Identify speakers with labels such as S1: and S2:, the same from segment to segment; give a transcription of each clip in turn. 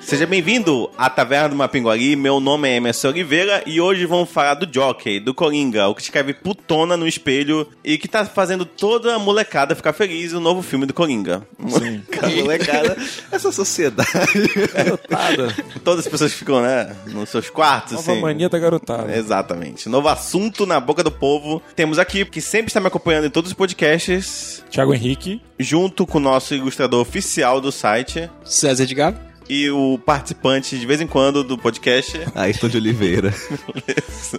S1: Seja bem-vindo à Taverna do Mapinguari. Meu nome é Emerson Oliveira e hoje vamos falar do Jockey, do Coringa, o que escreve putona no espelho e que tá fazendo toda a molecada ficar feliz o novo filme do Coringa.
S2: Sim.
S1: A molecada,
S3: Essa sociedade.
S2: Garotada.
S1: todas as pessoas ficam, né, nos seus quartos,
S2: Nova
S1: assim.
S2: mania da garotada.
S1: Exatamente. Novo assunto na boca do povo. Temos aqui, que sempre está me acompanhando em todos os podcasts,
S2: Thiago Henrique.
S1: junto com o nosso ilustrador oficial do site
S4: César Edgar.
S1: e o participante de vez em quando do podcast.
S3: Ah, Ayrton de Oliveira.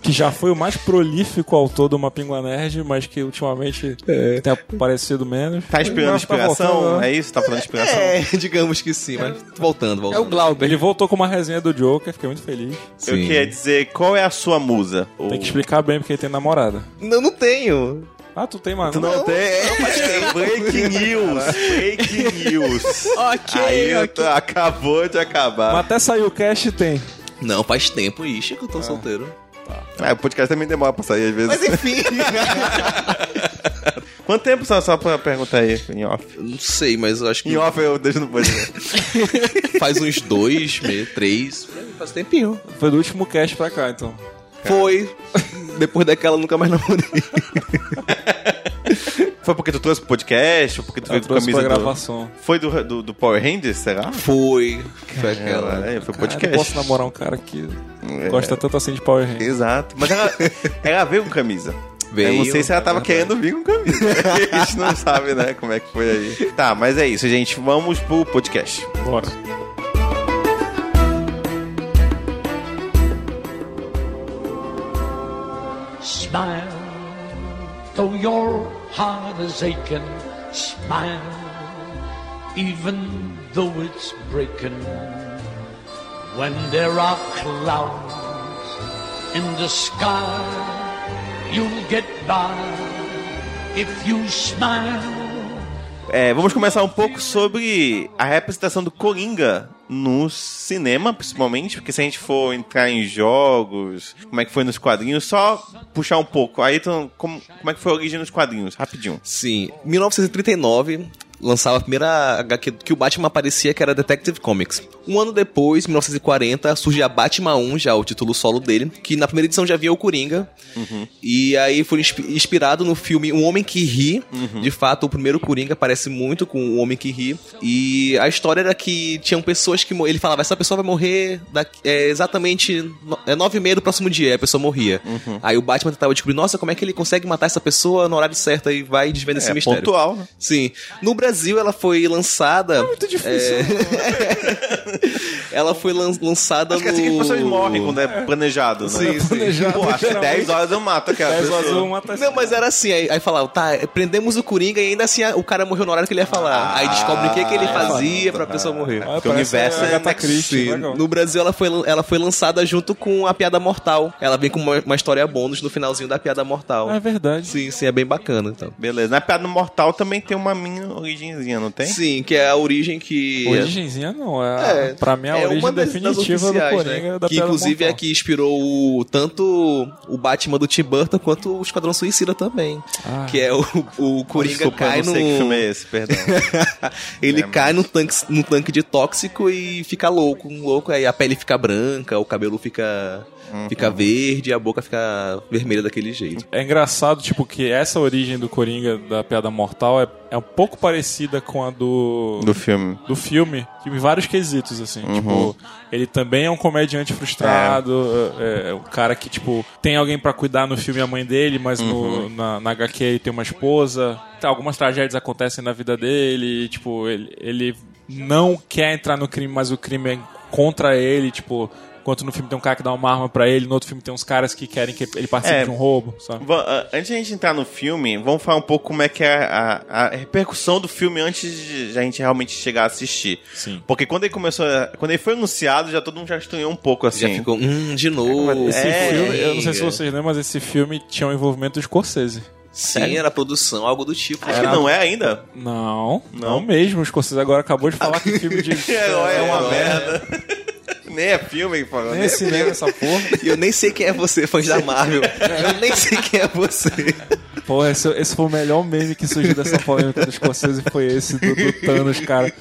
S2: que já foi o mais prolífico autor do Mapingua Nerd, mas que ultimamente tem aparecido menos.
S1: Tá inspirando
S2: Não, tá
S1: inspiração?
S2: voltando, né?
S1: é isso? Tá falando inspiração?
S3: É, digamos que sim, mas voltando, voltando.
S4: É o Glauber.
S2: Ele voltou com uma resenha do Joker, fiquei muito feliz.
S1: Eu
S3: Sim.
S1: queria dizer, qual é a sua musa? Ou-
S2: Tem que explicar bem porque ele tem namorada.
S3: Não, não tenho.
S2: Ah, tu tem, mano?
S1: Tu não, tem? Break news! Break news!
S4: Ok,
S1: Aí
S4: ok.
S1: tu acabou de
S2: Mas
S1: acabar.
S2: até saiu o cast tem.
S3: Não, faz tempo, ixi, que eu tô solteiro.
S1: É, o podcast também demora pra sair às vezes.
S3: Mas enfim.
S1: Quanto tempo só, só pra perguntar aí, em off?
S3: Eu não sei, mas eu acho que
S1: Em off eu deixo no podcast.
S3: faz uns dois, me- três. Faz tempinho.
S2: Foi do último cast pra cá, então.
S3: Foi. Depois daquela, nunca mais namorei.
S1: Foi porque tu trouxe pro podcast? Ou porque tu
S2: Eu
S1: veio com
S2: Ah, trouxe
S1: camisa
S2: pra
S1: do...
S2: gravação.
S1: Foi do, do, do Power Rangers, será?
S3: Foi. Foi aquela.
S1: É, foi
S2: Ah, eu não posso
S1: podcast.
S2: namorar um cara que
S1: É.
S2: gosta tanto assim de Power Rangers.
S1: Exato. Mas ela, ela veio com camisa. Eu não sei se ela
S3: né?
S1: tava querendo vir com camisa. A gente não sabe, né, como é que foi aí. Tá, mas é isso, gente. Vamos pro podcast.
S2: Bora.
S5: Smile, though your heart is aching. Smile, even though it's breaking. When there are clouds in the sky, you'll get by if you smile.
S1: É, vamos começar um pouco sobre a representação do Coringa no cinema, principalmente, porque se a gente for entrar em jogos, como é que foi nos quadrinhos, só puxar um pouco. Aí, então, como, como é que foi a origem nos quadrinhos? Rapidinho.
S3: Sim. 1939 lançava a primeira HQ que o Batman aparecia, que era Detective Comics. Um ano depois, 1940, surge a Batman 1, já o título solo dele, que na primeira edição já havia o Coringa. E aí foi inspi- inspirado no filme Um Homem que Ri. Uhum. De fato, o primeiro Coringa parece muito com O Homem que Ri. E a história era que tinham pessoas que... mo- Ele falava, essa pessoa vai morrer daqui- é, exatamente no- é nove e meia do próximo dia. E a pessoa morria.
S1: Uhum.
S3: Aí o Batman tentava descobrir, nossa, como é que ele consegue matar essa pessoa no horário certo? E vai desvendo esse
S1: é
S3: mistério.
S1: pontual, né?
S3: Sim. No Brasil, ela foi lançada...
S1: É
S3: é,
S2: Muito difícil.
S3: Ela foi lan- lançada
S1: Acho que é
S3: no...
S1: assim que as pessoas morrem quando é planejado, né?
S3: Sim, sim.
S2: Planejado,
S1: Pô, acho que
S2: geralmente.
S1: 10 horas eu mato aquela
S2: 10
S1: pessoa.
S2: horas eu mato esse
S3: Não, mas era assim, aí, aí falava, tá, prendemos o Coringa e ainda assim a- o cara morreu na hora que ele ia falar. aí descobre o que, que ele fazia pra pessoa morrer.
S2: Ah,
S1: Porque o
S2: parece
S1: universo
S2: a
S1: Ah, é
S2: Agatha
S1: Max
S2: Christie,
S3: Sim,
S2: legal.
S3: no Brasil ela foi, ela foi lançada junto com a Piada Mortal. Ela vem com uma, uma história bônus no finalzinho da Piada Mortal.
S2: Ah, É verdade.
S3: Sim, sim, é bem bacana então.
S1: Beleza. Na piada mortal também tem uma minha origenzinha, não tem?
S3: Sim, que é a origem que.
S2: Origenzinha não, é,
S3: É,
S2: pra mim a origem definitiva do Coringa é
S3: né?
S2: da
S3: que
S2: Pedra
S3: inclusive é
S2: Mortal.
S3: que inspirou o- tanto o Batman do Tim Burton quanto o Esquadrão Suicida também.
S2: Ah.
S3: Que é o, o Coringa
S1: Desculpa,
S3: cai
S1: eu não sei que
S3: no-
S1: filme é esse, perdão.
S3: ele
S1: É,
S3: cai num tanque, num tanque de tóxico e fica louco, um louco. Aí a pele fica branca, o cabelo fica, fica verde, a boca fica vermelha daquele jeito.
S2: É engraçado, tipo, que essa origem do Coringa da Piada Mortal é, é um pouco parecida com a do,
S1: Do filme.
S2: do filme, que em vários quesitos, assim.
S1: Uhum.
S2: Tipo, ele também é um comediante frustrado, é, é um cara que, tipo, tem alguém pra cuidar no filme a mãe dele, mas
S1: Uhum.
S2: no, na, na HQ ele tem uma esposa. Tá, Algumas tragédias acontecem na vida dele, e, tipo, ele, ele não quer entrar no crime, mas o crime é contra ele, tipo... Enquanto no filme tem um cara que dá uma arma pra ele, no outro filme tem uns caras que querem que ele participe
S1: É.
S2: de um roubo, sabe?
S1: Va- ah, Antes de a gente entrar no filme, vamos falar um pouco como é que é a, a repercussão do filme antes de a gente realmente chegar a assistir.
S2: Sim.
S1: Porque quando ele começou, a- quando ele foi anunciado, já todo mundo já estranhou um pouco assim.
S3: Já ficou, hum, de novo.
S2: Esse
S1: É,
S2: filme, eu não sei
S3: é.
S2: se vocês lembram, mas esse filme tinha o envolvimento do Scorsese.
S3: Sim, era produção, algo do tipo.
S1: Acho que não é ainda.
S2: Não, não,
S1: Não?
S2: mesmo. O Scorsese agora acabou de falar que filme de.
S1: Herói é uma
S3: Herói.
S1: merda. Nem é filme, pô.
S2: Nem é cinema essa porra.
S3: E eu nem sei quem é você, fãs da Marvel. Eu nem sei quem é você.
S2: Pô, esse, esse foi o melhor meme que surgiu dessa polêmica do Scorsese. Foi esse do, do Thanos, cara.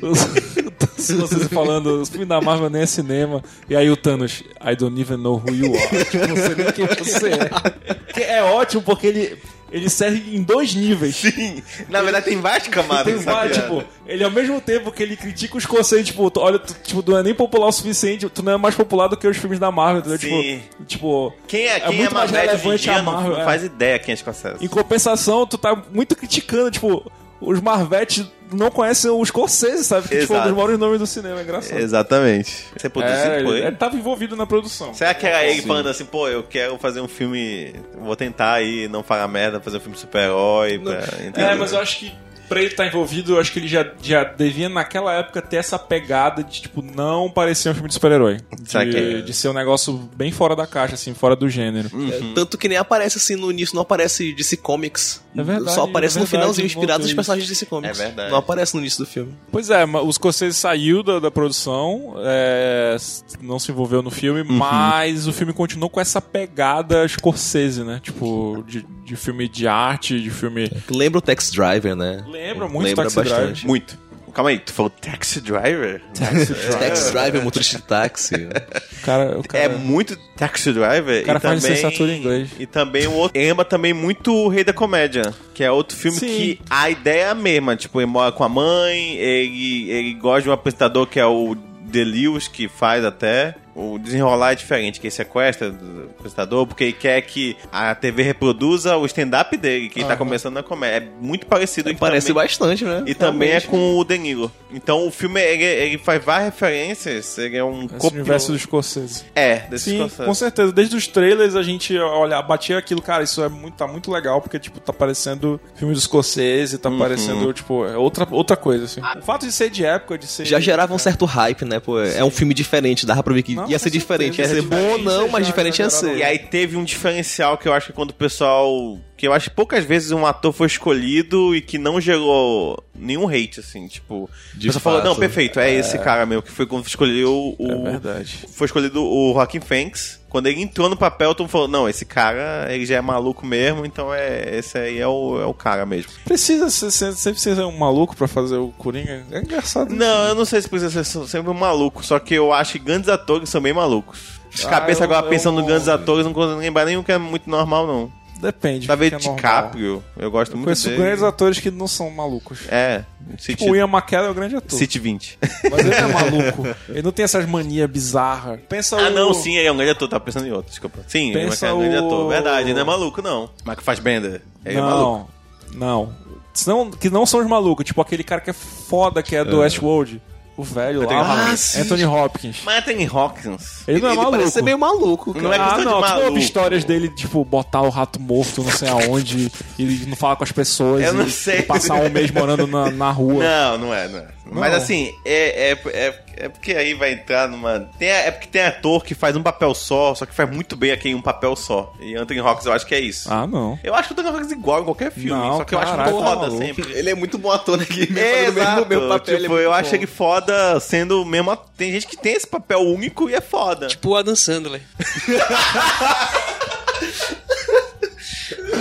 S2: O, se vocês falando, os filmes da Marvel nem é cinema. E aí o Thanos, I don't even know who you are. Tipo, não sei nem quem você é. Que é ótimo porque ele, ele serve em dois níveis.
S1: Sim. Na verdade, tem várias camadas.
S2: Tem
S1: dessa
S2: vários,
S1: piada.
S2: tipo, ele ao mesmo tempo que ele critica os conceitos, tipo, tu- olha, tu, tipo, tu não é nem popular o suficiente, tu não é mais popular do que os filmes da Marvel, entendeu?
S1: Sim.
S2: Tipo, tipo,
S1: Quem é, quem é,
S2: muito mais
S1: mais velho hoje em
S2: relevante a
S1: dia não,
S2: Marvel.
S1: não
S2: é.
S1: faz ideia quem é Scorsese.
S2: Em compensação, tu tá muito criticando, tipo, os Marvetes não conhecem os Scorsese, sabe? Que tipo, é um
S1: Exato.
S2: dos maiores nomes do cinema, é engraçado.
S1: Exatamente. Você é produzido
S2: É,
S1: por
S2: ele,
S1: ele?
S2: ele tava envolvido na produção.
S1: Será que era ele falando assim, pô, eu quero fazer um filme. Vou tentar aí não falar merda, fazer um filme de super-herói. pra-
S2: É,
S1: entendeu?
S2: mas eu acho que pra ele estar envolvido, eu acho que ele já, já devia, naquela época, ter essa pegada de, tipo, não parecer um filme de super-herói.
S1: Saquei.
S2: De, de ser um negócio bem fora da caixa, assim, fora do gênero.
S3: É, Tanto que nem aparece assim no início, não aparece DC Comics.
S2: É verdade,
S3: Só aparece
S2: é
S3: no
S2: verdade,
S3: finalzinho,
S2: eu
S3: inspirado
S2: notei
S3: nos
S2: isso.
S3: personagens de DC Comics.
S1: É verdade.
S3: Não aparece no início do filme.
S2: Pois é, ma- o Scorsese saiu da, da produção, é, s- não se envolveu no filme, mas o filme continuou com essa pegada Scorsese, né? Tipo, de, de filme de arte, de filme...
S3: Lembra o Tax Driver, né?
S2: Lembra muito
S3: Lembra
S2: Taxi Driver.
S3: bastante.
S1: Muito. Calma aí, tu falou Taxi Driver?
S4: É.
S3: Tax Driver, motorista de táxi.
S2: O cara, o cara-
S1: É muito Taxi Driver
S2: O cara
S1: e
S2: faz
S1: também
S2: licenciatura em inglês.
S1: E também o outro lembra também muito o Rei da Comédia, que é outro filme
S2: Sim.
S1: que a ideia é a mesma, tipo, ele mora com a mãe, ele, ele gosta de um apresentador que é o Delius que faz até o desenrolar é diferente, que ele sequestra o apresentador, porque ele quer que a TV reproduza o stand-up dele, que ele tá começando na comédia. É muito parecido. e
S3: Parece
S1: também-
S3: bastante, né?
S1: e também é com o Danilo. Então o filme, ele, ele faz várias referências, ele é um
S2: Esse
S1: copio-
S2: universo do Scorsese.
S1: É, desse
S2: Sim,
S1: processo.
S2: com certeza. Desde os trailers a gente olha, batia aquilo, cara, isso é muito, tá muito legal, porque, tipo, tá parecendo filme do Scorsese, tá parecendo, tipo, é outra, outra coisa, assim. O fato de ser de época, de ser.
S3: Já gerava um certo hype, né? Pô, é um filme diferente, dava pra ver que
S2: Não,
S3: ia
S2: com
S3: ser diferente. Ia
S2: certeza,
S3: ser bom
S2: é
S3: ou
S2: diferente,
S3: não,
S2: já-
S3: mas
S2: já
S3: diferente ia
S2: gerava-
S3: ser.
S1: E aí teve um diferencial que eu acho que quando o pessoal. Que eu acho que poucas vezes um ator foi escolhido e que não gerou nenhum hate, assim, tipo.
S3: De
S1: o pessoal falou,
S3: fato.
S1: não, perfeito, é, esse cara mesmo, que foi quando escolheu o.
S2: É verdade.
S1: Foi escolhido o Rockin' Fanks. Quando ele entrou no papel, todo mundo falou, não, esse cara, ele já é maluco mesmo, então é, esse aí é o, é o cara mesmo.
S2: Precisa ser, ser- sempre ser um maluco pra fazer o Coringa? É engraçado.
S1: Não, eu não sei se precisa ser sempre um maluco, só que eu acho que grandes atores são bem malucos. De
S2: Ah,
S1: cabeça
S2: eu-
S1: agora
S2: eu-
S1: pensando em grandes atores, não consigo lembrar nenhum que é muito normal, não.
S2: Depende.
S1: Talvez
S2: fica Tipo, é normal.
S1: Tá DiCaprio, eu gosto muito
S2: Conheço
S1: dele.
S2: grandes atores que não são malucos.
S1: É, City,
S2: Tipo, o Ian McKellen é um grande ator.
S1: City 20.
S2: Mas ele não é maluco. Ele não tem essas manias bizarras. Pensa
S1: ah,
S2: Então, o...
S1: não, sim, ele é um grande ator, tava pensando em outro, desculpa. Sim,
S2: Pensa
S1: ele é um grande
S2: o-
S1: ator, verdade, não é maluco, não. Mas faz Bender, ele é maluco.
S2: Não, não. Senão- que não são os malucos. Tipo, aquele cara que é foda, que é
S1: Ah.
S2: do Westworld. O velho
S1: Anthony
S2: lá.
S1: Hopkins.
S2: Anthony Hopkins.
S1: Ah, Mas tem Hawkins.
S2: Ele não é
S3: Ele
S2: maluco.
S3: parece ser meio maluco, cara.
S1: Não é
S2: ah,
S1: questão de
S2: não, tu não
S1: maluco.
S2: ouve histórias dele, tipo, botar o rato morto não sei aonde, e ele não fala com as pessoas,
S1: Eu
S2: e,
S1: não sei.
S2: e passar um mês morando na, na rua.
S1: Não, não é, não é. Mas assim, é, é, é, é porque aí vai entrar numa. Tem, a- é porque tem ator que faz um papel só, só que faz muito bem aqui em um papel só. E Anthony Hawkins eu acho que é isso.
S2: Ah, não.
S1: Eu acho o Anthony Hawkins igual em qualquer filme,
S2: Não,
S1: só que eu acho
S2: caralho,
S1: muito
S2: tá
S1: foda
S2: maluco.
S1: sempre.
S3: Ele é muito bom ator, né? Guilherme?
S1: É,
S3: Fazendo
S1: exato.
S3: o mesmo papel, ele é
S1: tipo,
S3: muito
S1: eu
S3: bom.
S1: acho ele foda sendo o mesmo. ator. Tem gente que tem esse papel único e é foda.
S4: Tipo o Adam Sandler.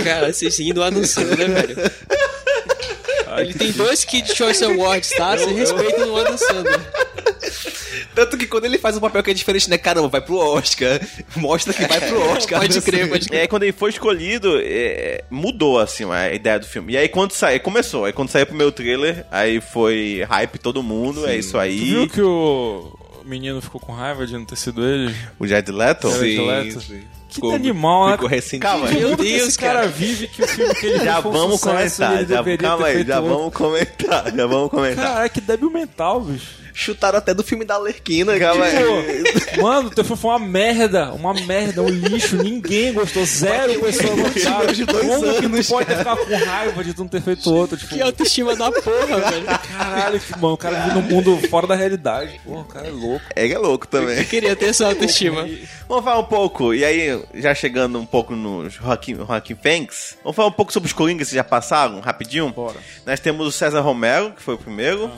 S4: Cara, vocês seguindo o Adam Sandler, né, velho. Ele tem dois Kid Choice Awards, tá? Vocês respeitam o Adam Sandler.
S3: Tanto que quando ele faz um papel que é diferente, né? Caramba, vai pro Oscar. Mostra que vai pro Oscar.
S4: É, Pode
S3: né?
S4: crer, pode
S1: E aí quando ele foi escolhido, é, mudou assim a ideia do filme. E aí quando saiu, começou. Aí quando saiu pro meu trailer, aí foi hype todo mundo, é isso aí.
S2: Tu viu que o menino ficou com raiva de não ter sido ele?
S1: O Jared Leto?
S2: Jared
S3: Sim,
S2: Leto.
S3: sim.
S2: Que
S3: Ficou-
S2: animal, né?
S3: Ficou ressentido.
S1: Calma aí.
S2: Que
S4: Meu
S2: mundo que
S4: Deus,
S2: esse cara,
S4: cara.
S2: vive que o filme que ele
S1: Já
S2: fez foi um
S1: vamos
S2: sucesso,
S1: comentar,
S2: ele
S1: já,
S2: deveria
S1: calma
S2: ter
S1: aí,
S2: feito
S1: já
S2: outro.
S1: vamos comentar, já vamos comentar.
S2: Cara, que débil mental, bicho.
S3: Chutaram até do filme da Lerquina,
S1: Calma aí.
S2: Pô, mano, teu filme foi uma merda, uma merda, um lixo, ninguém gostou, zero pessoas gostaram.
S3: de dois
S2: Como que
S3: anos,
S2: tu pode ficar com raiva de tu não ter feito outro? Tipo,
S4: Que autoestima da porra, velho.
S2: caralho, que, mano, o cara vive num mundo fora da realidade. Porra, o cara é louco.
S1: Ele é louco também.
S4: Eu queria ter essa autoestima.
S1: Vamos falar um pouco, e aí, já chegando um pouco nos Joaquim, Joaquim Fênix, vamos falar um pouco sobre os Coringas que já passaram, rapidinho?
S2: Bora.
S1: Nós temos o César Romero, que foi o primeiro,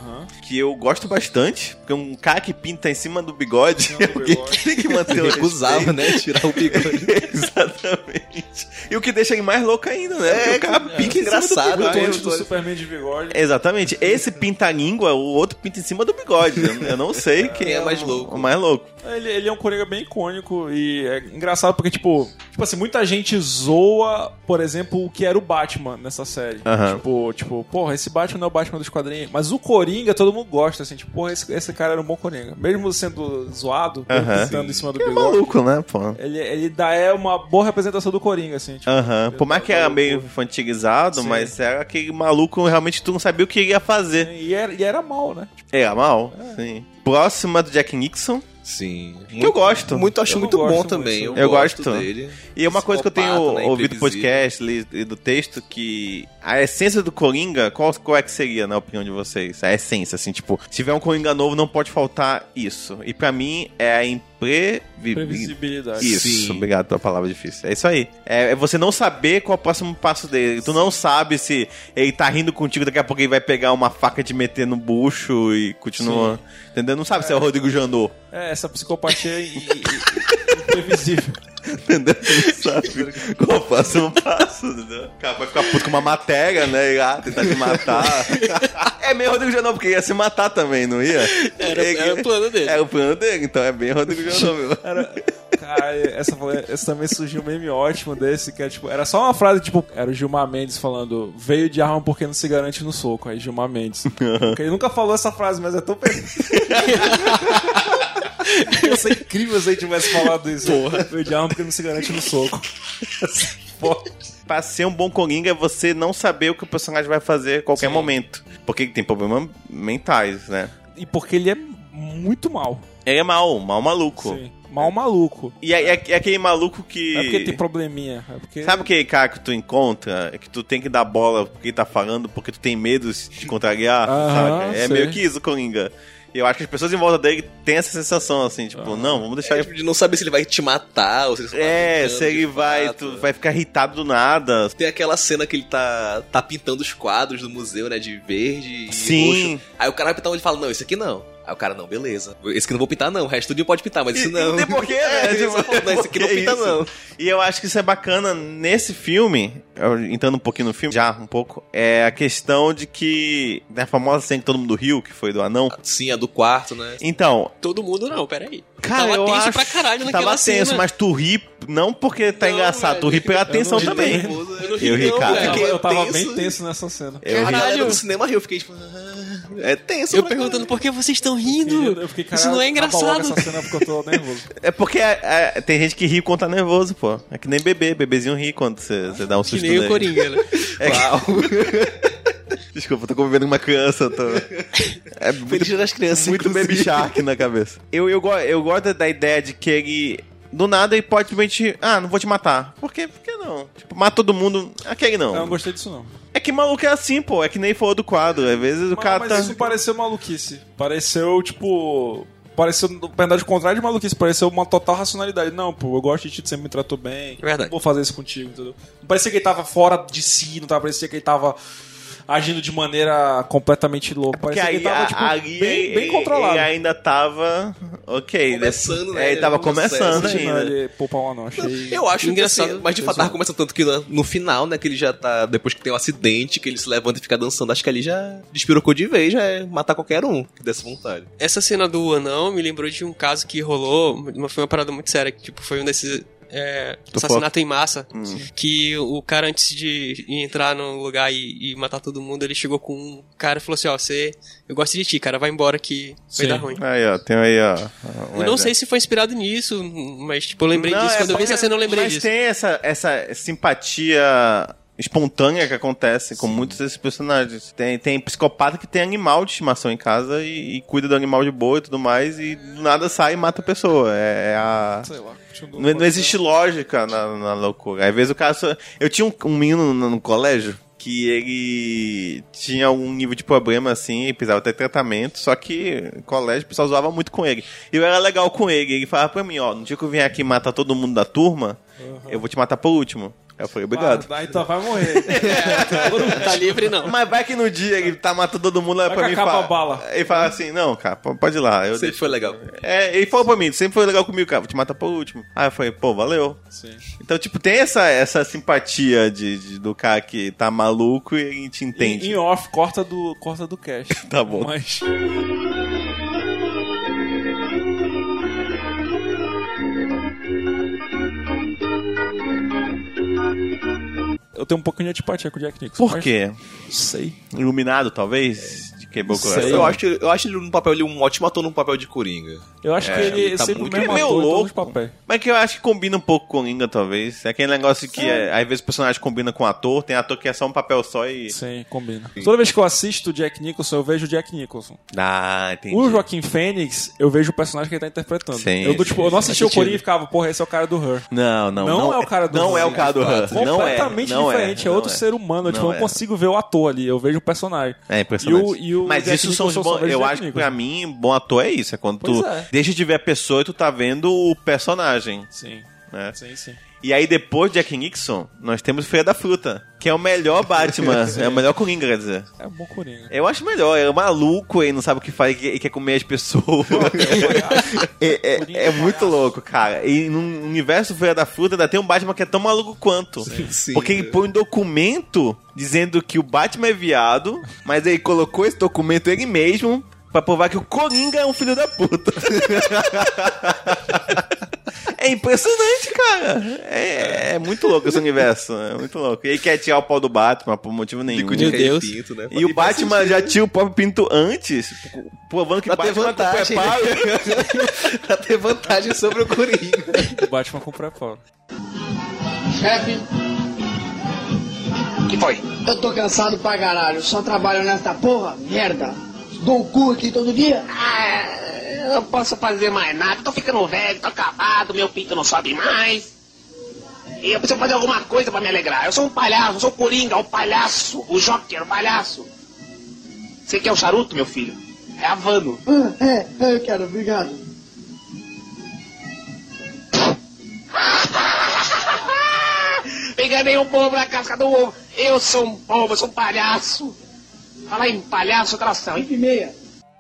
S1: que eu gosto bastante, porque é um cara que pinta em cima do bigode, é alguém que tem que manter o
S3: Recusava, né? Tirar o bigode.
S1: respeito. Exatamente. E o que deixa ele mais louco ainda, né? Porque o cara pinta
S3: que
S1: em cima do
S3: engraçado,
S1: bigode.
S3: né?
S2: Antes do Superman de bigode.
S1: Exatamente. Esse pinta a língua, o outro pinta em cima do bigode. Eu, eu não sei quem
S3: Quem é
S1: o-
S3: mais louco?
S1: O mais louco.
S2: Ele, ele é um Coringa bem icônico e é engraçado porque, tipo, tipo assim, muita gente zoa, por exemplo, o que era o Batman nessa série.
S1: Aham.
S2: Tipo, tipo, porra, esse Batman não é o Batman dos quadrinhos. Mas o Coringa todo mundo gosta, assim, tipo, porra, esse, esse cara era um bom Coringa. Mesmo sendo zoado, mesmo
S1: Aham.
S2: pintando em cima do
S1: É
S2: bigode,
S1: maluco, né, pô?
S2: ele, ele dá é uma boa representação do Coringa, assim, tipo.
S1: Aham. Por mais que era meio infantilizado,
S2: Sim.
S1: mas era aquele maluco realmente tu não sabia o que ele ia fazer.
S2: E era, e era mal, né? Tipo,
S1: Era mal, sim. Próxima do Jack Nixon,
S3: Sim. É. Muito,
S1: que eu gosto.
S3: Muito, acho
S2: Eu
S3: muito
S2: gosto
S3: bom
S2: muito.
S3: também. Eu,
S1: Eu
S3: gosto
S1: gosto.
S3: dele.
S1: E é uma coisa que eu tenho
S3: Psicopata, né,
S1: ouvido do
S3: imprevisível.
S1: podcast, lido- e do texto, que a essência do Coringa, qual, qual é que seria, na opinião de vocês? A essência, assim, tipo, se tiver um Coringa novo, não pode faltar isso. E pra mim, é a imprevisibilidade.
S2: previsibilidade.
S1: Isso,
S3: Sim.
S1: obrigado pela palavra difícil. É isso aí. É, é você não saber qual é o próximo passo dele. Tu não sabe se ele tá rindo contigo, daqui a pouco ele vai pegar uma faca e te meter no bucho e continua. Entendeu? Não sabe se é o Rodrigo Janot.
S2: É, essa psicopatia e, e- e- imprevisível.
S1: Entendeu? Não sabe qual passo eu passo, entendeu? O cara vai ficar puto com uma matéria, né? E, ah, tentar te matar. é meio Rodrigo Janot, porque ia se matar também, não ia?
S4: Era- era É o plano dele.
S1: Era o plano dele, então é bem Rodrigo Janot, meu.
S2: Era, cara, essa, essa também surgiu um meme ótimo desse, que é tipo, era só uma frase, tipo, era o Gilmar Mendes falando, veio de arma porque não se garante no soco, aí Gilmar Mendes. Porque ele nunca falou essa frase, mas é tão perfeito. Ia ser incrível se ele tivesse falado isso. Veio de arma porque não se garante no soco. Porra.
S1: Pra ser um bom Coringa é você não saber o que o personagem vai fazer a qualquer momento. Porque ele tem problemas mentais, né?
S2: E porque ele é muito mal.
S1: Ele é mal, mal maluco.
S2: Sim. Mal maluco.
S1: E é, é- é aquele maluco
S2: Não é porque tem
S1: que.
S2: probleminha. É porque...
S1: Sabe aquele cara que tu encontra, que tu tem que dar bola porque ele tá falando, porque tu tem medo de te contrariar,
S2: Aham,
S1: saca? É
S2: sei.
S1: meio que isso, Coringa. E eu acho que as pessoas em volta dele têm essa sensação, assim, tipo, não, vamos deixar
S3: É,
S1: ele.
S3: tipo, de não saber se ele vai te matar ou se ele só tá
S1: É,
S3: brincando
S1: se ele
S3: de
S1: vai,
S3: fato.
S1: tu vai ficar irritado do nada.
S3: Tem aquela cena que ele tá, tá pintando os quadros do museu, né? De verde e
S1: Sim.
S3: roxo. Aí o cara vai pintar um, ele fala, não, esse aqui não. Aí o cara, não, beleza. Esse aqui não vou pintar, não. O resto do pode pintar, mas
S1: E-
S3: esse
S1: e
S3: não.
S1: não tem porquê, né?
S3: É, ele só
S1: Tipo,
S3: fala, não, esse aqui não
S1: porquê
S3: pinta,
S1: isso?
S3: não.
S1: E eu acho que isso é bacana nesse filme, eu- entrando um pouquinho no filme, já um pouco, é a questão de que, né, a famosa cena que todo mundo riu, que foi do anão.
S3: Sim, a do quarto, né?
S1: Então,
S4: Todo mundo não, peraí.
S1: cara,
S4: tava
S1: eu
S4: tenso
S1: acho
S4: pra caralho naquela
S1: tava tenso,
S4: cena.
S1: mas tu ri não porque tá
S4: Não,
S1: engraçado, tu ri
S4: velho.
S1: pela atenção
S2: não ri
S1: também.
S2: também.
S4: Eu não
S1: Eu ri,
S4: não,
S1: cara.
S2: Eu
S4: velho.
S2: tava- eu tava
S3: tenso.
S2: bem tenso nessa cena.
S1: Eu ri.
S3: A galera
S4: Caralho.
S3: do cinema riu. Eu fiquei tipo, ah, é tenso.
S4: Eu
S3: pra
S4: perguntando por que vocês estão rindo.
S2: Eu fiquei,
S4: Isso não é
S2: acaba logo
S4: engraçado.
S2: Essa cena porque eu tô nervoso.
S1: É porque é, é, tem gente que ri quando tá nervoso, pô. É que nem bebê, bebezinho ri quando você você dá um
S4: Que
S1: susto
S4: nem
S1: nele.
S4: o Coringa, né?
S1: É que- Desculpa, eu tô convivendo com uma criança, eu tô... É muito
S3: Feliz Dia das crianças.
S1: Muito
S3: inclusive.
S1: Baby Shark na cabeça. Eu, eu, go- eu gosto da ideia de que ele. Do nada ele pode simplesmente. Ah, não vou te matar. Por quê? Por que não? Tipo, mata todo mundo. Aquele não.
S2: Eu não gostei disso, não.
S1: É que maluco é assim, pô. É que nem falou do quadro. Às vezes o
S2: Mas-
S1: cara
S2: mas
S1: tá.
S2: isso pareceu maluquice. Pareceu, tipo. Pareceu, na verdade, o contrário de maluquice, pareceu uma total racionalidade. Não, pô, eu gosto de ti, tu sempre me tratou bem.
S4: Verdade.
S2: Vou fazer isso contigo, entendeu? Não parecia que ele tava fora de si, não tava, parecia que ele tava agindo de maneira completamente louca.
S1: Porque aí,
S2: parecia
S1: é-
S2: que ele tava,
S1: a-
S2: tipo,
S1: ali
S2: bem, bem
S1: ele-
S2: controlado.
S1: ele ainda tava. Ok.
S3: Começando,
S1: né?
S3: né?
S1: É, ele tava
S3: Ele tava no
S1: começando
S3: processo,
S2: Imagina
S1: ainda.
S2: ele poupar um anão, achei...
S3: né? Eu acho
S4: Engraçado,
S3: engraçado, mas de fato tava começando tanto que no, no final, né, que ele já tá, depois que tem um acidente, que ele se levanta e fica dançando, acho que ali já despirocou de vez, já é matar qualquer um que desse vontade.
S4: Essa cena do anão me lembrou de um caso que rolou, uma, foi uma parada muito séria, que tipo, foi um desses é, assassinato em massa, que o cara antes de entrar no lugar e, e matar todo mundo, ele chegou com um cara e falou assim, ó, você, eu gosto de ti, cara, vai embora que
S2: Sim.
S4: vai dar ruim.
S1: Aí, ó. Tem aí, ó. um
S4: eu não
S1: exemplo.
S4: sei se foi inspirado nisso, mas tipo, eu lembrei
S1: Não,
S4: disso,
S1: é
S4: quando eu vi
S1: porque-
S4: essa cena eu lembrei
S1: mas
S4: disso.
S1: tem essa, essa simpatia espontânea que acontece com muitos desses personagens. Tem, tem psicopata que tem animal de estimação em casa e, e cuida do animal de boa e tudo mais, e do nada sai e mata a pessoa. É, é a...
S2: Sei lá. acho um
S1: Não, não existe lógica na, na loucura. Às vezes o cara só... Eu tinha um, um menino no, no colégio que ele tinha algum nível de problema, assim, e precisava ter tratamento, só que no colégio o pessoal zoava muito com ele. E eu era legal com ele, ele falava pra mim, ó, no dia que eu vier aqui matar todo mundo da turma, eu vou te matar por último. Aí Eu falei, obrigado.
S2: Vai, então vai morrer.
S4: tá livre não.
S1: Mas vai que no dia ele tá matando todo mundo, lá pra
S2: que
S1: mim e
S2: acaba
S1: fala...
S2: a bala.
S1: Ele fala assim, não, cara, po- pode ir lá. Eu
S3: Sempre
S1: deixo.
S3: foi legal.
S1: É, ele falou pra mim, sempre foi legal comigo, cara, vou te matar por último. Aí eu falei, pô, valeu.
S2: Sim.
S1: Então, tipo, tem essa, essa simpatia de, de- do cara que tá maluco e ele te entende.
S2: Em off, corta do, corta do cast.
S1: Tá bom.
S2: Mas... Eu tenho um pouquinho de antipatia com o Jack Nicholson.
S1: Por
S2: mas
S1: quê?
S2: Não sei.
S1: Iluminado, talvez? De quebrou o
S2: Sei.
S1: coração.
S3: Eu acho, eu acho ele um papel, ele um ótimo ator num papel de Coringa.
S2: Eu acho que ele
S3: ele tá
S2: sempre
S3: muito-
S2: o mesmo
S1: É, Ele é meio
S2: ator em todos os
S1: louco.
S2: papéis.
S1: Mas que eu acho que combina um pouco com o Coringa, talvez. É aquele negócio que, é, às vezes, o personagem combina com o ator, tem ator que é só um papel só e...
S2: Sim, combina. Toda vez que eu assisto o Jack Nicholson, eu vejo o Jack Nicholson.
S1: Ah, entendi.
S2: O Joaquim Fênix, eu vejo o personagem que ele tá interpretando.
S1: Sim,
S2: eu, do,
S1: sim,
S2: tipo, eu não
S1: sim.
S2: assistia o
S1: Faz sentido.
S2: Coringa e ficava, porra, esse é o cara do Her.
S1: Não, não,
S2: Não é o cara do
S1: Não é
S2: Hans,
S1: o cara do Hans. Não é.
S2: completamente
S1: não
S2: diferente, é,
S1: não
S2: outro ser humano. Tipo, eu não
S1: é.
S2: consigo ver o ator ali, eu vejo o personagem.
S1: É impressionante.
S2: E o- e o
S1: Mas
S2: Jack
S1: isso são os
S2: Nicholson só
S1: bons.
S2: vejo
S1: Eu
S2: Jack
S1: acho que
S2: Nicholson.
S1: pra mim, bom ator é isso. É quando tu
S2: Pois é.
S1: deixa de ver a pessoa e tu tá vendo o personagem.
S2: Sim.
S1: Né?
S2: Sim, sim.
S1: E aí, depois de Jack Nixon, nós temos Feira da Fruta, que é o melhor Batman. é o melhor Coringa, quer dizer.
S2: É um bom Coringa.
S1: Eu acho melhor, é maluco, ele não sabe o que faz e quer comer as pessoas. é, é- é muito louco, cara. E no universo Feira da Fruta ainda tem um Batman que é tão maluco quanto.
S3: Sim.
S1: Porque ele põe um documento dizendo que o Batman é viado, mas ele colocou esse documento ele mesmo pra provar que o Coringa é um filho da puta. É impressionante, cara. É, é muito louco esse universo. É muito louco. E ele quer tirar o pau do Batman por motivo nenhum.
S3: Bico de
S4: Meu Deus.
S3: Pinto, né?
S1: E o
S3: faz
S1: Batman
S3: sentido.
S1: já tinha o próprio pinto antes, provando que o
S3: Pra ter
S1: Batman tá
S3: vantagem. né?
S1: preparo.
S3: pra ter vantagem sobre o Coringa.
S2: O Batman com pré-pau.
S6: Chefe,
S7: que foi?
S6: eu tô cansado pra caralho. Só trabalho nessa porra, merda. Dou o cu aqui todo dia.
S7: Ah, eu não posso fazer mais nada. Tô ficando velho, tô acabado, meu pinto não sobe mais. E eu preciso fazer alguma coisa pra me alegrar. Eu sou um palhaço, eu sou o Coringa, o palhaço, o Joker, o palhaço. Você quer o charuto, meu filho? É Havano.
S6: Ah, é, é, eu quero, obrigado.
S7: Enganei o povo na casca do ovo. Eu sou um povo, eu sou um palhaço. Fala em palhaço, tração, hein?
S6: E meia.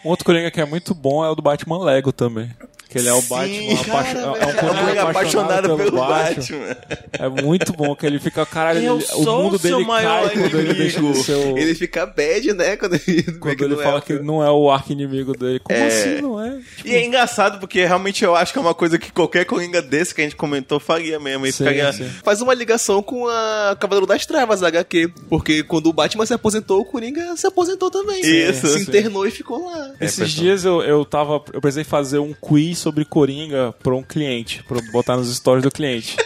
S2: Um outro Coringa que é muito bom é o do Batman Lego também. Que ele é o Batman apaixo- é um
S1: É um
S2: Coringa
S1: Coringa
S2: apaixonado pelo, Batman. É muito bom que ele fica, caralho,
S1: Eu
S2: ele- o
S1: sou
S2: mundo
S1: o seu
S2: dele
S1: maior
S2: cai quando ele deixa de
S1: inimigo.
S2: ser o...
S3: Ele fica bad, né? Quando ele,
S2: Quando ele fala que ele não é o arco inimigo dele. Como
S1: É.
S2: assim, não é? Tipo,
S1: E é engraçado porque realmente eu acho que é uma coisa que qualquer coringa desse que a gente comentou faria mesmo. E
S2: Sim,
S1: ficaria.
S2: sim.
S3: Faz uma ligação com a Cavaleiro das Trevas, a HQ. Porque quando o Batman se aposentou, o Coringa se aposentou também.
S1: Isso.
S3: Se
S2: Sim.
S3: internou e ficou lá.
S1: É,
S2: Esses
S1: pessoal.
S2: dias eu, eu tava. Eu precisei fazer um quiz sobre Coringa pra um cliente, pra eu botar nos stories do cliente.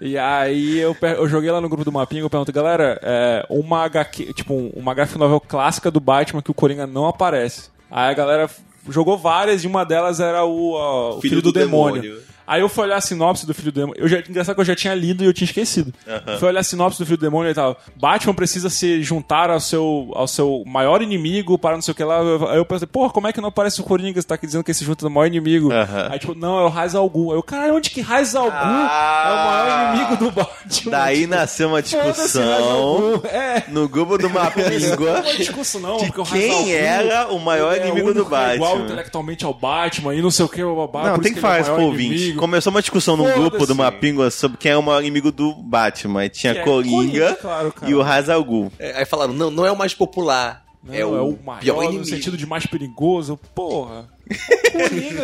S2: E aí eu, per- eu joguei lá no grupo do Mapinga, eu pergunto, galera, é, uma HQ, tipo, um- uma HQ novel clássica do Batman que o Coringa não aparece. Aí a galera f- jogou várias e uma delas era o, ó, o Filho, do, demônio. Aí eu fui olhar a sinopse do Filho do Demônio. Eu já, engraçado que eu já tinha lido e eu tinha esquecido. Fui olhar a sinopse do Filho do Demônio e tal. Batman precisa se juntar ao seu, ao seu maior inimigo para não sei o que lá. Aí eu pensei, porra, como é que não aparece o Coringa? Você tá aqui dizendo que ele se junta ao maior inimigo.
S1: Aham.
S2: Aí tipo, não, é o Raiz Algum. Aí eu, cara, onde que Raiz Algum
S1: Ah.
S2: é o maior inimigo do Batman?
S1: Daí nasceu uma
S2: Foda-se, né, Raiz
S1: discussão
S2: Algum. É.
S1: no grupo do Mapíngua
S2: Não é discussão, não, porque o
S1: de
S2: Raiz Algum,
S1: quem era o maior
S2: ele é o
S1: inimigo do
S2: único que é Igual
S1: Batman.
S2: intelectualmente ao Batman e não sei o Ah, que, é babá.
S1: Não, tem que falar isso pro ouvinte. Começou uma discussão no
S2: Foda-se.
S1: grupo do Mapíngua sobre quem é o maior inimigo do Batman. Aí tinha
S2: Que é Coringa,
S1: Coringa
S2: claro, cara.
S1: e o Hazalgu.
S3: É, aí falaram, não, não é o mais popular.
S2: Não,
S3: é, o
S2: maior
S3: pior
S2: no
S3: inimigo.
S2: sentido de mais perigoso, porra.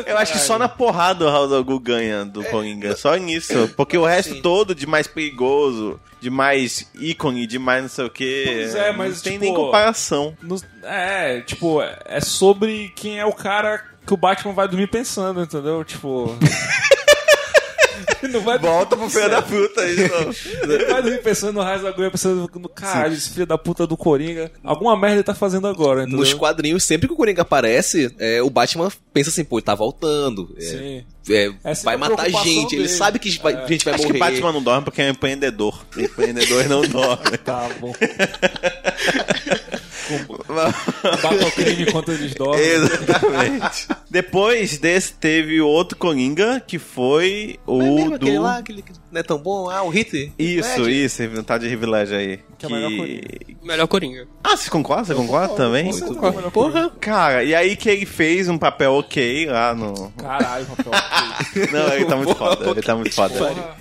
S1: Eu acho que só na porrada o Hazalgu ganha do Coringa. Só nisso. Porque o resto todo de mais perigoso, de mais ícone, de mais não sei o quê.
S2: Pois é, mas,
S1: não tem
S2: tipo,
S1: nem comparação.
S2: No- é, tipo, é sobre quem é o cara que o Batman vai dormir pensando, entendeu? Tipo. Não vai
S1: Volta pro filho da puta aí,
S2: Ele vai dormir pensando no Raiz da Agulha, pensando no caralho, esse filho da puta do Coringa. Alguma merda ele tá fazendo agora, entendeu?
S3: Nos quadrinhos, sempre que o Coringa aparece, é, o Batman pensa assim, pô, ele tá voltando. é,
S2: Sim.
S3: é,
S2: Essa é
S3: vai
S2: a
S3: matar
S2: preocupação
S3: gente,
S2: dele. É.
S3: ele sabe que vai- gente vai
S1: Acho
S3: morrer.
S1: que Batman não dorme porque é um empreendedor. Empreendedor não dorme.
S2: Tá bom. Battlecline enquanto eles dormem.
S1: Exatamente. Depois desse teve outro Coringa, que foi o
S3: Mas
S6: é
S3: É mesmo
S1: do.
S3: aquele lá, aquele que não é tão bom, ah, o Hitler.
S1: Isso,
S3: Red.
S1: isso, inventar de Revilege aí.
S2: Que é o melhor Coringa.
S4: Melhor Coringa.
S1: Ah, você concorda? Você concorda também?
S2: Muito
S4: Porra.
S2: bom.
S4: Porra.
S1: Cara, e aí que ele fez um papel ok lá no.
S2: Caralho, papel.
S1: Não, ele tá muito foda, ele tá muito foda.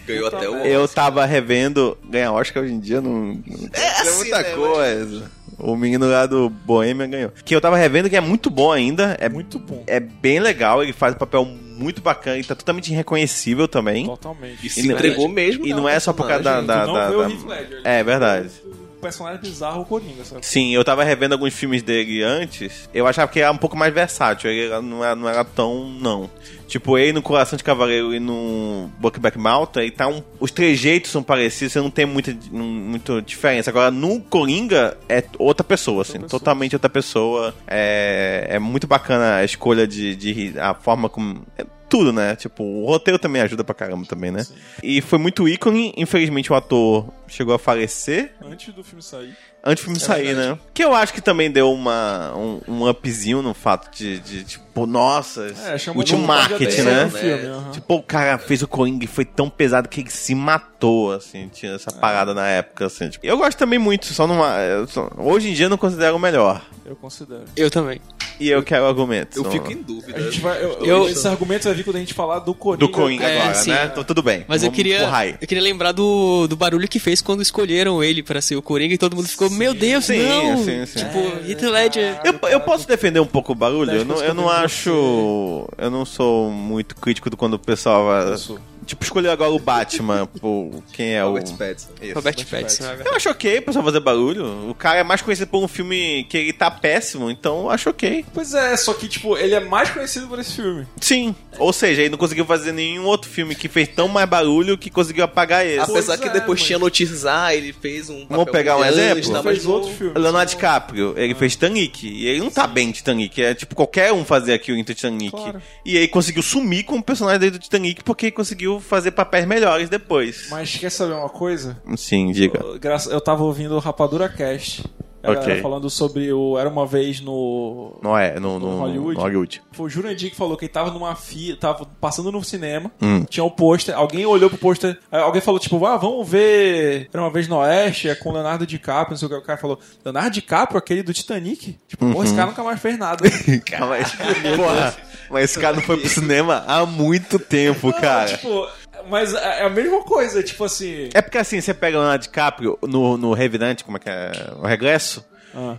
S3: Ganhou até o.
S1: Eu tava revendo ganhar Oscar hoje em dia não. É,
S3: assim,
S1: muita
S3: né,
S1: coisa. O menino lá do Bohemian ganhou. Que eu tava revendo que é muito bom ainda. É,
S2: Muito bom.
S1: é bem legal, ele faz um papel muito bacana, ele tá totalmente irreconhecível também.
S2: Totalmente.
S1: E não-
S3: entregou mesmo,
S1: E
S3: né,
S1: não
S3: o
S1: é só por causa da.
S3: personagem.
S1: da,
S2: Tu não
S1: da-
S2: vê o
S1: da-
S2: Heath Ledger. né?
S1: É verdade.
S2: O personagem é bizarro o Coringa, sabe?
S1: Sim, eu tava revendo alguns filmes dele antes. Eu achava que ele era um pouco mais versátil. Ele era- não era, não era tão, não. Tipo, ele no Coração de Cavaleiro e no Buckback Malta, ele tá um, os trejeitos são parecidos, você não tem muita, di- não- muita diferença. Agora, no Coringa, é outra pessoa, assim. Totalmente outra pessoa. É, é muito bacana a escolha de, de- a forma como... é tudo, né? Tipo, o roteiro também ajuda pra caramba também, né? E foi muito ícone. Infelizmente, o ator chegou a falecer
S2: Antes do filme sair.
S1: antes do filme sair, né? Que eu acho que também deu uma, um, um upzinho no fato de, de, tipo, nossa,
S2: É, chamou
S1: o tinha um
S2: de uma
S1: marketing,
S2: atenção
S1: né?
S2: no filme, aham.
S1: Tipo, o cara fez o Coringa e foi tão pesado que ele se matou, assim, tinha essa parada na época, assim. tipo. eu gosto também muito, só numa. eu só- hoje em dia eu não considero o melhor.
S2: Eu considero.
S4: Eu também.
S1: E eu quero argumentos.
S3: Eu
S1: ó,
S3: fico em dúvida.
S2: A gente vai, eu,
S4: Eu-
S2: esse argumento vai vir quando a gente falar do Coringa.
S1: Do Coringa
S4: É,
S1: agora,
S4: sim.
S1: né? Então tudo bem.
S4: Mas eu
S1: Vamos
S4: queria,
S1: pro high.
S4: eu queria lembrar do, do barulho que fez quando escolheram ele pra ser o Coringa e todo mundo ficou, meu Deus,
S1: Sim,
S4: não!
S1: sim, sim.
S4: Tipo, Heath Ledger...
S1: Eu, eu posso defender um pouco o barulho?
S2: Das
S1: Eu não,
S2: coisas
S1: eu
S2: que
S1: não
S2: eu vejo
S1: acho. Eu não sou muito crítico do quando o pessoal. vai-
S2: sou.
S1: Tipo, escolheu agora o Batman, por quem é o.
S3: Robert Pattinson.
S4: Robert Pattinson, é verdade.
S1: Eu acho ok o pessoal fazer barulho. O cara é mais conhecido por um filme que ele tá péssimo, então eu acho ok.
S2: Pois é, só que, tipo, ele é mais conhecido por esse filme.
S1: Sim. Ou seja, ele não conseguiu fazer nenhum outro filme que fez tão mais barulho que conseguiu apagar esse.
S3: Ah, Apesar
S2: Pois
S3: que
S2: é,
S3: depois
S2: mano.
S3: tinha notícias, ah, ele fez um. papel
S1: pegar um
S3: brilhante,
S1: exemplo?
S2: Ele
S3: tá,
S2: fez
S3: mas
S2: outro
S3: o-
S2: filme.
S1: Leonardo DiCaprio, ele fez Titanic, e ele não tá bem de Titanic, é tipo qualquer um fazer aqui o Titanic.
S2: Claro.
S1: E aí conseguiu sumir com o personagem dele do Titanic porque ele conseguiu fazer papéis melhores depois.
S2: Mas quer saber uma coisa?
S1: Sim, diga.
S2: Eu- graça- Eu tava ouvindo o Rapadura Cast. A galera
S1: Ok.
S2: falando sobre o Era Uma Vez no...
S1: Não é, no, no,
S2: No
S1: Hollywood.
S2: Hollywood.
S1: No Hollywood.
S2: Foi o Jurandir que falou que ele tava numa fila, tava passando no cinema,
S1: Hum.
S2: tinha o pôster, alguém olhou pro pôster, aí alguém falou tipo, ah, vamos ver Era Uma Vez no Oeste, é com Leonardo DiCaprio, não sei o que, o cara falou, Leonardo DiCaprio, aquele do Titanic? Tipo, pô,
S1: Uhum.
S2: esse cara nunca mais fez nada. Então,
S1: Cara, mas, porra, mas esse cara não foi pro cinema há muito tempo, cara.
S2: Tipo, mas é a mesma coisa, tipo assim...
S1: É porque assim, você pega o Leonardo DiCaprio no, no Revenant, como é que é? O Regresso.
S2: Ah.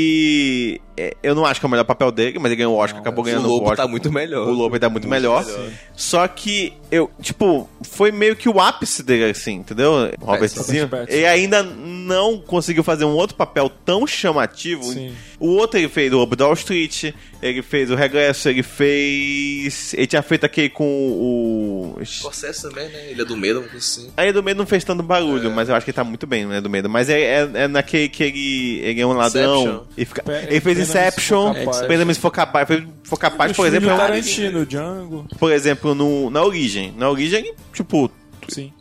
S1: Ele. é, Eu não acho que é o melhor papel dele, mas ele ganhou o Oscar, acabou
S3: O
S1: ganhando o
S3: Lobo
S1: Oscar.
S3: tá muito melhor.
S1: O Lobo tá muito, melhor. Só que eu, tipo, foi meio que o ápice dele, assim, entendeu? Robert
S3: Pattinson.
S1: Pattinson.
S2: Pattinson.
S1: Ele ainda não conseguiu fazer um outro papel tão chamativo.
S2: Sim.
S1: O outro ele fez o Lobo da Wall Street, ele fez o Regresso, ele fez. Ele tinha feito aquele com o.
S3: O processo também, né? Ele é do medo, uma coisa assim.
S1: A Ilha do Medo não fez tanto barulho, mas eu acho que ele tá muito bem no Ilha do Medo. Mas é, é, é naquele que ele, ele é um ladrão.
S3: Inception.
S1: Ele, fica-
S2: Pe-
S1: ele fez
S2: Pena de
S1: Inception,
S2: Se For Capaz.
S1: Pena de Se For Capaz. Fez For Capaz,
S2: Os
S1: por
S2: filmes
S1: exemplo,
S2: do
S1: é um-
S2: Tarantino, Django,
S1: por exemplo, no, na Origem. Na Origem, tipo,
S2: sim.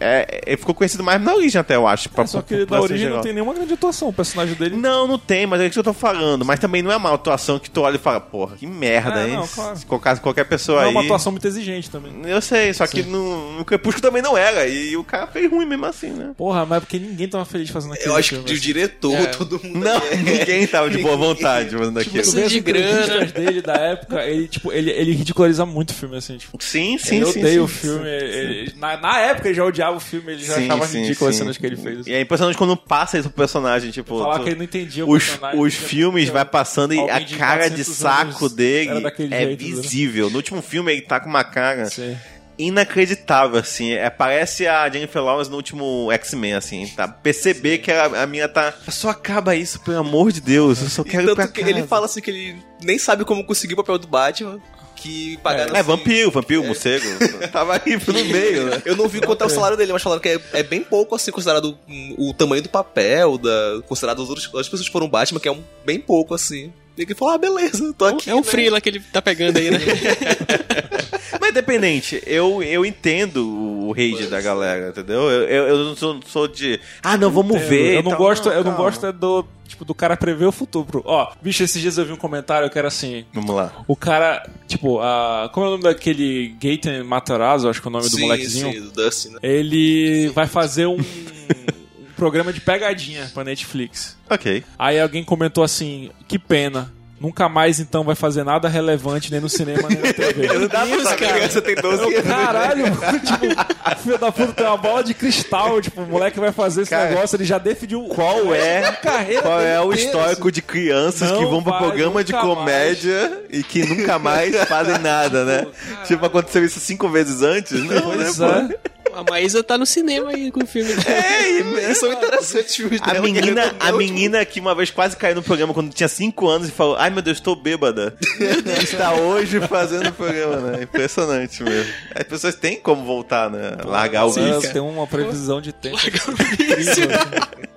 S1: é, ele ficou conhecido mais na Origem até, eu acho. pra-
S2: É, só
S1: pra
S2: que ele da
S1: população
S2: origem não
S1: geral.
S2: tem nenhuma grande atuação, o personagem dele...
S1: Não, não tem, mas é isso que eu tô falando. Mas também não é uma atuação que tu olha e fala, porra, que merda,
S2: É,
S1: hein?
S2: não, claro.
S1: Se colocasse qualquer pessoa
S2: Não é
S1: aí.
S2: uma atuação muito exigente também.
S1: Eu sei, só que no, no Crepúsculo também não era. E o cara fez ruim mesmo assim, né?
S2: Porra, mas é porque ninguém tava feliz fazendo aquilo.
S3: Eu acho que
S2: filme,
S3: o
S2: assim.
S3: diretor, todo mundo.
S1: Não, ninguém tava de boa vontade fazendo
S2: Tipo,
S1: aquilo.
S2: tu vê as
S4: de
S2: entrevistas dele da época, ele, tipo, ele, ele ridiculariza muito o filme, assim, tipo.
S1: Sim, sim,
S2: Ele
S1: sim.
S2: odeia
S1: sim,
S2: o filme. ele- na, na época ele já odiava o filme, ele já
S1: Sim,
S2: achava
S1: sim,
S2: ridículo
S1: sim.
S2: as cenas que ele fez. assim.
S1: E é impressionante quando passa isso pro personagem, tipo.
S2: Falar
S1: tu-
S2: que ele não entendia o
S1: os,
S2: personagem,
S1: os
S2: que-
S1: filmes vai passando e a
S2: alguém de
S1: cara de
S2: 400
S1: saco
S2: anos era
S1: dele
S2: daquele
S1: é
S2: jeito, né?
S1: visível. No último filme ele tá com uma cara
S2: Sim.
S1: inacreditável, assim. É, parece a Jennifer Lawrence no último X-Men, assim. Tá? Perceber que a, a minha tá. Só acaba isso, pelo amor de Deus. Eu só
S3: E
S1: quero ir pra
S3: tanto que ele
S1: casa.
S3: fala assim que ele nem sabe como conseguir o papel do Batman. Que pagaram
S1: É
S3: assim,
S1: vampiro, vampiro, morcego. Tava aí no meio, né?
S3: Eu não vi quanto é o salário dele, mas falaram que é, é bem pouco, assim, considerado hum, o tamanho do papel, da, considerado os outros- as pessoas que foram Batman, que é um bem pouco, assim. E ele falou, ah, beleza, tô aqui.
S4: É um
S3: né?
S4: freela que ele tá pegando aí, né?
S1: Mas independente. Eu, eu entendo o rage da galera, entendeu? Eu, eu, eu não sou, sou de. Ah, não, vamos ver.
S2: Eu
S1: e
S2: não
S1: tal.
S2: gosto, eu não
S1: calma.
S2: gosto é do tipo do cara prever o futuro. Ó, bicho, esses dias eu vi um comentário que era assim,
S1: Vamos lá.
S2: o cara, tipo, a como é o nome daquele Gaten Matarazzo, acho que é o nome do molequezinho.
S3: Sim, do Dustin, né?
S2: Ele vai fazer um, um programa de pegadinha pra Netflix.
S1: Ok.
S2: Aí alguém comentou assim: "Que pena. Nunca mais então vai fazer nada relevante nem no cinema nem na TV".
S3: Não dá pra saber, criança tem 12 anos.
S2: Caralho, tipo, filho da puta tem uma bola de cristal, tipo, o moleque vai fazer esse
S1: Cara,
S2: negócio, ele já definiu
S1: Qual é,
S2: carreira
S1: qual é o
S2: inteira,
S1: histórico de crianças
S2: Não
S1: que vão pro
S2: vai
S1: programa de
S2: nunca mais.
S1: comédia e que nunca mais fazem nada, né? tipo, aconteceu isso cinco vezes antes? Não,
S2: Pois
S1: né, pô?
S2: é.
S4: A Maísa tá no cinema aí com o filme.
S3: E são interessantes os filmes
S1: A
S3: dela,
S1: menina,
S3: querendo ou
S1: a
S3: não,
S1: menina que uma vez quase caiu no programa quando tinha 5 anos e falou: Ai meu Deus, estou bêbada. Está hoje fazendo o programa, né? Impressionante mesmo. As pessoas têm como voltar, né? Largar o
S2: Elas
S1: vício.
S2: têm uma previsão de tempo.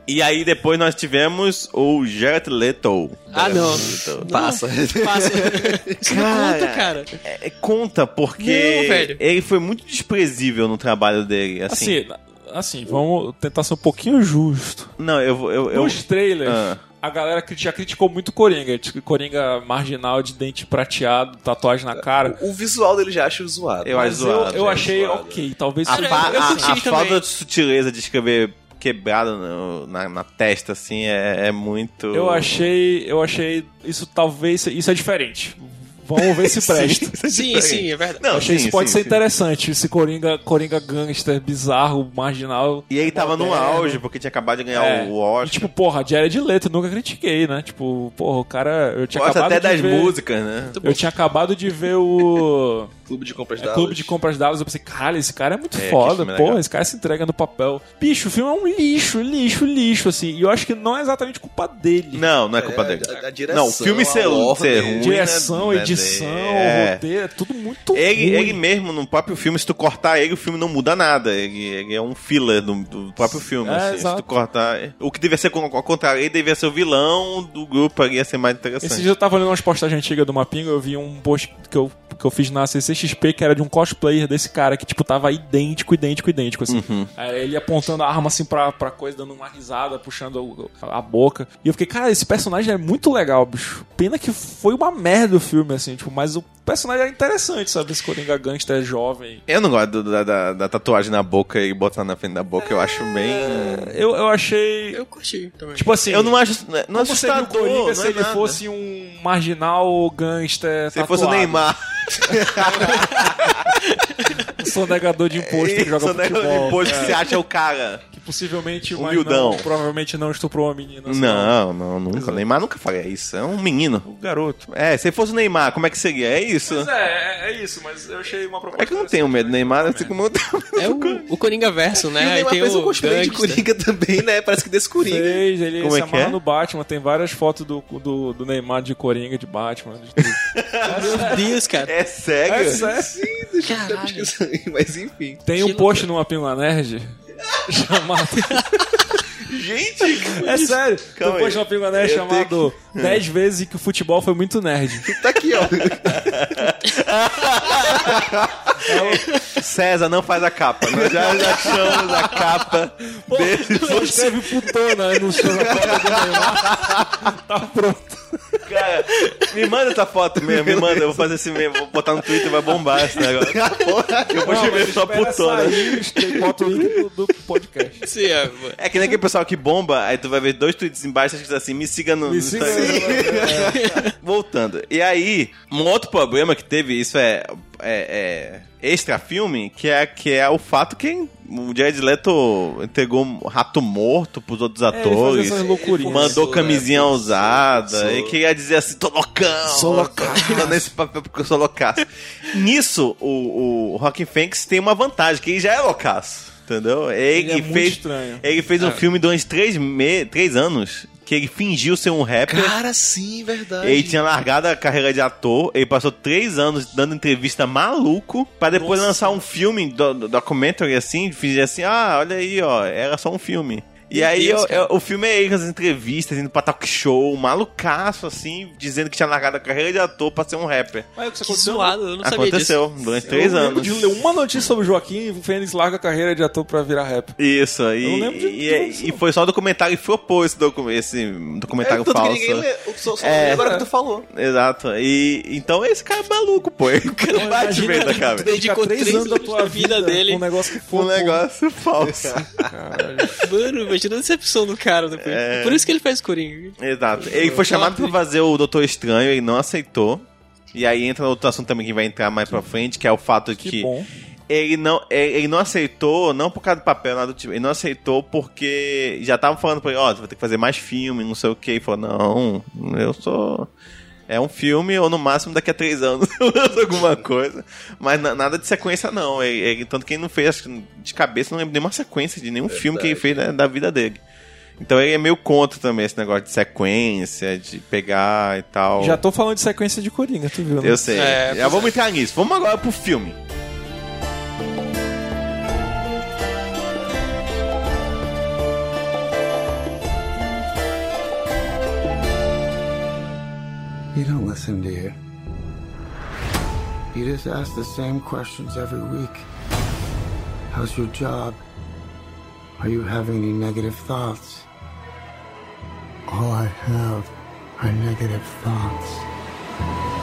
S1: E aí depois nós tivemos o Jared Leto.
S4: Ah, não.
S1: Leto.
S3: Passa.
S4: Passa. Isso não conta, cara.
S1: É, conta, porque
S4: Não, velho.
S1: ele foi muito desprezível no trabalho dele. Assim,
S2: Assim, assim, vamos tentar ser um pouquinho justo.
S1: não, eu vou. Eu, eu-
S2: Nos trailers,
S1: Ah.
S2: a galera cri- já criticou muito o Coringa. tipo, Coringa marginal de dente prateado, tatuagem na cara.
S3: O visual dele já acho zoado.
S1: Eu acho
S3: Mas
S1: zoado.
S2: Eu
S3: é
S2: achei
S3: zoado.
S2: ok, talvez
S1: a,
S2: seja-
S1: fa-
S4: eu
S1: a-
S4: curti
S1: a
S4: também.
S1: falta de sutileza de escrever quebrado no- na, na testa, assim, é, é muito.
S2: Eu achei. Eu achei. Isso talvez. Isso é diferente. Vamos ver se presta.
S4: Sim, sim, é verdade.
S1: Não,
S2: Achei
S1: sim,
S2: isso pode
S1: sim,
S2: ser
S1: sim.
S2: interessante. Esse Coringa, Coringa gangster, bizarro, marginal.
S1: E ele tava no
S2: moderno.
S1: auge, porque tinha acabado de ganhar
S2: É.
S1: o
S2: E,
S1: Oscar.
S2: tipo, porra, Jared Leto, eu nunca critiquei, né? Tipo, porra, o cara. Eu tinha
S1: Gosta
S2: acabado
S1: até
S2: de
S1: das
S2: ver,
S1: músicas, né?
S2: Eu tinha acabado de ver o.
S3: Clube de compras
S2: é,
S3: da
S2: Clube de Compras Dallas. Eu pensei, caralho, esse cara é muito
S1: É, que
S2: foda,
S1: filme
S2: porra,
S1: legal.
S2: esse cara se entrega no papel. Bicho, o filme é um lixo, lixo, lixo, assim. E eu acho que não é exatamente culpa dele.
S1: Não, não é culpa dele.
S3: a- a direção,
S1: não, o filme
S3: a
S1: ser,
S3: ordem.
S1: ser ruim.
S2: Direção,
S1: né, né,
S2: edição,
S1: é.
S2: roteiro, é tudo muito
S1: Ele,
S2: ruim.
S1: ele mesmo, no próprio filme, se tu cortar ele, o filme não muda nada. Ele, ele é um filler do, do próprio filme.
S2: É,
S1: assim. Se
S2: exato.
S1: tu cortar. O que devia ser co- ao contrário, ele devia ser o vilão do grupo ali, ia ser mais
S2: Esse
S1: interessante.
S2: dia eu tava olhando umas postagens antigas do Mapinga, eu vi um post que eu, que eu fiz na CCXP que era de um cosplayer desse cara que, tipo, tava idêntico, idêntico, idêntico, assim.
S1: Uhum.
S2: Aí ele apontando a arma, assim, pra, pra coisa, dando uma risada, puxando o- a, boca. E eu fiquei, cara, esse personagem é muito legal, bicho. Pena que foi uma merda o filme, assim, tipo, mas o personagem era interessante, sabe? Esse Coringa Gangster jovem.
S1: Eu não gosto do- da, da- da tatuagem na boca e botar na frente da boca, eu acho bem.
S2: Eu, eu achei...
S4: Eu curti também.
S2: Tipo assim...
S1: Eu não acho. Não é
S2: como seria o
S1: assustador,
S2: Coringa
S1: não é
S2: se ele
S1: nada.
S2: fosse um marginal gangster
S1: Se ele fosse o
S2: tatuado?
S1: Neymar.
S2: sonegador de imposto que joga
S1: Sonegador
S2: futebol.
S1: de imposto
S2: É. Tá
S1: que você acha é né? o cara.
S2: Que possivelmente, mas
S1: Humildão.
S2: não, provavelmente não estuprou uma menina. assim.
S1: Não, não, nunca. O Neymar nunca faria isso. É um menino.
S2: O garoto.
S1: É, se ele fosse o Neymar, como é que seria? É isso.
S2: Mas é, é, é isso, mas eu achei uma proposta.
S1: É que eu não tenho medo do Neymar, eu fico muito.
S4: É o, o Coringa Verso, né?
S3: E o
S4: Aí
S3: Neymar
S4: tem
S3: fez um cosplay de
S4: gangster.
S3: Coringa também, né? Parece que desse Coringa.
S2: Fez, ele
S1: Como
S2: se
S1: é que
S2: amarra
S1: é?
S2: no Batman, tem várias fotos do, do, do Neymar de Coringa, de Batman, de tudo.
S4: Meu Deus, cara.
S1: É sério?
S2: É sério.
S4: Caralho.
S3: Mas enfim.
S2: Tem um post numa Pílula Nerd chamado.
S1: Gente,
S2: É sério, tem
S1: Calma
S2: um post
S1: aí.
S2: numa Pílula Nerd
S1: Eu
S2: chamado 10 vezes em que o futebol foi muito nerd.
S3: Tá aqui, ó.
S1: César não faz a capa. Nós já, já achamos a capa dele.
S2: Só escreve putona aí no seu na foto do Neymar. Tá pronto.
S1: Cara, me manda essa foto mesmo, me manda. Eu vou fazer esse mesmo, vou botar no Twitter, vai bombar esse negócio. Eu vou
S2: Não,
S1: escrever
S2: mas
S1: só
S2: espera
S1: putona. É
S2: sair, Bota o link do- do podcast.
S4: Sim, é, mano.
S1: É que nem aquele pessoal que bomba, aí tu vai ver dois tweets embaixo e diz assim, me siga no, no
S2: siga
S1: Instagram.
S2: no né?
S1: Voltando. E aí, um outro problema que teve, isso é, é- é extra filme, que é, que é o fato que o Jared Leto entregou um rato morto pros outros
S2: É, ele fazia
S1: atores.
S2: essas loucurinhas.
S1: Mandou
S3: Isso, né?
S1: camisinha usada.
S3: Isso.
S1: E queria dizer assim, tô loucão.
S2: Sou loucaço.
S1: Tô nesse papel porque eu sou loucaço. Nisso, o, o Rockin' Fênix tem uma vantagem, que ele já é loucaço. Entendeu? Ele,
S2: Ele é muito
S1: fez,
S2: estranho. É.
S1: ele fez um filme durante três, me... três anos que ele fingiu ser um rapper.
S3: Cara, sim, verdade.
S1: Ele tinha largado a carreira de ator, ele passou três anos dando entrevista maluco, pra depois lançar um filme, do, do- documentary assim, fingir assim, ah, olha aí, ó, era só um filme. E aí
S4: Deus,
S1: eu-
S4: cara.
S1: eu- o filme é ele, as entrevistas, indo pra talk show, um malucaço, assim, dizendo que tinha largado a carreira de ator pra ser um rapper.
S2: Mas o que
S4: Que zoado, eu não sabia disso.
S1: Aconteceu durante três
S2: eu
S1: anos.
S2: lembro de um- ler uma notícia sobre o Joaquim e Fênix larga a carreira de ator pra virar rap.
S1: Isso,
S2: Eu
S1: e,
S2: lembro de
S1: e- é,
S2: tudo isso.
S1: e foi só o documentário e flopou esse, docu esse
S3: É,
S1: documentário falso.
S3: Só, só
S1: É.
S3: agora que tu falou.
S1: Exato. E então esse cara é maluco, pô. O cara bate bem da cabeça.
S2: Dedica
S4: Dedicou
S2: três
S4: três
S2: anos da
S4: anos
S2: tua
S4: da vida
S2: vida
S4: dele.
S2: com um negócio que foi.
S1: Um negócio falso.
S4: Mano, imagina a decepção do cara depois.
S1: É.
S4: Por isso que ele faz Coringa.
S1: Exato. Ele foi chamado pra fazer o Doutor Estranho, ele não aceitou. E aí entra outro assunto também que vai entrar mais pra frente, que é o fato de
S2: Que,
S1: que
S2: bom.
S1: ele não, é, ele ele não aceitou, não por causa do papel, nada do tipo, ele não aceitou porque já estavam falando pra ele, ó, você vai ter que fazer mais filme, não sei o que, ele falou, não, eu sou... É um filme, ou no máximo daqui a três anos eu lanço alguma coisa. Mas na- nada de sequência, não. Ele, ele- tanto que ele não fez, acho que de cabeça, não lembro nenhuma sequência de nenhum filme que ele fez né, da, da vida dele. Então ele é meio contra também esse negócio de sequência, de pegar e tal.
S2: Já tô falando de sequência de Coringa, tu viu? né?
S1: Eu sei.
S4: É,
S1: Já vamos entrar nisso. Vamos agora pro filme.
S8: You don't listen, do you? You just ask the same questions every week. How's your job? Are you having any negative thoughts? All I have are negative thoughts.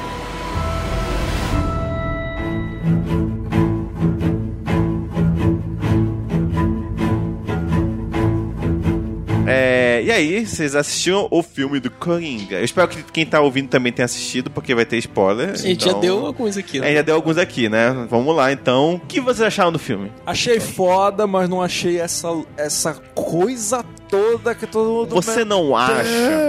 S1: É, e aí, vocês assistiram o filme do Coringa? Eu espero que quem tá ouvindo também tenha assistido, porque vai ter spoiler.
S4: A gente já
S1: então-
S4: deu alguns aqui,
S1: É,
S4: né?
S1: já deu alguns aqui, né? Vamos lá, então. O que vocês acharam do filme?
S2: Achei foda, mas não achei essa, essa coisa toda que todo mundo.
S1: Você não acha?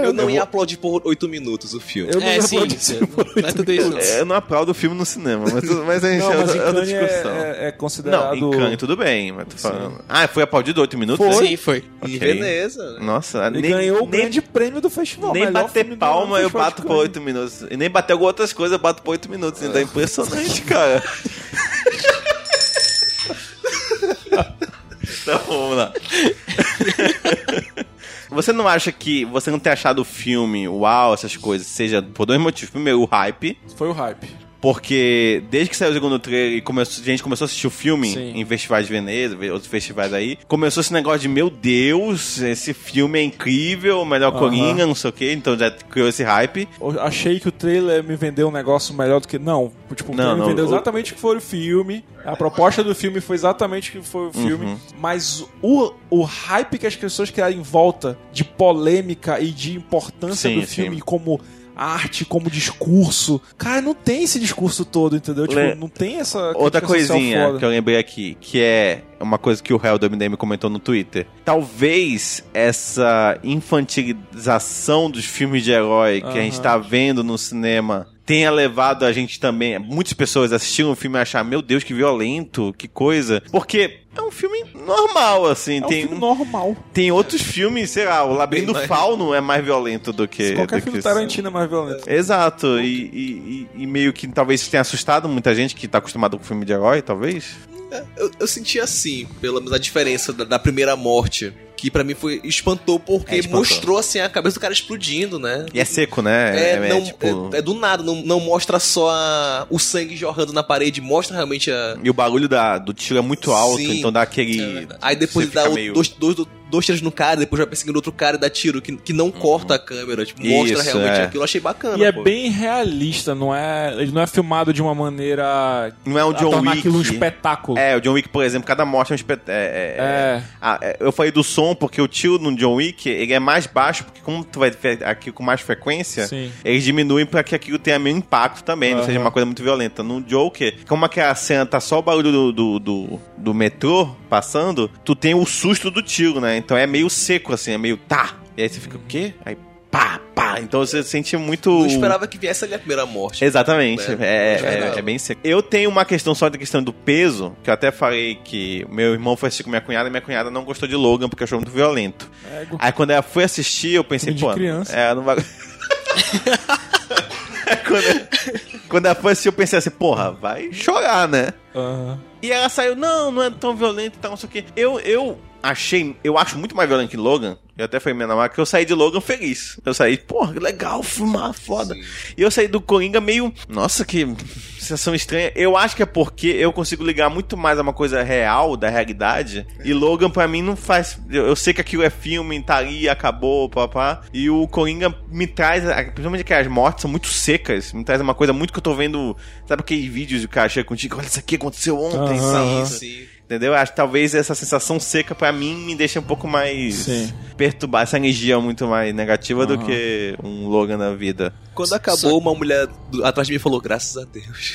S3: Eu não ia
S1: vou-
S3: aplaudir por oito minutos o filme.
S2: Eu não
S4: É,
S2: lembro
S4: sim.
S2: disso.
S4: Não é tudo isso. não.
S1: É, Eu não aplaudo o filme no cinema, mas, mas a gente
S2: Não,
S1: é
S2: mas
S1: outra, outra
S2: Incane
S1: discussão.
S2: é, é, é
S1: Não,
S2: considerado.
S1: em Cannes, tudo bem, mas tô falando. Ah, foi aplaudido 8 minutos?
S4: Sim, foi.
S1: Ok.
S3: Em Veneza. né?
S1: Nossa,
S2: Ele
S1: nem,
S2: ganhou o
S1: nem,
S2: grande prêmio do festival.
S1: nem
S2: melhor
S1: bater
S2: filme do ano no
S1: palma eu
S2: Festival de
S1: bato por
S2: Cannes.
S1: 8 minutos. E nem bater algumas outras coisas eu bato por 8 minutos. Então é impressionante, cara. então vamos lá. Você não acha que você não ter achado o filme, uau, essas coisas, seja por dois motivos. Primeiro, o hype,
S2: Foi o hype.
S1: porque desde que saiu o segundo trailer e começou, a gente começou a assistir o filme
S2: Sim.
S1: em festivais de Veneza, ve- outros festivais aí, começou esse negócio de, meu Deus, esse filme é incrível, o melhor
S2: Aham.
S1: Coringa, não sei o quê, então já criou esse hype.
S2: Eu achei que o trailer me vendeu um negócio melhor do que. Não, tipo, o
S1: Não,
S2: trailer
S1: não,
S2: me vendeu
S1: o-
S2: exatamente o que foi o filme. A proposta do filme foi exatamente o que foi o filme.
S1: Uhum.
S2: Mas o, o hype que as pessoas criaram em volta de polêmica e de importância
S1: Sim,
S2: do filme
S1: sim.
S2: como arte, como discurso. Cara, não tem esse discurso todo, entendeu? Tipo,
S1: Le-
S2: não tem essa.
S1: Outra
S2: crítica social
S1: coisinha
S2: foda.
S1: que eu lembrei aqui, que é uma coisa que o Hell do MDM comentou no Twitter. Talvez essa infantilização dos filmes de herói que a gente
S2: Aham.
S1: tá vendo no cinema tenha levado a gente também, muitas pessoas assistiram o filme e achar, meu Deus, que violento, que coisa. Porque é um filme normal, assim.
S2: É um
S1: tem,
S2: filme normal.
S1: tem outros filmes, sei lá, o Labirinto
S3: Bem mais-
S1: Fauno é mais violento do que...
S2: Qualquer
S1: do que
S2: filme
S1: o-
S2: Tarantino é mais violento.
S1: Exato, e, e- e- e meio que talvez tenha assustado muita gente que tá acostumado com filme de herói, talvez.
S3: Eu, eu senti assim, pela a diferença da, da primeira morte. Que pra mim foi espantou porque
S1: É, espantou.
S3: mostrou assim a cabeça do cara explodindo, né?
S1: E é seco, né?
S3: É, não,
S1: tipo-
S3: é, é do nada, não, não mostra só a- o sangue jorrando na parede, mostra realmente a.
S1: E o barulho da, do tiro é muito alto,
S3: Sim. É
S1: então dá aquele.
S3: Aí depois
S1: você
S3: dá
S1: fica
S3: o-
S1: meio-
S3: dois, dois, dois tiros no cara, depois vai perseguindo outro cara e dá tiro, que, que não corta a câmera, tipo, mostra
S1: Uhum. Isso,
S3: realmente
S1: é.
S3: aquilo. Eu achei bacana.
S2: E é
S3: pô.
S2: bem realista, não é. Ele não é filmado de uma maneira
S1: Não é o
S2: a
S1: John
S2: tornar
S1: Wick.
S2: aquilo um espetáculo.
S1: É, o John Wick, por exemplo, cada morte é um espetáculo. É, é-
S2: É.
S1: Ah, é, eu falei do som porque o tiro no John Wick ele é mais baixo, porque como tu vai ver aqui com mais frequência,
S2: Sim.
S1: eles diminuem pra que aquilo tenha meio impacto também, não
S2: Aham.
S1: seja uma coisa muito violenta. No Joker, como aquela cena tá só o barulho do, do, do, do metrô passando, tu tem o susto do tiro, né? Então é meio seco, assim, é meio tá. E aí você fica, o quê? Aí pá, pá. Então você sente muito.
S3: Não esperava que viesse ali a primeira morte.
S1: Exatamente, é,
S3: É, é
S1: é,
S3: verdade.
S1: é bem seco. Eu tenho uma questão só da questão do peso, que eu até falei que meu irmão foi assistir com minha cunhada e minha cunhada não gostou de Logan porque achou muito violento.
S2: É, Ego.
S1: Aí quando ela foi assistir, eu pensei,
S2: Filme de
S1: pô,
S2: criança.
S1: é, não vai. Aí quando, quando ela foi assistir, eu pensei assim, porra, vai chorar, né?
S2: Aham.
S1: E ela saiu, não, não é tão violento e tal, não sei o quê. Eu, eu achei, eu acho muito mais violento que Logan. Eu até falei minha namorada que eu saí de Logan feliz. Eu saí, porra, que legal, filmar, foda. E eu saí do Coringa meio, nossa, que sensação estranha. Eu acho que é porque eu consigo ligar muito mais a uma coisa real, da realidade. E Logan pra mim não faz, eu, eu sei que aquilo é filme, tá ali, acabou, papá. E o Coringa me traz, principalmente que as mortes são muito secas, me traz uma coisa muito que eu tô vendo, sabe aqueles vídeos de cara chega contigo, olha isso aqui aconteceu ontem,
S2: Aham.
S1: sabe?
S3: Sim.
S1: Entendeu? Acho que talvez essa sensação seca pra mim me deixa um pouco mais
S2: Sim.
S1: perturbar essa energia muito mais negativa do que um Logan na vida.
S3: Quando acabou, uma mulher do- atrás de mim falou, graças a Deus.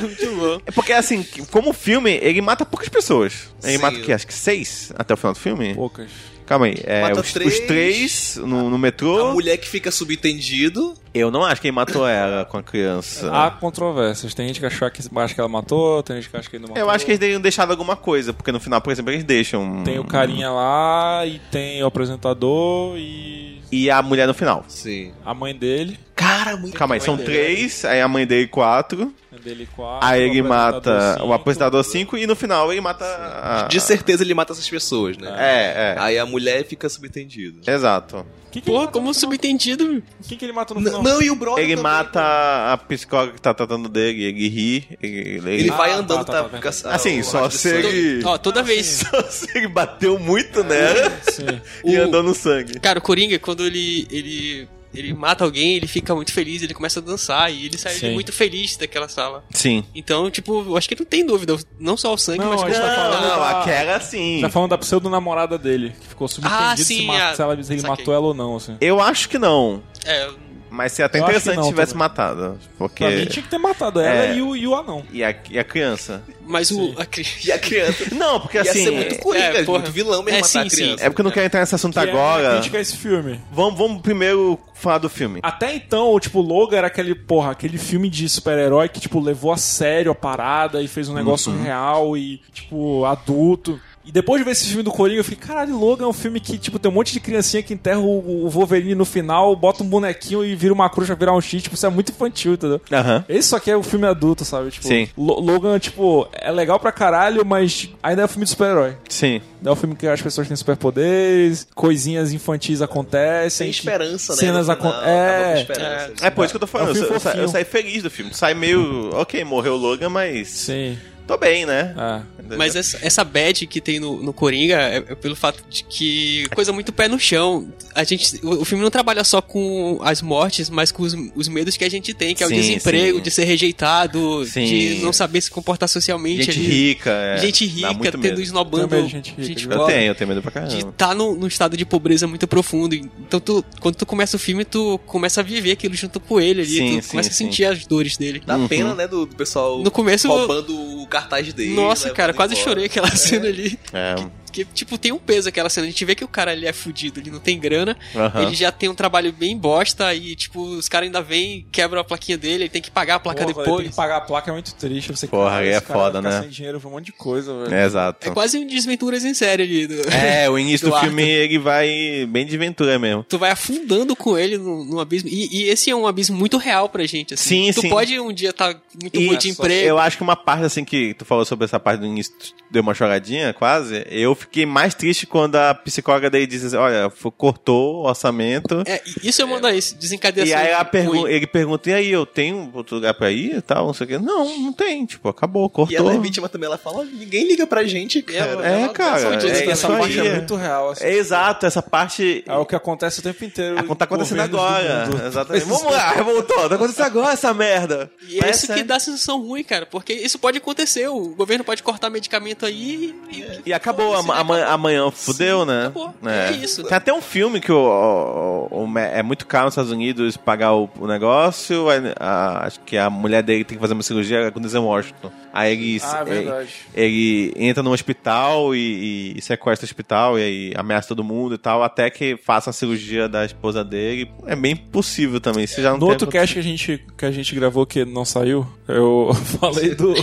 S4: Muito bom.
S1: É porque assim, que- como filme, ele mata poucas pessoas. Ele
S3: Sim.
S1: mata o que? Acho que seis até o final do filme?
S2: Poucas.
S1: Calma aí. É,
S3: Mata
S1: os,
S3: três.
S1: os três no, no
S3: A
S1: metrô.
S3: mulher que fica subentendido.
S1: Eu não acho que ele matou ela com a criança.
S2: Há controvérsias. Tem gente que achou que, acha que ela matou, tem gente que acha que ele não matou.
S1: Eu acho que eles teriam deixado alguma coisa, porque no final, por exemplo, eles deixam.
S2: Tem o carinha lá, e tem o apresentador, e
S1: E a mulher no final.
S3: Sim.
S2: a mãe dele.
S3: Cara, muito
S1: Calma aí, são três, aí a mãe dele quatro.
S2: a dele quatro,
S1: Aí ele
S2: o apresentador
S1: mata
S2: cinco.
S1: o apresentador 5 e no final ele mata a...
S3: De certeza ele mata essas pessoas, né?
S1: É, é.
S3: Aí a mulher fica subentendida.
S1: Exato.
S2: Quem que ele
S4: Porra,
S2: mata no
S4: como
S2: final?
S4: subentendido.
S2: Quem que ele mata no
S3: N-
S2: final?
S3: e o brother
S1: Ele
S3: também.
S1: mata a psicóloga que tá tratando dele, ele ri, ele...
S3: Ele
S1: ele-
S3: vai
S2: Ah, tá,
S3: andando,
S2: tá,
S3: tá,
S2: tá,
S3: fica-
S2: verdade.
S1: Assim,
S3: o-
S1: só
S3: as
S1: se
S3: pessoas-
S1: ele...
S4: Ó, toda vez.
S1: Só se ele bateu muito nela
S2: Sim.
S1: e
S4: O-
S1: andou no sangue.
S4: Cara, o Coringa, quando ele, ele, ele mata alguém, ele fica muito feliz, ele começa a dançar e ele sai
S2: Sim.
S4: muito feliz daquela sala.
S1: Sim.
S4: Então, tipo, eu acho que não tem dúvida, não só o sangue,
S2: Não,
S4: mas
S2: a
S4: como
S2: gente tá
S4: a-
S2: falando-
S1: Não, assim.
S2: da-
S1: aquela sim. é.
S2: Tá falando da pseudo-namorada dele, que ficou subentendida
S4: Ah, sim,
S2: se, ma-
S4: a-
S2: se ela- se ele
S4: saquei.
S2: matou ela ou não, assim.
S1: Eu acho que não,
S4: É,
S1: mas seria até
S2: Eu acho que
S1: interessante
S2: não
S1: se tivesse
S2: também.
S1: matado, porque...
S2: Pra mim tinha que ter matado ela
S1: É.
S2: e, o, e o anão.
S1: E a, e a criança?
S4: mas o. A... cri-
S3: E a criança.
S1: Não, porque
S3: Ia
S1: assim...
S3: ser muito coringa,
S4: é, porra.
S3: muito vilão mesmo
S4: É,
S3: matar
S4: sim,
S3: a
S4: sim.
S3: criança.
S1: É porque eu não quero entrar nesse assunto
S2: Que é a minha
S1: agora.
S2: crítica a esse filme.
S1: Vamos, vamos primeiro falar do filme.
S2: Até então, tipo, Logan era aquele, porra, aquele filme de super-herói que, tipo, levou a sério a parada e fez um negócio real e, tipo, adulto. E depois de ver esse filme do Coringa, eu fiquei, caralho, Logan é um filme que, tipo, tem um monte de criancinha que enterra o, o Wolverine no final, bota um bonequinho e vira uma cruz pra virar um X, tipo, isso é muito infantil, entendeu?
S1: Aham.
S2: Esse só que é o filme adulto, sabe? Tipo,
S1: Sim.
S2: Lo- Logan, tipo, é legal pra caralho, mas ainda é um filme de super-herói.
S1: Sim.
S2: É um filme que as pessoas têm superpoderes, coisinhas infantis acontecem.
S3: Tem
S2: que
S3: esperança, né?
S2: Cenas
S3: no final,
S2: acontecem.
S3: acaba com
S2: É.
S3: esperança.
S1: É por isso que eu tô falando.
S2: É um
S1: eu,
S2: filme
S1: sa- eu sa-
S2: fofinho.
S1: eu saí feliz do filme. Sai meio. Ok, morreu o Logan, mas.
S2: Sim.
S1: Tô bem, né?
S2: É.
S4: Ah, Mas essa, essa bad que tem no, no Coringa é, é pelo fato de que coisa muito pé no chão. A gente, o, o filme não trabalha só com as mortes, mas com os, os medos que a gente tem, que é o
S1: Sim,
S4: desemprego,
S1: sim.
S4: de ser rejeitado,
S1: Sim.
S4: de não saber se comportar socialmente.
S1: gente
S4: ali.
S1: rica, é.
S4: gente
S1: Dá
S4: rica,
S1: muito
S4: tendo
S1: medo.
S4: esnobando
S2: Também gente rica, de
S1: Eu
S4: pobre,
S1: tenho, eu tenho medo pra
S4: De
S1: caramba.
S4: tá num, num estado de pobreza muito profundo. Então, tu, quando tu começa o filme, tu começa a viver aquilo junto com ele ali.
S1: Sim,
S4: tu
S1: sim,
S4: começa
S1: sim.
S4: a sentir as dores dele.
S1: Uhum.
S3: Dá pena, né, do, do pessoal
S4: No começo-
S3: roubando o cartaz dele. né,
S4: Nossa,
S3: levando
S1: né,
S4: cara, quase
S3: embora.
S4: chorei aquela cena ali.
S1: É.
S4: Porque, tipo, tem um peso aquela cena. A gente vê que o cara ali é fudido, ele não tem grana,
S1: Aham.
S4: ele já tem um trabalho bem bosta e, tipo, os caras ainda vêm, quebram a plaquinha dele, ele tem que pagar a placa
S2: Porra, quando ele Tem
S4: depois.
S2: que pagar a placa é muito triste. Você,
S1: Porra,
S2: cara,
S1: aí é
S2: esse cara
S1: foda,
S2: vai ficar
S1: né?
S2: Sem dinheiro pra um monte de coisa, velho.
S1: É, Exato.
S4: É quase um desventuras em série ali. do-
S1: É, o início do,
S4: do
S1: filme ele vai bem de aventura mesmo.
S4: Tu vai afundando com ele num, num abismo. E, e esse é um abismo muito real pra gente. Assim.
S1: Sim,
S4: tu
S1: sim.
S4: pode um dia estar tá muito
S1: E
S4: ruim de emprego.
S1: eu acho que uma parte assim que tu falou sobre essa parte do início, tu deu uma choradinha quase. Eu fiquei mais triste quando a psicóloga daí disse assim: olha, f- cortou o orçamento.
S4: É, e isso eu mando aí, desencadeia
S1: E
S4: essa
S1: aí ela
S4: assim, tipo, ruim.
S1: pergun- ele pergunta, e aí, eu tenho outro lugar pra ir e tal, não sei o quê. Não, não tem, tipo, acabou, cortou.
S3: E ela é vítima também, ela fala, "Olha, ninguém liga pra gente, cara.
S1: É, cara,
S3: só um dia
S1: é
S3: que tá
S1: isso
S2: Essa parte
S1: aí,
S2: é
S1: é.
S2: muito real, assim.
S1: É exato, essa parte...
S2: É o que acontece o tempo inteiro.
S1: Ah, tá acontecendo
S2: Governos do
S1: agora.
S2: mundo. Ah,
S1: Exatamente. Vamos lá, revoltou. Tá acontecendo agora essa merda.
S4: E é
S1: Mas
S4: isso que
S1: sério.
S4: dá sensação ruim, cara, porque isso pode acontecer, o governo pode cortar medicamento aí e...
S1: E acabou,
S4: Foda-se, né?
S1: ama- ama- amanhã fudeu, né?
S4: acabou.
S1: É.
S4: É isso.
S1: Tem até um filme que o, o- o- é muito caro nos Estados Unidos pagar o, o negócio. aí a- acho que a mulher dele tem que fazer uma cirurgia aconteceu em Washington. Aí ele,
S2: Ah, é
S1: ele-
S2: verdade.
S1: ele entra no hospital e, e sequestra o hospital e aí ameaça todo mundo e tal, até que faça a cirurgia da esposa dele. É bem possível também. Você já não
S2: No
S1: tem
S2: outro cast que a, gente, que a gente gravou que não saiu, eu falei do.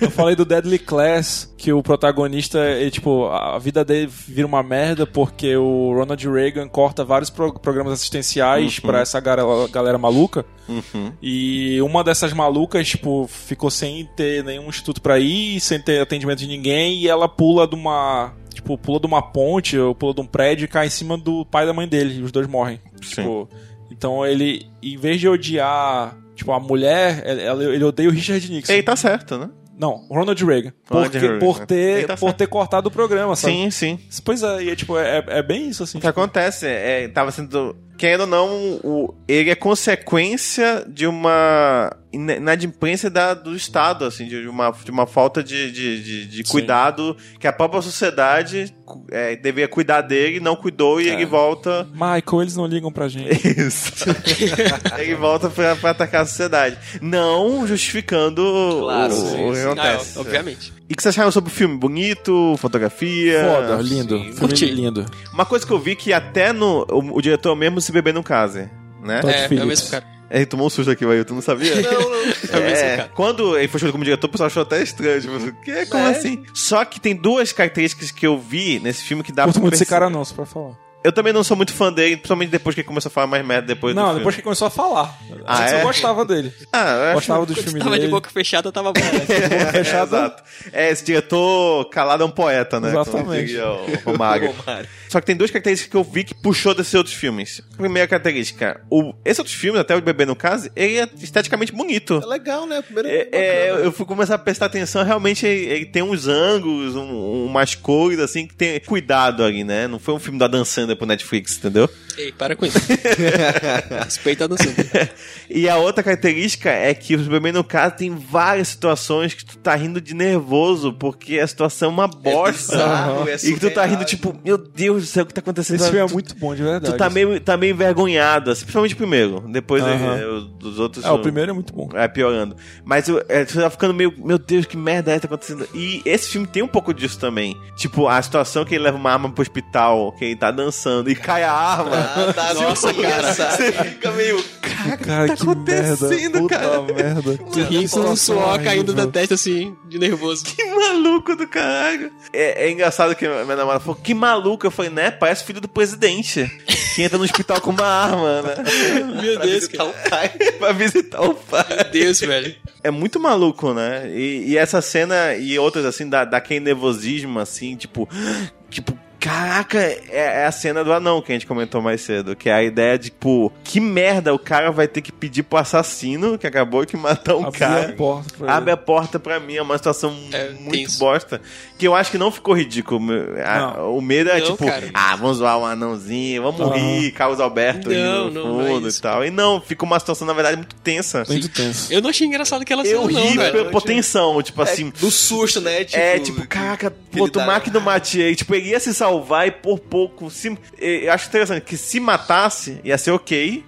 S2: eu falei do Deadly Class, que o protagonista, ele, tipo, a, a vida dele vira uma merda porque o Ronald Reagan corta vários pro- programas assistenciais
S1: Uhum.
S2: pra essa gara- galera maluca. E uma dessas malucas, tipo, ficou sem ter nenhum instituto pra ir, sem ter atendimento de ninguém, e ela pula de uma. Tipo, pula de uma ponte ou pula de um prédio e cai em cima do pai e da mãe dele, e os dois morrem.
S1: Sim.
S2: Tipo, então ele, em vez de odiar, tipo, a mulher, ele, ela- ele odeia o Richard Nixon.
S1: Ele tá certo, né?
S2: Não, o Ronald Reagan.
S1: Ronald
S2: porque,
S1: Reagan,
S2: por,
S1: né?
S2: ter,
S1: Ele tá
S2: por
S1: certo.
S2: ter cortado o programa, sabe?
S1: Sim, sim.
S2: Pois é, e é, tipo, é, é bem isso, assim.
S1: O que acontece é, tava sendo, querendo ou não, o, ele é consequência de uma ina- inadimplência da, do Estado, assim, de uma, de uma falta de, de, de- de
S2: Sim.
S1: cuidado que a própria sociedade cu- é, devia cuidar dele, não cuidou
S2: É.
S1: e ele volta
S2: Michael, eles não ligam pra gente.
S1: isso. Ele volta pra, pra atacar a sociedade. Não justificando o-
S4: Claro,
S1: o,
S4: sim,
S1: o que
S4: sim.
S1: acontece.
S4: Ah, obviamente.
S1: E o que vocês acharam sobre o filme? Bonito? Fotografia?
S2: Foda, lindo.
S4: sim.
S2: Filme
S4: Curti.
S2: Lindo.
S1: Uma coisa que eu vi que até no, o, o diretor mesmo se beber não case, né?
S2: Todd
S4: é, é o
S2: Phillips.
S4: mesmo cara.
S1: Ele tomou um susto aqui, vai, tu não sabia?
S4: Não, não. É o mesmo
S1: É,
S4: cara.
S1: quando ele foi escolhido como diretor, o pessoal achou até estranho. Tipo, que? Como assim? Só que tem duas características que eu vi nesse filme que dá
S2: Curto muito esse
S1: perceber.
S2: cara não, só pra falar.
S1: Eu também não sou muito fã dele, principalmente depois que ele começou a falar mais merda depois do
S2: não,
S1: filme.
S2: depois que começou a falar.
S1: Ah,
S2: Antes eu
S1: é?
S2: gostava dele.
S1: Ah, eu acho
S2: Gostava dos
S4: Quando
S2: filmes
S4: tava
S2: dele.
S4: de boca fechada, tava bom. né?
S1: É, Exato. É, esse diretor calado é um poeta, né?
S2: Exatamente.
S1: Como diria o Romário.
S3: Romário.
S1: Só que tem duas características que eu vi que puxou desses outros filmes. Primeira característica, o, esse outro filme, até o Bebê no caso, ele é esteticamente bonito.
S3: É legal, né? Primeiro.
S1: É, é, eu fui começar a prestar atenção, realmente ele ele tem uns ângulos, um- umas cores assim, que tem cuidado ali, né? Não foi um filme da Dan Sandler pro Netflix, entendeu?
S4: Ei, para com isso. Respeita a dançando.
S1: E a outra característica é que o Superman, no caso, tem várias situações que tu tá rindo de nervoso, porque a situação é uma bosta.
S3: bizarro, é
S1: e que tu tá
S3: surreal.
S1: rindo, tipo, meu Deus do céu, o que tá acontecendo?
S2: Esse filme é
S1: Tu-
S2: muito bom, de verdade.
S1: Tu tá meio, tá meio envergonhado, assim, principalmente o primeiro. Depois
S2: Aham.
S1: eh, os- dos outros.
S2: É, o
S1: eu-
S2: primeiro é muito bom.
S1: É, piorando. Mas eu- é, você tá ficando meio. Meu Deus, que merda é que tá acontecendo? E esse filme tem um pouco disso também. Tipo, a situação que ele leva uma arma pro hospital, que ele tá dançando e cai a arma.
S3: Ah, tá, nossa, cara.
S1: Você fica meio.
S2: Cara, que
S1: tá acontecendo,
S2: merda.
S1: cara?
S2: Puta merda.
S4: Tu ri com um
S2: situação
S4: suor caindo
S2: horrível.
S4: da testa, assim, de nervoso.
S1: Que maluco do caralho. É, é engraçado que minha namorada falou, que maluco. Eu falei, né? Parece filho do presidente. Que entra no hospital com uma arma, né?
S4: Meu Deus,
S3: Tá
S4: cara.
S3: um pai.
S1: pra visitar o pai.
S4: Meu Deus, velho.
S1: É muito maluco, né? E, e essa cena e outras, assim, dá, dá aquele nervosismo, assim, tipo. Tipo, caraca, é, é a cena do anão que a gente comentou mais cedo. Que é a ideia de, tipo, que merda o cara vai ter que pedir pro assassino que acabou de matar um
S2: Abri
S1: cara.
S2: a porta pra ele.
S1: Abre a porta pra mim, é uma situação
S4: É, tem
S1: muito
S4: isso.
S1: bosta. Que eu acho que não ficou ridículo. meu. A-
S2: Não.
S1: O medo é
S4: Não,
S1: tipo,
S4: cara.
S1: ah, vamos zoar um anãozinho, vamos
S2: Aham.
S1: rir, Carlos Alberto aí
S4: Não,
S1: no
S4: não, não é
S1: fundo e
S4: isso.
S1: tal. E não, fica uma situação, na verdade, muito tensa.
S2: Muito tenso.
S4: Eu não achei engraçado aquela cena,
S1: Eu
S4: não, É
S1: ri
S4: velho.
S1: por tensão, tipo assim.
S3: Do susto, né?
S1: é, tipo, caraca, pô,
S3: ele dá-
S4: tá
S1: tomar que não mate aí. Tipo, ele ia se salvar e por pouco. Se, eh, eu acho interessante que se matasse, ia ser ok.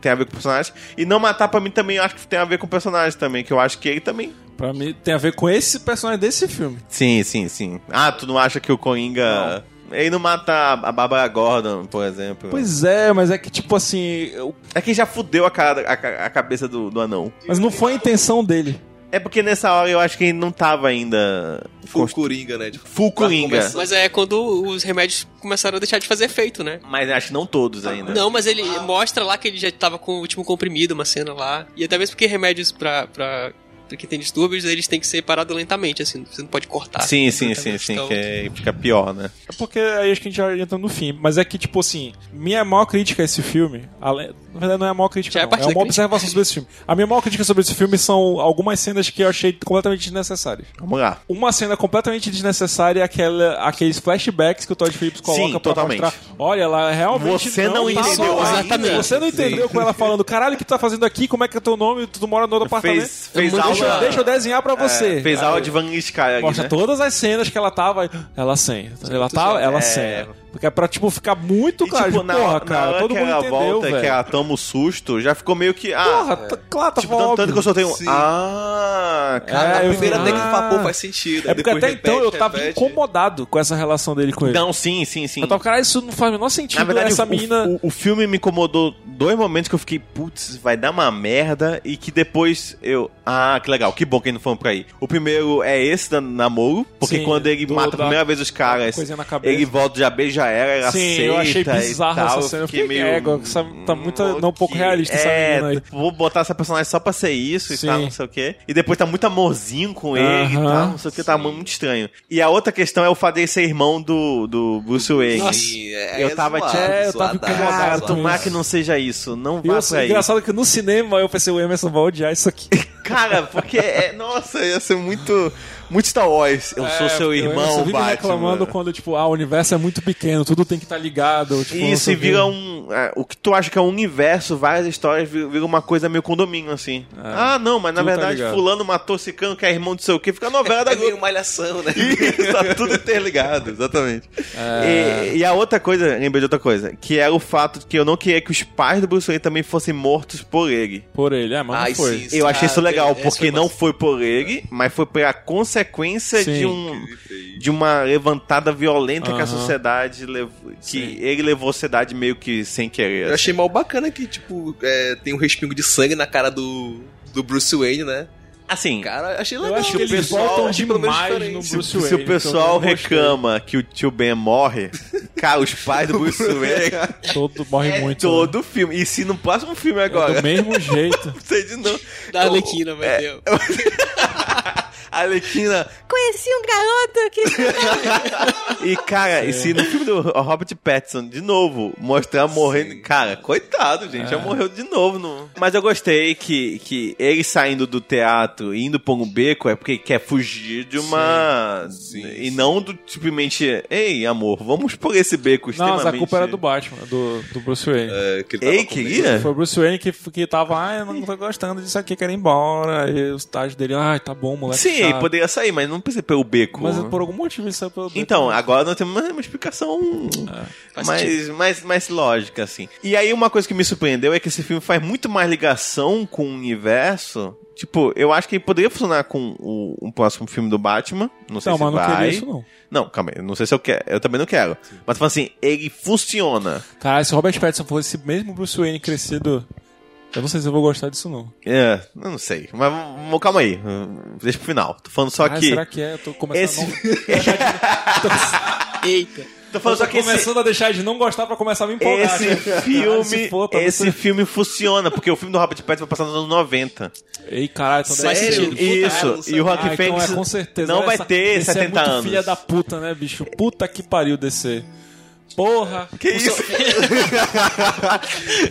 S1: Tem a ver com o personagem. E não matar pra mim também, eu acho que tem a ver com o personagem também. Que eu acho que ele também
S2: Pra mim, tem a ver com esse personagem desse filme.
S1: Sim, sim, sim. Ah, tu não acha que o Coringa. Ele não mata a a Bárbara Gordon, por exemplo.
S2: Pois é, mas é que, tipo assim, eu-
S1: É que já fudeu a, cara, a, ca- a cabeça do, do anão.
S2: mas não foi a intenção dele.
S1: É porque nessa hora eu acho que ele não tava ainda.
S3: Full
S1: Full,
S3: Coringa, né? Tipo,
S1: full Coringa.
S3: começar.
S4: Mas é quando os remédios começaram a deixar de fazer efeito, né?
S1: Mas acho que não todos
S2: Ah,
S1: ainda.
S4: Não, mas ele
S1: Ah.
S4: mostra lá que ele já tava com o último comprimido, uma cena lá. E até mesmo porque remédios pra, pra, pra quem tem distúrbios, eles têm que ser parados lentamente, assim. Você não pode cortar.
S1: Sim, sim, sim,
S4: Então,
S1: sim. Que é- aí fica pior, né?
S2: É porque aí acho que a gente já entra no fim. Mas é que, tipo assim, minha maior crítica a esse filme. além- na verdade, não é a maior crítica,
S4: Já é
S2: não.
S4: parte
S2: É,
S4: da
S2: uma
S4: crítica.
S2: observação sobre esse filme. A minha maior crítica sobre esse filme são algumas cenas que eu achei completamente desnecessárias.
S1: Vamos lá.
S2: Uma cena completamente desnecessária é aquela, aqueles flashbacks que o Todd Phillips coloca
S1: Sim,
S2: pra
S1: totalmente.
S2: mostrar. Olha, ela realmente
S1: Você não
S2: tá
S1: entendeu
S2: lá.
S1: exatamente.
S2: Você não entendeu como ela falando, caralho, o que tu tá fazendo aqui? Como é que é teu nome? Tu mora no outro apartamento?
S1: Fez, fez
S4: muito
S2: Deixa,
S1: aula.
S2: deixa eu desenhar pra você.
S1: é, fez
S2: Aí-
S1: aula de Van Sky aqui,
S2: Mostra
S1: né?
S2: todas as cenas que ela tava. Ela sem. Ela tava, ela sem. Porque é pra, tipo, ficar muito
S1: E,
S2: claro.
S1: tipo,
S2: de,
S1: na,
S2: porra,
S1: na
S2: cara,
S1: hora
S2: todo
S1: que
S2: mundo
S1: ela
S2: entendeu,
S1: volta, é
S2: velho.
S1: que ela toma o susto, já ficou meio que. Ah,
S2: Porra, tá, claro, tá
S1: tipo, tanto, tanto que eu soltei um.
S3: Sim.
S1: Ah, cara.
S3: a
S2: É, eu
S3: primeira
S2: vi-
S3: até que
S2: Ah.
S3: papou faz sentido. aí
S2: É porque
S3: depois
S2: até então eu
S3: repete,
S2: tava
S3: repete.
S2: incomodado com essa relação dele com ele.
S1: Não, sim, sim, sim.
S2: Eu tava, cara, isso não faz o menor sentido.
S1: Na verdade,
S2: Tipo, essa
S1: o,
S2: menina.
S1: o, o filme me incomodou dois momentos que eu fiquei, putz, vai dar uma merda. E que depois eu. Ah, que legal, que bom que eles não foram pra aí. O primeiro é esse da namoro, porque
S2: Sim,
S1: quando ele
S2: do-
S1: mata
S2: da-
S1: a primeira vez os caras,
S2: coisinha na cabeça.
S1: ele volta já bem, já era, era
S2: Sim,
S1: aceita
S2: eu achei
S1: e
S2: bizarra
S1: tal.
S2: essa cena. Eu
S1: fiquei
S2: fiquei,
S1: meio.
S2: ego, que essa- tá muito-
S1: hum,
S2: não, um pouco
S1: ok.
S2: realista essa
S1: é,
S2: menina aí.
S1: Vou botar essa personagem só pra ser isso
S2: Sim.
S1: e tal, não sei o quê. E depois tá muito amorzinho com ele e
S2: Aham.
S1: tal, não sei o que, tá muito estranho. E a outra questão é o fato dele ser irmão do, do Bruce Wayne.
S3: Sim, é,
S1: eu tava,
S3: zoado,
S1: tipo,
S2: É, eu tava
S3: zoadaço,
S2: incomodado
S1: Cara,
S2: Zoado.
S3: zoadaço.
S1: tomar que não seja isso. Não
S2: E
S1: vá
S2: o
S1: pra aí.
S2: engraçado é que no cinema eu pensei, o Emerson vai odiar isso aqui.
S1: Cara, porque é. Nossa, ia ser muito. Muito Star Wars. Eu
S2: É,
S1: sou seu irmão,
S2: Eu vive
S1: Batman.
S2: reclamando quando, tipo, ah, o universo é muito pequeno, tudo tem que estar ligado. Tipo, não
S1: Isso,
S2: sei
S1: e
S2: o quê.
S1: vira um. é, o que tu acha que é um universo, várias histórias, vi- vira uma coisa meio condomínio, assim. ah, não, mas na
S2: tudo tá
S1: verdade,
S2: ligado.
S1: fulano matou Cicano, que é irmão de sei o quê, fica a novela da
S3: É
S1: Globo.
S3: meio malhação, né?
S1: Isso, tá tudo interligado, exatamente.
S2: É.
S1: E, e a outra coisa, lembrei de outra coisa, que era o fato de que eu não queria que os pais do Bruce Wayne também fossem mortos por ele.
S2: Por ele, é, mas
S3: Ai,
S2: não foi.
S3: sim,
S1: Eu achei isso
S3: Ah,
S1: legal,
S3: essa
S1: porque
S3: foi
S1: não
S3: massa.
S1: foi por ele, mas foi pela consequência
S2: Sim.
S1: de, um, de uma levantada violenta que a
S2: Aham.
S1: sociedade levou. Que
S2: Sim.
S1: ele levou a sociedade meio que sem querer.
S3: Eu achei mal bacana que, tipo, é, tem um respingo de sangue na cara do, do Bruce Wayne, né?
S1: Assim,
S3: Cara, achei legal.
S2: Eu acho que eles
S1: pessoal-
S2: voltam
S3: achei tipo, pelo menos
S2: demais
S3: diferente.
S2: no
S1: se,
S2: Bruce
S1: se
S2: Wayne.
S1: o pessoal
S2: então eu gostei.
S1: reclama que o tio Ben morre, cara, os pais do Bruce Wayne
S2: Todo, morre
S1: é
S2: É. muito.
S1: todo filme. E se no próximo filme
S2: né?
S1: agora,
S2: Do mesmo jeito.
S1: não sei de novo. é,
S4: Da Arlequina, vai ter.
S1: A Alequina. Conheci um garoto que. e, cara, e se no filme do Robert Pattinson, de novo, mostrar morrendo. Cara, coitado, gente, já morreu de novo. No... Mas eu gostei que, que ele saindo do teatro e indo pra um beco é porque quer fugir de uma. e não do simplesmente. Ei, amor, vamos por esse beco
S2: Não,
S1: extremamente.
S2: mas a culpa era do Batman, do, do Bruce Wayne.
S3: É, que ele tava
S1: Ei,
S3: com medo.
S1: queria?
S2: Foi o Bruce Wayne que, que tava, ah, eu não tô gostando disso aqui, quero ir embora. E o estágio dele, ah, tá bom, moleque.
S1: Sim, ele
S2: chato.
S1: poderia sair, mas não precisa pelo beco.
S2: Mas por algum motivo isso é pelo.
S1: Então, agora nós temos uma uma explicação
S2: É,
S4: faz
S1: mais, mais, mais lógica, assim. E aí, uma coisa que me surpreendeu é que esse filme faz muito mais ligação com o universo. Tipo, eu acho que ele poderia funcionar com o, um próximo filme do Batman. Não sei
S2: Não,
S1: se
S2: mas não
S1: vai.
S2: queria isso, não.
S1: Não, calma aí. eu Não sei se eu quero. Eu também não quero. Mas, tipo assim, ele funciona.
S2: Cara, se o Robert Pattinson fosse esse mesmo Bruce Wayne crescido, eu não sei se eu vou gostar disso, não.
S1: É, eu não sei. Mas vamos- calma aí. hum, Deixa pro final. Tô falando só
S2: ah,
S1: que.
S2: será que é? Eu tô começando
S1: esse-
S2: a não...
S4: Eita.
S1: Tô falando só
S2: eu
S1: que
S2: tô
S1: esse,
S2: começando a deixar de não gostar pra começar a me empolgar.
S1: esse
S2: cara. Ah,
S1: filme.
S2: se for, tá
S1: esse
S2: muito-
S1: filme funciona, porque o filme do Robert Pattinson vai passar nos anos 90.
S2: Ei, caralho, então
S3: Sério?
S2: deve ser-
S3: Puta, eu não
S1: Isso,
S3: sabia.
S1: e o Rock
S2: Ah, então
S1: Fênix
S2: é, com certeza.
S1: não
S2: Olha
S1: vai
S2: essa-
S1: ter
S2: esse
S1: 70
S2: é muito
S1: anos.
S2: filha da puta, né, bicho? Puta que pariu, DC. Porra!
S1: Que isso?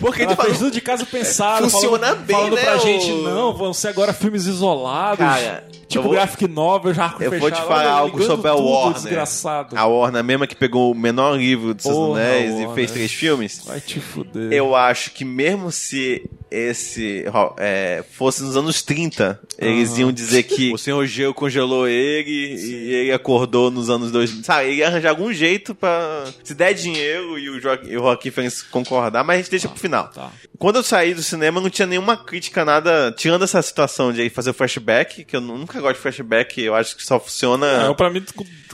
S1: Porque
S2: Ela
S1: tu
S2: fez
S1: falou.
S2: tudo de caso pensado.
S3: Funciona
S2: falando,
S3: bem,
S2: falando
S3: né,
S2: pra
S3: o-
S2: gente, não, vão ser agora é filmes isolados.
S1: Cara, eu
S2: tipo
S1: vou-
S2: graphic novel, já arco
S1: Eu vou te
S2: fechado,
S1: falar
S2: olha,
S1: algo
S2: ligando
S1: sobre a
S2: tudo,
S1: Warner.
S2: desgraçado.
S1: A Warner, mesma que pegou o menor livro dos Seus
S2: Porra,
S1: Anéis e
S2: Warner.
S1: fez três filmes.
S2: Vai te fuder.
S1: Eu acho que mesmo se esse ó, é, fosse nos anos 30, eles iam dizer que o Senhor Geo congelou ele e ele acordou nos anos 2000. Sabe, ele ia arranjar algum jeito pra. Se der dinheiro e o, jo- e o Joaquim Fênix concordar, mas a gente deixa pro final.
S2: Tá.
S1: Quando eu saí do cinema, não tinha nenhuma crítica, nada. Tirando essa situação de aí fazer o flashback, que eu nunca gosto de flashback, eu acho que só
S2: É,
S1: funciona.
S2: pra mim,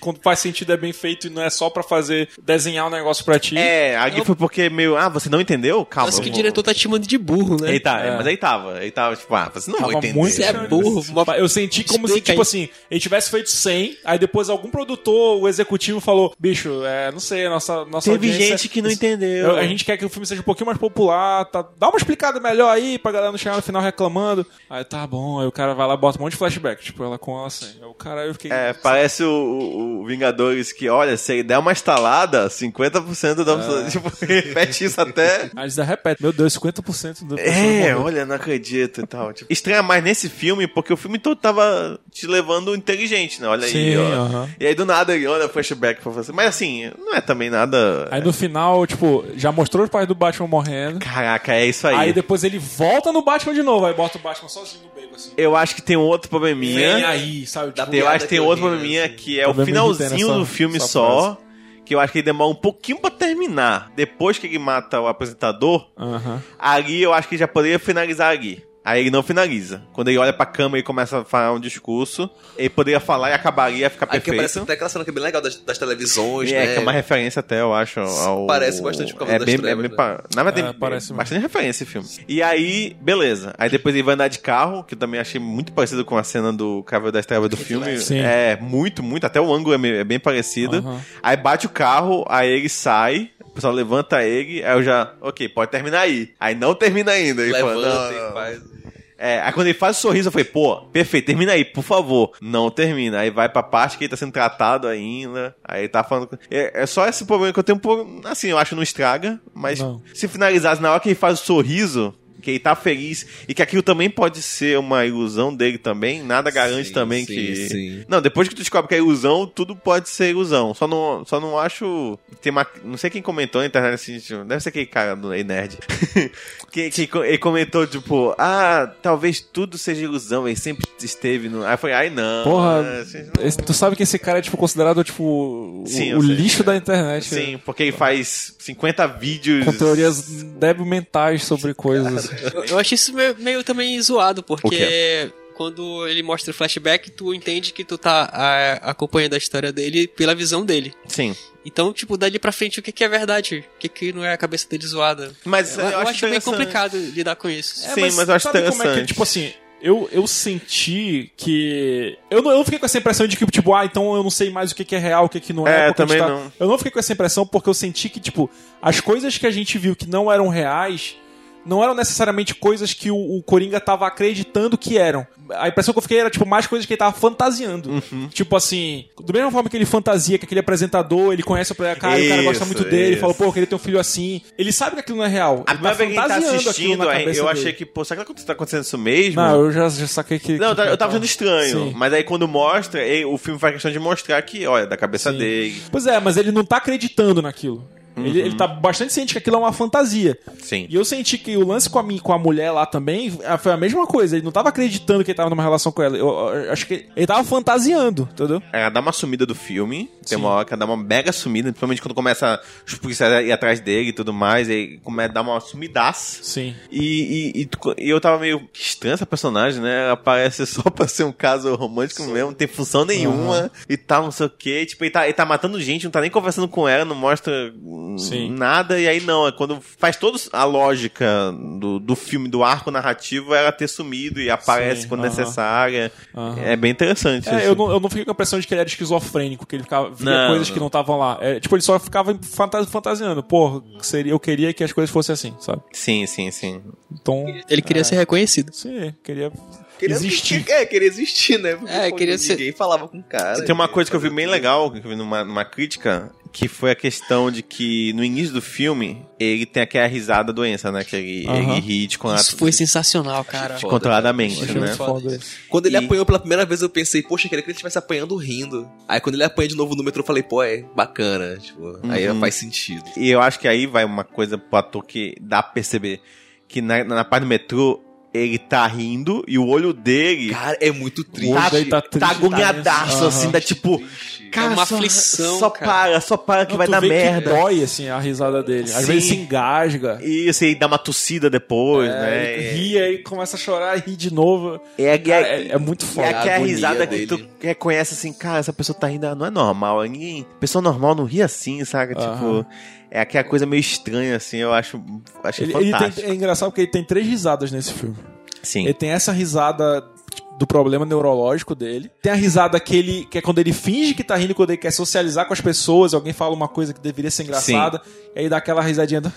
S2: quando faz sentido, é bem feito e não é só pra fazer desenhar um negócio pra ti.
S1: É, ali foi porque meio. Ah, você não entendeu? Calma.
S4: Parece que o
S1: eu vou-
S4: diretor tá te chamando de burro, né?
S1: Aí tá,
S2: É.
S1: mas aí tava. Aí tava, tipo, ah, você não
S2: Tava
S1: vai entender.
S2: muito
S4: Você é
S2: cara.
S4: burro. Uma...
S2: Eu senti como se,
S4: Explica
S2: tipo
S4: aí.
S2: assim, ele tivesse feito 100, aí depois algum produtor, o executivo, falou: bicho, é, não sei, nossa, nossa
S1: Teve
S2: audiência-
S1: gente que não entendeu.
S2: Eu- a gente quer que o filme seja um pouquinho mais popular, tá? Dá uma explicada melhor aí pra galera não chegar no final reclamando. Aí tá bom, aí o cara vai lá e bota um monte de flashback, tipo, ela com ela assim. Aí o cara eu fiquei.
S1: É, parece o, o- o Vingadores que, olha, se ele der uma estalada, 50% da. Tipo, repete isso até.
S2: Aí eles repete, meu Deus, 50% do
S1: É, olha, não acredito e tal. Tipo, estranha mais nesse filme, porque o filme todo tava te levando inteligente, né? Olha aí,
S2: Sim,
S1: ó.
S2: aham.
S1: E aí do nada ele olha flashback pra você. Mas assim, não é também nada.
S2: Aí no final, tipo, já mostrou os pais do Batman morrendo.
S1: Caraca, é isso aí.
S2: Aí depois ele volta no Batman de novo, aí bota o Batman sozinho no beco, assim.
S1: Eu acho que tem um outro probleminha.
S2: Vem aí, sabe?
S3: Dá
S2: Tipo,
S1: Eu
S3: piada
S1: acho que tem
S3: que eu
S1: outro
S3: vi,
S1: probleminha
S3: assim.
S1: que é o
S2: Problemas
S1: finalzinho
S2: interessa-
S1: do filme
S2: só
S1: só. que eu acho que ele demora um pouquinho pra terminar. Depois que ele mata o apresentador,
S2: Aham.
S1: ali eu acho que ele já poderia finalizar ali. Aí ele não finaliza. Quando ele olha pra câmera e começa a falar um discurso, ele poderia falar e acabaria, ficar
S3: Aí que aparece
S1: perfeito.
S3: até aquela cena que é bem legal das, das televisões,
S1: é,
S3: né?
S1: que é uma referência até, eu acho. Ao...
S3: Parece bastante com a
S1: é
S3: das
S1: bem,
S3: Trevas,
S1: é bem
S3: né?
S1: pa- Na verdade,
S2: É,
S1: tem
S2: parece mesmo.
S1: bastante referência esse filme. E aí, beleza. Aí depois ele vai andar de carro, que eu também achei muito parecido com a cena do Cavaleiro das Trevas do filme.
S2: Sim.
S1: É, muito, muito. Até o ângulo é meio- é bem parecido.
S2: Aham.
S1: Aí bate o carro, aí ele sai. O pessoal levanta ele, aí eu já, ok, pode terminar aí. Aí não termina ainda. Ele fala,
S3: Levanta
S1: não,
S3: e
S1: não, não.
S3: faz.
S1: É, aí quando ele faz o sorriso, eu falei, pô, perfeito, termina aí, por favor. Não termina. Aí vai pra parte que ele tá sendo tratado ainda. Aí ele tá falando. com- É, é só esse problema que eu tenho um pouco. Assim, eu acho que não estraga, mas
S2: Não.
S1: se finalizasse na hora que ele faz o sorriso. Que ele tá feliz e que aquilo também pode ser uma ilusão dele também. Nada garante
S3: Sim,
S1: também
S3: sim,
S1: que.
S3: sim.
S1: Não, depois que tu descobre que é ilusão, tudo pode ser ilusão. Só não, só não acho. Tem uma, não sei quem comentou na internet assim, tipo, deve ser aquele cara do Ei Nerd. que, que co- ele comentou, tipo, ah, talvez tudo seja ilusão, ele sempre esteve no. Aí eu falei, ai não.
S2: Porra,
S1: né, vocês não-
S2: esse- tu sabe que esse cara é tipo considerado tipo o,
S1: Sim,
S2: o
S1: eu sei.
S2: lixo da internet. né?
S1: Sim, porque ele faz 50 vídeos.
S2: é- Com teorias débil-mentais sobre coisas.
S4: Eu- Eu achei isso meio, meio também zoado,
S1: O
S4: porque quando ele mostra o flashback, tu entende que tu tá ah, acompanhando a história dele pela visão dele.
S1: Sim.
S4: Então, tipo, dali pra frente, o que, que é verdade? O que, que não é a cabeça dele zoada?
S1: Mas
S4: Eu,
S1: eu,
S4: eu acho meio
S1: interessante.
S4: complicado lidar com isso.
S1: É, Sim, mas eu acho
S2: sabe como é que,
S1: interessante.
S2: tipo assim, eu, eu senti que. Eu não, eu não fiquei com essa impressão de que, tipo, ah, então eu não sei mais o que, que é real, o que, que não é.
S1: É,
S2: porque a gente
S1: também
S2: tá-
S1: não.
S2: Eu não fiquei com essa impressão porque eu senti que, tipo, as coisas que a gente viu que não eram reais. Não eram necessariamente coisas que o, o Coringa tava acreditando que eram. A impressão que eu fiquei era, tipo, mais coisas que ele tava fantasiando.
S1: Uhum.
S2: Tipo assim, do mesma forma que ele fantasia, que aquele apresentador, ele conhece o cara, o cara gosta
S1: Isso,
S2: muito dele,
S1: isso.
S2: falou, pô, que ele tem um filho assim. Ele sabe que aquilo não é real.
S1: A
S2: ele tá
S1: primeira vez que ele tá
S2: fantasiando aquilo
S1: assistindo,
S2: na
S1: aí
S2: cabeça
S1: eu
S2: dele.
S1: achei que, pô, será que tá acontecendo isso mesmo?
S2: Não, eu já, já saquei que.
S1: Não, eu
S2: que- é
S1: tava- eu tava achando estranho.
S2: Sim.
S1: Mas aí quando mostra, ele- o filme faz questão de mostrar que, olha, da cabeça
S2: Sim.
S1: dele.
S2: Pois é, mas ele não tá acreditando naquilo. Ele, ele tá bastante ciente que aquilo é uma fantasia.
S1: Uhum. Sim.
S2: E eu senti que o lance com a, mi- com a mulher lá também ah, foi a mesma coisa. Ele não tava acreditando que ele tava numa relação com ela. Eu, eu acho que ele tava fantasiando, entendeu?
S1: Ela É, dá uma sumida do filme. Tem
S2: Sim.
S1: uma hora que ela dá uma mega sumida, principalmente quando começa os policiais a ir atrás dele e tudo mais. E começa a dar uma sumidaça.
S2: Sim.
S1: E, e- e tu- e eu tava meio que estranha essa personagem, né? Ela parece só pra ser um caso romântico mesmo, não tem função nenhuma e tal, não sei o quê. Tipo, ele tá, ele tá matando gente, não tá nem conversando com ela, não mostra hum,
S2: Sim.
S1: nada. E aí não, é quando faz toda a lógica do, do filme, do arco narrativo, é ela ter sumido e aparece
S2: Sim,
S1: quando
S2: aham.
S1: necessária.
S2: Aham.
S1: É bem interessante.
S2: É,
S1: assim.
S2: eu não, eu não fiquei com a impressão de que ele era esquizofrênico, que ele ficava, via
S1: Não,
S2: coisas
S1: não.
S2: que não estavam lá. É, tipo, ele só ficava fanta- fantasiando. Pô, seria, eu queria que as coisas fossem assim, sabe?
S1: Sim, sim, sim.
S2: Então,
S4: Ele queria
S1: Ah.
S4: ser reconhecido.
S2: sim, queria,
S3: Queria
S2: existir.
S3: É, queria existir, né? Porque,
S4: É,
S3: pô,
S4: queria ser-
S3: Ninguém falava com o cara.
S1: Tem uma coisa que eu vi bem legal, que eu vi numa, numa crítica, que foi a questão de que no início do filme, ele tem aquela risada doença, né? Que ele,
S2: Aham.
S1: ele ri de
S4: Isso foi sensacional, cara.
S1: controladamente,
S2: Achei
S1: né?
S2: muito foda isso.
S3: Quando ele
S1: E-
S3: apanhou pela primeira vez, eu pensei, poxa, queria que ele estivesse apanhando rindo. Aí quando ele apanha de novo no metrô, eu falei, pô, é bacana. Tipo, aí
S1: Uhum.
S3: faz sentido.
S1: E eu acho que aí vai uma coisa pro ator que dá pra perceber, que na, na parte do metrô, ele tá rindo e o olho dele
S3: Cara, é muito triste.
S2: olho dele
S1: tá,
S2: tá É
S1: tá
S2: triste,
S1: agoniadaço,
S2: tá-
S1: assim, dá tipo... Cara,
S4: uma
S1: só,
S4: aflição,
S1: só
S4: cara.
S1: para, só para que
S2: Não,
S1: vai
S2: tu
S1: dar
S2: vê que
S1: merda.
S2: dói, assim, a risada dele. Às
S1: Sim.
S2: vezes se engasga.
S1: E assim, dá uma tossida depois, né?
S2: É, ri, aí começa a chorar, ri de novo.
S1: É, é,
S2: Cara, é, é muito
S1: É
S2: foda.
S3: a-
S1: aquela
S3: agonia
S1: risada que
S3: dele.
S1: tu reconhece assim, cara, essa pessoa tá rindo, ela não é normal. Ninguém, pessoa normal não ri assim, saca?
S2: Aham.
S1: Tipo, é aquela coisa meio estranha, assim, eu acho, acho
S2: Ele- ele tem-
S1: fantástico.
S2: é engraçado porque ele tem três risadas nesse filme.
S1: Sim.
S2: Ele tem essa risada do problema neurológico dele. Tem a risada que ele que é quando ele finge que tá rindo, quando ele quer socializar com as pessoas, alguém fala uma coisa que deveria ser engraçada, e aí dá aquela risadinha do...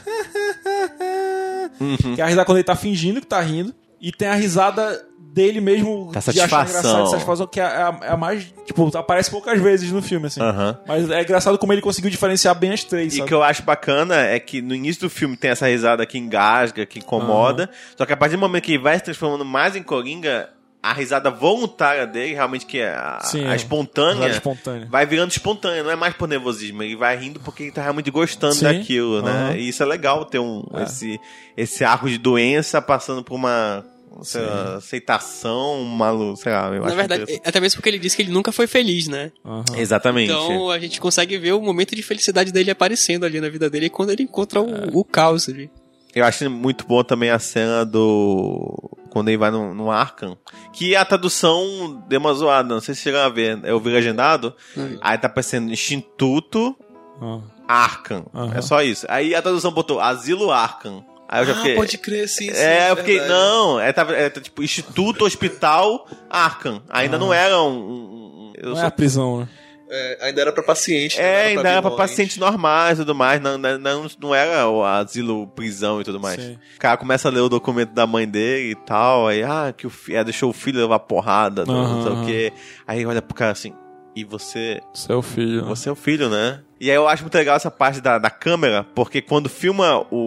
S1: Uhum.
S2: Que é a risada quando ele tá fingindo que tá rindo. E tem a risada dele mesmo
S1: Da
S2: de achar
S1: satisfação.
S2: engraçado, de satisfação, que é a, é a mais, tipo, aparece poucas vezes no filme, assim.
S1: Aham.
S2: Mas é engraçado como ele conseguiu diferenciar bem as três,
S1: E o
S2: sabe?
S1: que eu acho bacana é que no início do filme tem essa risada que engasga, que incomoda. Só que a partir do momento que ele vai se transformando mais em Coringa, a risada voluntária dele, realmente que é a,
S2: Sim,
S1: a espontânea,
S2: Risada espontânea.
S1: vai virando espontânea, não é mais por nervosismo. Ele vai rindo porque ele tá realmente gostando
S2: Sim.
S1: daquilo, né?
S2: Aham.
S1: E isso é legal ter um,
S2: É.
S1: esse, esse arco de doença passando por uma. sei lá, aceitação, maluco, sei lá. Eu
S4: Na
S1: acho
S4: verdade,
S1: interessante.
S4: até mesmo porque ele disse que ele nunca foi feliz, né?
S1: Exatamente.
S4: Então a gente consegue ver o momento de felicidade dele aparecendo ali na vida dele quando ele encontra
S1: Ah.
S4: o, o caos ali.
S1: Eu acho muito bom também a cena do. Quando ele vai no, no Arkham. Que a tradução deu uma zoada, não sei se chegaram a ver. é Eu vi legendado. Aí tá aparecendo Instituto
S2: Ah.
S1: Arkham.
S2: Aham.
S1: É só isso. Aí a tradução botou Asilo Arkham. Aí eu
S4: Ah,
S1: já fiquei.
S3: Ah, pode crer, sim. sim,
S1: é, eu fiquei,
S3: verdade.
S1: não, é, tava- é, tá, tipo Instituto Hospital Arkham. Ainda não era um. um- um- eu
S2: Não é
S1: sou-
S2: a prisão, né?
S3: É, ainda era pra paciente. né?
S1: é, ainda era pra
S3: vilões.
S1: pacientes normais e tudo mais, não, não- não, não era o asilo, prisão e tudo mais.
S2: Sim.
S1: O cara começa a ler o documento da mãe dele e tal, aí, ah, que o fi- é, deixou o filho levar porrada, não, não sei
S2: Aham.
S1: o quê. Aí olha pro cara assim, e você,
S2: Você é o filho. né?
S1: você é o filho, né? E aí eu acho muito legal essa parte da, da câmera, porque quando filma o,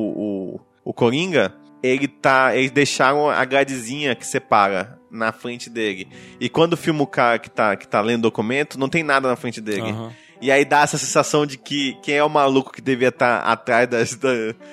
S1: o, o Coringa, ele tá. Eles deixaram a gradezinha que separa na frente dele. E quando filma o cara que tá, que tá lendo o documento, não tem nada na frente dele.
S2: Aham.
S1: E aí dá essa sensação de que quem é o maluco que devia estar atrás das, da-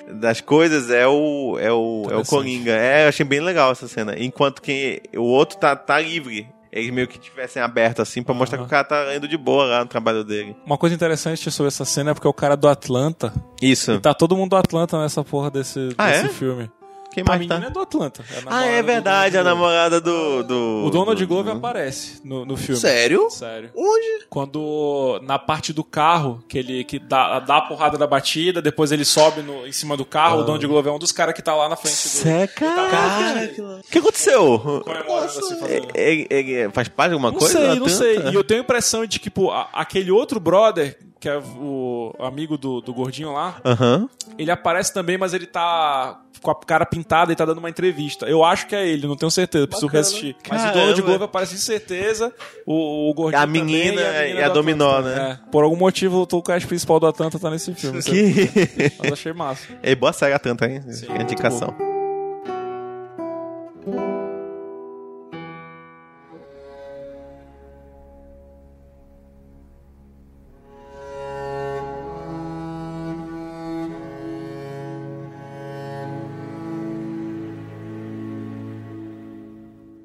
S1: das coisas é o é o, é o
S2: Interessante.
S1: Coringa. É, eu achei bem legal essa cena. Enquanto que o outro tá, tá livre. Eles meio que tivessem aberto assim pra mostrar que
S2: Aham.
S1: o cara tá indo de boa lá no trabalho dele.
S2: Uma coisa interessante sobre essa cena é porque o cara do Atlanta.
S1: Isso.
S2: Tá todo mundo do Atlanta nessa porra desse,
S1: Ah,
S2: desse
S1: é?
S2: filme.
S1: Quem
S2: A
S1: mais
S2: menina é
S1: tá?
S2: do Atlanta. é a
S1: Ah,
S2: namorada
S1: é
S2: do
S1: verdade, a
S2: Donald Glover.
S1: namorada do. do
S2: O Donald
S1: do-
S2: Glover
S1: do-
S2: aparece no, no filme.
S3: Sério?
S2: Sério.
S3: Onde?
S2: Quando. Na parte do carro, que ele que dá, dá a porrada da batida, depois ele sobe no, em cima do carro,
S1: Ah.
S2: o Donald Glover é um dos caras que tá lá na frente do.
S1: Cé,
S2: Tá Cara,
S1: cara. O que aconteceu?
S2: comemorando, assim, fazendo-
S1: Ele, ele é, faz parte de alguma
S2: Não
S1: coisa?
S2: sei, não
S1: Tanto?
S2: sei. E eu tenho a impressão de que, tipo, a- aquele outro brother, que é o amigo do, do gordinho lá,
S1: Aham.
S2: ele aparece também, mas ele tá com a cara pintada e tá dando uma entrevista. Eu acho que é ele, não tenho certeza, preciso reassistir. Mas o dono de
S1: Caramba.
S2: Glover aparece de certeza, o, o gordinho
S1: A
S2: também
S1: menina e a
S2: do
S1: dominó,
S2: Atlanta.
S1: né?
S2: É. Por algum motivo, o cast principal do Atlanta tá nesse filme. não sei.
S1: Que.
S2: Mas achei massa.
S1: É boa saga tanto, hein? Fica a
S2: muito
S1: indicação.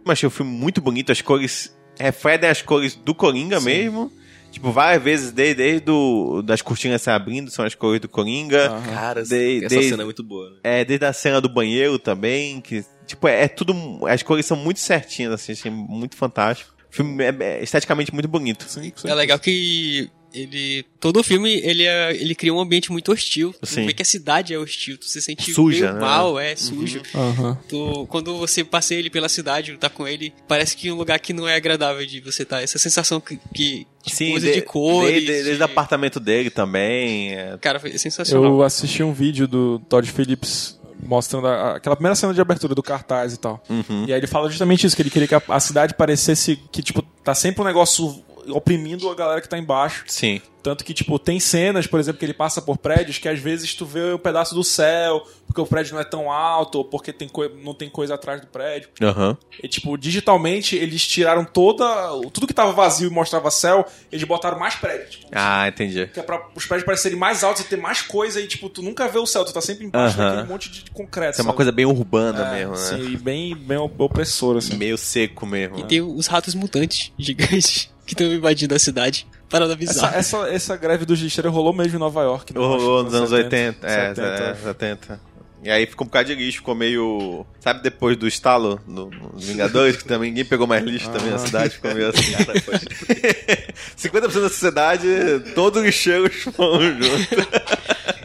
S1: Mas achei o filme muito bonito, as cores refletem as cores do Coringa mesmo. Tipo, várias vezes, desde, desde do, das cortinas se abrindo, são as cores do Coringa.
S3: Cara,
S1: Dei-
S3: essa
S1: dei-
S3: cena é muito boa, né?
S1: É, desde a cena do banheiro também, que, tipo, é, é tudo, as cores são muito certinhas, assim, achei muito fantástico. O filme é, é esteticamente muito bonito.
S4: É legal que ele todo o filme ele é- ele cria um ambiente muito hostil. Tu
S1: Sim.
S4: vê que a cidade é hostil, tu se sente
S1: Suja,
S4: meio
S1: né?
S4: mal, é sujo.
S2: Aham.
S4: Tu- quando você passeia ele pela cidade, tá com ele, parece que é um lugar que não é agradável de você estar. Essa sensação que, que de Tipo, coisa de,
S1: de-
S4: cores.
S1: desde, desde
S4: de-
S1: o apartamento dele também. é.
S4: Cara, foi sensacional.
S2: Eu assisti um vídeo do Todd Phillips mostrando a- a- aquela primeira cena de abertura do cartaz e tal.
S1: Uhum.
S2: E aí ele fala justamente isso, que ele queria que a, a cidade parecesse que, tipo, tá sempre um negócio oprimindo a galera que tá embaixo.
S1: Sim.
S2: Tanto que, tipo, tem cenas, por exemplo, que ele passa por prédios que às vezes tu vê um pedaço do céu, porque o prédio não é tão alto, ou porque tem coi- não tem coisa atrás do prédio.
S1: Aham.
S2: E, tipo, digitalmente, eles tiraram toda. Tudo que tava vazio e mostrava céu, eles botaram mais prédios. Tipo,
S1: Ah, entendi.
S2: que é pra os prédios parecerem mais altos e ter mais coisa e, tipo, tu nunca vê o céu, tu tá sempre embaixo
S1: Aham.
S2: daquele monte de concreto.
S1: Isso é uma
S2: sabe?
S1: coisa bem urbana
S2: É,
S1: mesmo, né?
S2: Sim, e bem, bem opressor, assim.
S1: Meio seco mesmo.
S4: E tem os ratos mutantes gigantes que estão invadindo a cidade. Parada
S2: Essa,
S4: bizarra.
S2: essa, essa greve dos lixeiros rolou mesmo em Nova York. né?
S1: Rolou
S2: Acho
S1: nos
S2: que
S1: anos 80.
S2: 70,
S1: É,
S2: 70,
S1: é, 70. E aí ficou um bocado de lixo, ficou meio. Sabe depois do estalo no- nos Vingadores, que também ninguém pegou mais lixo também
S2: Ah.
S1: na cidade, ficou meio assim. 50% da sociedade, todo lixeiro chupou junto.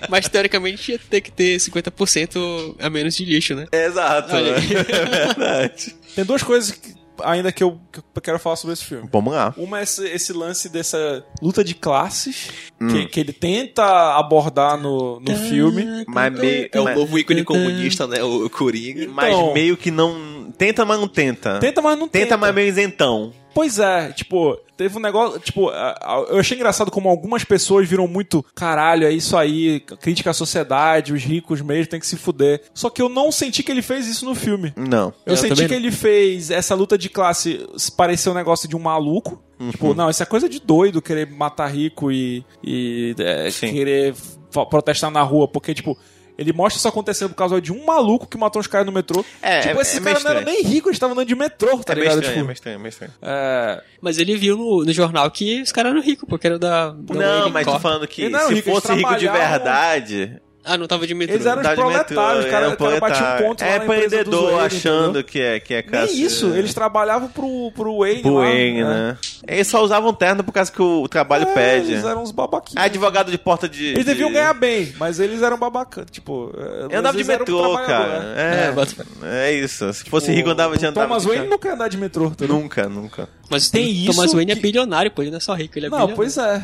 S4: Mas teoricamente ia ter que ter 50% a menos de lixo, né?
S1: Exato,
S4: Olha
S1: né?
S4: aí.
S1: É verdade.
S2: Tem duas coisas que- ainda que eu, que eu quero falar sobre esse filme.
S1: Vamos lá.
S2: Uma é esse, esse lance dessa luta de classes
S1: Hum.
S2: que, que ele tenta abordar no, no filme.
S1: Mas meio,
S3: É o
S1: mas,
S3: novo ícone comunista, né? O o Coringa.
S1: mas
S2: Então.
S1: meio que não. Tenta, mas não tenta.
S2: Tenta, mas não tenta.
S1: Tenta, mas meio isentão.
S2: Pois é, tipo, teve um negócio. Tipo, a- a- eu achei engraçado como algumas pessoas viram muito caralho, é isso aí, crítica à sociedade, os ricos mesmo tem que se fuder. Só que eu não senti que ele fez isso no filme.
S1: Não.
S2: Eu, senti que ele fez essa luta de classe se parecer um negócio de um maluco.
S1: Uhum.
S2: Tipo, não, isso é coisa de doido querer matar rico e, e é,
S1: Sim.
S2: querer fa- protestar na rua, porque, tipo. Ele mostra isso acontecendo por causa de um maluco que matou uns caras no metrô.
S1: É,
S2: tipo,
S1: é-
S2: esses
S1: é meio
S2: caras não eram nem ricos, eles estavam andando de metrô, tá
S1: É meio
S2: ligado?
S1: estranho, é
S2: tipo,
S1: meio estranho, é meio estranho.
S2: é,
S4: Mas ele viu no, no jornal que os caras eram ricos, porque era da. da
S1: Não,
S4: Wayne
S1: mas tô
S4: Corp.
S1: falando que
S2: Ele não era
S1: se
S2: rico, eles
S1: fosse rico de
S2: trabalhavam-
S1: verdade.
S4: Ah, não tava de metrô.
S2: Eles eram os
S1: dá de metrô,
S2: proletários,
S1: é
S2: cara,
S1: um
S2: o cara batia um
S1: proletário.
S2: ponto lá
S1: É
S2: na empresa dos
S1: empreendedor
S2: Wayne,
S1: achando
S2: entendeu?
S1: que é que é
S2: Nem
S1: classe-
S2: isso, eles trabalhavam pro, pro Wayne. lá,
S1: Boeing, né? Eles só usavam terno por causa que o, o trabalho
S2: É,
S1: pede. Ah,
S2: Eles eram uns babaquinhos.
S1: Advogado de porta de.
S2: Eles
S1: de-
S2: deviam ganhar bem, mas eles eram babaca. Tipo,
S1: Eu andava de
S2: um
S1: metrô,
S2: né?
S1: cara.
S4: É, bota fé.
S1: É, é isso. Se fosse rico, andava de andava.
S2: Tipo, Thomas
S1: de-
S2: Wayne nunca ia andar de metrô. tá ligado?
S1: Nunca, nunca.
S4: Mas
S2: Tem
S4: o
S2: isso
S4: Thomas Wayne
S2: que-
S4: é bilionário, pô, ele não é só rico, ele é
S2: Não,
S4: bilionário.
S2: pois é.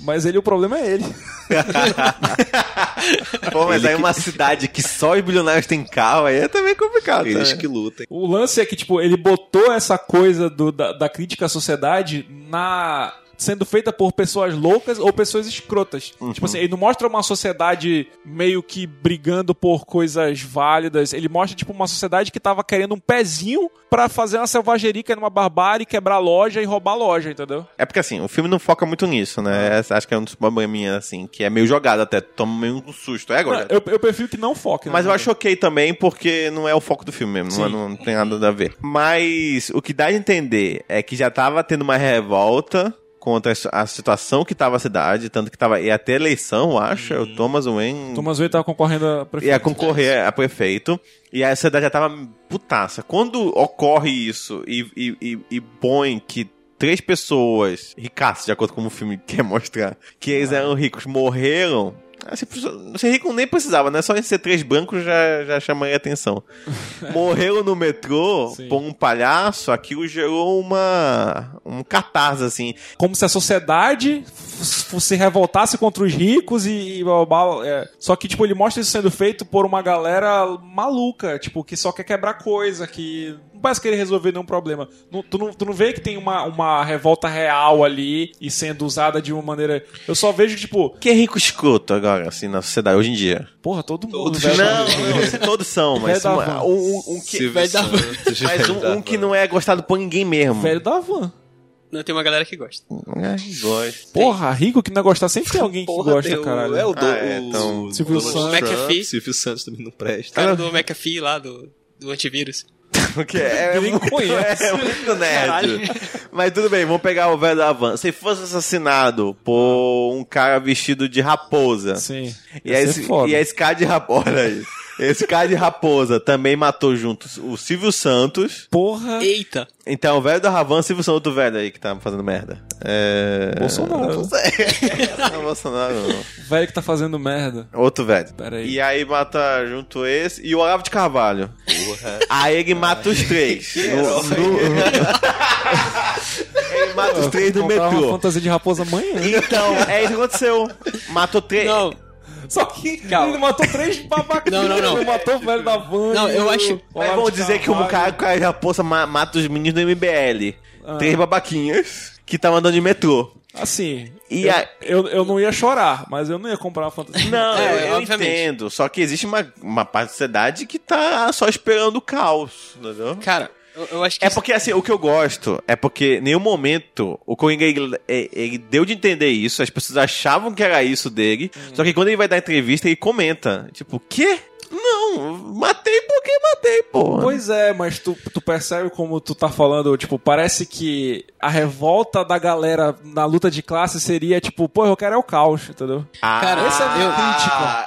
S2: Mas ele, o problema é ele.
S1: Pô, mas aí uma cidade que só os bilionários têm carro, aí é também complicado.
S3: Eles
S1: né?
S3: que lutem.
S2: O lance é que, tipo, ele botou essa coisa do- da, da crítica à sociedade na. sendo feita por pessoas loucas ou pessoas escrotas.
S1: Uhum.
S2: Tipo assim, ele não mostra uma sociedade meio que brigando por coisas válidas. Ele mostra, tipo, uma sociedade que tava querendo um pezinho pra fazer uma selvageria, numa barbárie, quebrar loja e roubar loja, entendeu?
S1: É porque assim, o filme não foca muito nisso, né? Essa- Acho que é um dos probleminhas, assim, que é meio jogado até. Toma meio um susto. É agora.
S2: Eu, eu prefiro que não foque. né?
S1: Mas eu acho ok também, porque não é o foco do filme mesmo, não, é- não tem nada a ver.
S2: Uhum.
S1: Mas o que dá a entender é que já tava tendo uma revolta contra a s- a situação que tava a cidade, tanto que tava. E até a eleição, eu acho, é o Thomas Wayne
S2: Uhum. Thomas Wayne tava concorrendo a prefeito.
S1: ia concorrer a prefeito. E a sociedade já tava putaça. Quando ocorre isso e, e, e, e põe que três pessoas ricaças, de acordo com como o filme quer mostrar, que eles eram ricos, morreram. ah, se precisou- Ser rico nem precisava, né? Só em ser três brancos já, já chamaria atenção. Morreram no metrô
S2: Sim.
S1: por um palhaço, aquilo gerou uma. um catarse, assim.
S2: Como se a sociedade f- f- se revoltasse contra os ricos e, e blá, blá, blá, é. só que tipo ele mostra isso sendo feito por uma galera maluca, tipo que só quer quebrar coisa, que não parece querer resolver nenhum problema. Não- tu, não, tu não vê que tem uma, uma revolta real ali e sendo usada de uma maneira. Eu só vejo tipo,
S1: Que é rico escroto agora, assim, na sociedade hoje em dia?
S2: porra, todo mundo.
S3: Todos.
S2: velho, tá
S1: Não, não, todos são, mas
S2: Velho da
S1: uma-
S2: van.
S1: um, um- um que,
S3: Silvio Santos,
S1: Mas
S3: velho da
S1: um, um que
S3: van.
S1: não é gostado por ninguém mesmo.
S2: Velho da van.
S4: Não, tem uma galera que gosta.
S1: É, gosto.
S2: Porra, rico que não gosta, sempre tem alguém que
S3: Porra, tem
S2: gosta,
S3: o-
S2: caralho.
S3: É o do,
S1: Ah, é, então-
S3: o
S2: Silvio
S3: Donald
S2: Santos.
S3: Trump,
S4: McAfee.
S3: Silvio Santos também não
S4: O
S3: presta.
S4: cara do McAfee lá, do, do antivírus.
S1: Porque é,
S2: Ninguém
S1: muito,
S2: conhece.
S1: é muito nerd. Mas tudo bem, vamos pegar o velho da van. Se fosse assassinado por um cara vestido de raposa,
S2: Sim.
S1: e, aí
S2: Ia ser
S1: esse,
S2: foda.
S1: e é esse cara de raposa, olha aí. Esse cara de raposa também matou juntos o Silvio Santos.
S2: Porra.
S4: Eita!
S1: Então, o velho da Ravan, Silvio Santos, outro velho aí que tá fazendo merda. É.
S2: Bolsonaro.
S1: Não sei. Não, é Bolsonaro não.
S2: Velho que tá fazendo merda.
S1: Outro velho.
S2: Pera aí.
S1: E aí mata junto esse e o Olavo de Carvalho. Aí ele mata os três. No- no- ele mata os três no
S2: Comprar uma
S1: metrô.
S2: fantasia de raposa amanhã.
S1: Então, é isso que aconteceu. Matou três.
S4: Não,
S2: Só que
S4: Calma.
S2: ele matou três babaquinhos.
S4: Não, não, não.
S2: Ele matou o velho da van.
S4: Não,
S2: e
S4: eu
S2: o-
S4: acho-
S2: o
S1: Aí vão
S2: Olavo de
S1: dizer que o
S2: Carvalho.
S1: cara, o cara de raposa ma- mata os meninos do MBL.
S2: Ah.
S1: Três babaquinhas que tá andando de metrô.
S2: Assim,
S1: E
S2: eu,
S1: a-
S2: eu, eu não ia chorar, mas eu não ia comprar uma fantasia.
S1: Não,
S4: É,
S1: eu- eu
S4: obviamente.
S1: entendo. Só que existe uma, uma parte da sociedade que tá só esperando o caos, entendeu?
S4: cara, eu, eu acho que.
S1: É porque, assim, o que eu gosto é porque, em nenhum momento, o Coringa, ele, é- ele deu de entender isso, as pessoas achavam que era isso dele,
S2: Hum.
S1: só que quando ele vai dar entrevista, ele comenta, tipo, quê? Não, matei porque matei, pô.
S2: Pois é, mas tu, tu percebe como tu tá falando, tipo, parece que a revolta da galera na luta de classe seria, tipo, pô, eu quero é o caos, entendeu?
S1: ah,
S4: cara, esse é meu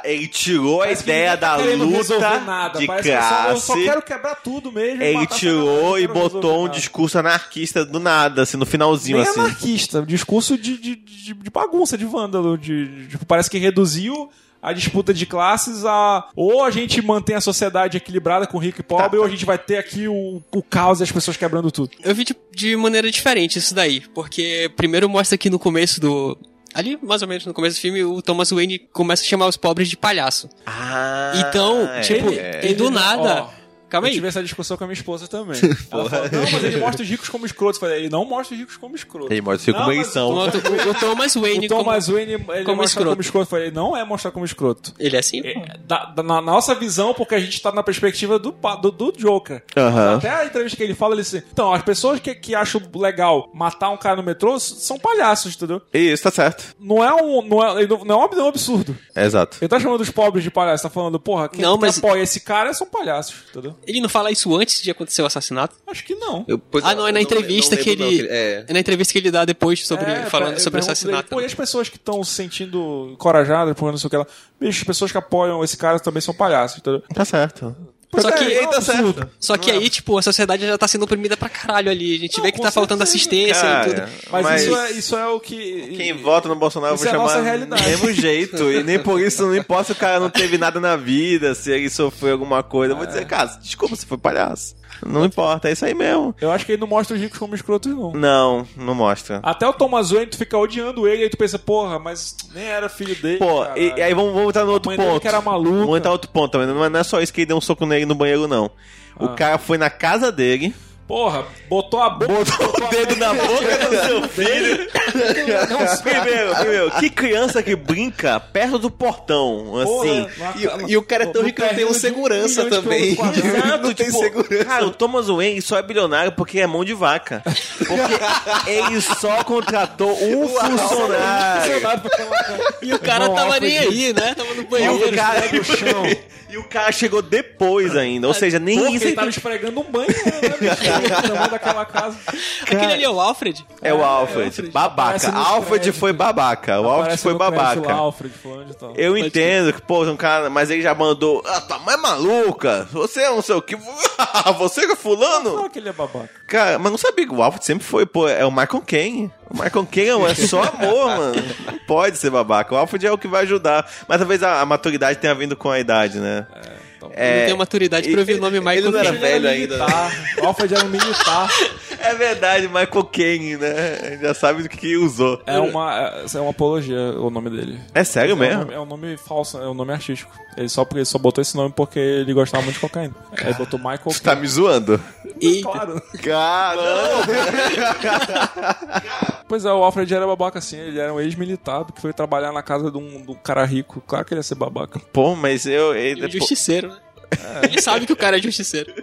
S1: Ele tirou
S2: Parece
S1: a
S2: que ninguém
S1: ideia
S2: tá
S1: da
S2: querendo
S1: luta
S2: resolver nada,
S1: de
S2: parece que eu só- Eu só,
S1: classe.
S2: quero quebrar tudo mesmo. e
S1: Ele
S2: matar essa galera, eu
S1: tirou
S2: não
S1: e
S2: quero resolver
S1: botou um
S2: nada.
S1: discurso anarquista do nada, assim, no finalzinho,
S2: Nem
S1: assim.
S2: anarquista, discurso de, de, de, de bagunça, de vândalo. De, de- tipo, parece que reduziu a disputa de classes a ou a gente mantém a sociedade equilibrada com rico e pobre, ou a gente vai ter aqui o, o caos e as pessoas quebrando tudo.
S4: Eu vi de, de maneira diferente isso daí, porque primeiro mostra aqui no começo do. Ali, mais ou menos no começo do filme, o Thomas Wayne começa a chamar os pobres de palhaço.
S1: Ah,
S4: Então, tipo,
S1: é.
S4: e do
S2: Ele-
S4: nada,
S2: ó,
S4: Calma
S2: Eu
S4: aí.
S2: tive essa discussão com a minha esposa também. Ela falou, não, mas ele mostra os ricos como escrotos. Eu falei, ele não mostra os ricos como escrotos.
S3: Ele mostra os ricos
S2: Não,
S3: como
S2: mas
S3: eles são.
S2: o Tom-
S4: O, o- o Thomas Wayne.
S2: O Thomas
S4: como-
S2: Wayne, ele mostra
S4: como
S2: como
S4: escroto.
S2: escroto. Eu falei, não é mostrar como escroto.
S4: Ele é assim?
S2: É, da- da- na nossa visão, porque a gente tá na perspectiva do, pa- do, do Joker.
S1: Aham.
S2: Até a entrevista que ele fala, ele assim, então, as pessoas que, que acham legal matar um cara no metrô s- são palhaços, entendeu?
S1: Isso, tá certo.
S2: Não é um, não é, ele não não é um- não é um absurdo.
S1: Exato.
S2: Ele tá chamando os pobres de palhaço, tá falando, porra, quem
S4: Não,
S2: que
S4: mas-
S2: apoia esse cara são palhaços, entendeu?
S4: Ele não fala isso antes de acontecer o assassinato?
S2: Acho que não.
S3: Eu- pois
S4: ah, não, é na
S3: eu
S4: entrevista
S3: eu não
S4: que
S3: lembro,
S4: ele.
S3: não, é.
S4: é na entrevista que ele dá depois sobre,
S2: É,
S4: falando
S2: eu
S4: sobre
S2: pergunto
S4: o
S2: dele,
S4: assassinato. né?
S2: Pô, e as pessoas que estão se sentindo encorajadas, por não sei o que lá. Bicho, as pessoas que apoiam esse cara também são palhaços, entendeu?
S1: Tá certo.
S2: Pois
S4: Só
S2: é,
S4: que-
S2: não é um
S1: Tá
S2: absurdo.
S1: certo.
S4: Só que aí, tipo, a sociedade já tá sendo oprimida pra caralho ali. A gente
S2: é. Não,
S4: vê que
S2: com
S4: tá faltando
S2: certeza,
S4: assistência e
S1: Cara,
S4: tudo.
S2: Mas, isso, é, isso é o que.
S1: Quem vota no Bolsonaro eu
S2: Isso
S1: vou
S2: é a
S1: chamar
S2: nossa realidade.
S1: do mesmo jeito. E nem por isso, não importa se o cara não teve nada na vida, se ele sofreu alguma coisa. Eu vou
S2: É.
S1: dizer, cara, desculpa, você foi palhaço. Não importa, é isso aí mesmo.
S2: Eu acho que ele não mostra os ricos como escrotos, não.
S1: Não, não mostra.
S2: Até o Thomas Wayne, tu fica odiando ele, aí tu pensa, porra, mas nem era filho dele.
S1: Pô, e, e aí vamos vamos voltar no outro
S2: mãe dele
S1: ponto.
S2: que era maluca.
S1: Vamos entrar no outro ponto também. Não é- não é só isso que ele deu um soco nele no banheiro, não. O
S2: Ah.
S1: cara foi na casa dele,
S2: Porra, botou a boca.
S1: botou o dedo na boca do seu filho. Assim, primeiro, primeiro, que criança que brinca perto do portão, assim.
S3: E, e o cara é tão
S2: No
S3: rico que não tem um
S2: terreno de um
S3: segurança
S2: milhão de
S3: também.
S2: quilômetros
S1: Exato,
S3: não tem
S1: tipo,
S3: segurança.
S1: Cara, o Thomas Wayne só é bilionário porque é mão de vaca. Porque ele só contratou um funcionário.
S4: E o cara
S2: Não,
S4: tava
S2: Alfred-
S4: nem aí, né? Tava no
S1: E
S4: banheiro.
S1: o, cara, e o cara chegou depois ainda. Ou seja, nem
S2: Porra,
S1: isso
S2: ele
S1: ele
S2: tava esfregando um banho, né, bicho? tamanho daquela casa.
S4: Aquele ali é o Alfred.
S1: É o Alfred.
S2: Aparece
S1: Babaca.
S2: nos
S1: Alfred
S2: créditos.
S1: foi babaca. O Alfred
S2: Parece
S1: foi
S2: que não conhece o
S1: babaca.
S2: Alfred, fulano e tal.
S1: Eu entendo que, pô, um cara, mas ele já mandou. Ah, tua mãe é maluca. Você é não sei o que. Você que é fulano?
S2: Não, que ele é babaca.
S1: Cara, mas não sabia que o Alfred sempre foi, pô, é o Michael Caine. O Michael Caine é só amor, mano. Não pode ser babaca. O Alfred é o que vai ajudar. Mas talvez a, a maturidade tenha vindo com a idade, né?
S2: É, então,
S4: Ele não tem maturidade pra ouvir o nome Michael
S3: É. ele não era
S4: Caine.
S3: velho
S2: Ele era
S3: ainda.
S2: militar. O Alfred era um militar.
S1: É verdade, Michael Caine, né? Ele Já sabe do que que usou.
S2: É uma, é é uma apologia o nome dele.
S1: É sério
S2: É um,
S1: mesmo?
S2: nome, é um nome falso, é um nome artístico. Ele só, ele só botou esse nome porque ele gostava muito de cocaína. Aí botou Michael
S1: Você tá
S2: Caine.
S1: me zoando?
S4: Eita.
S2: Claro.
S1: Caramba!
S2: Pois é, o Alfred era babaca assim, ele era um ex-militar que foi trabalhar na casa de um, de um cara rico. Claro que ele ia ser babaca.
S1: Pô, mas eu.
S4: Ele
S1: Ele,
S4: é justiceiro, né? Ele sabe que o cara é justiceiro.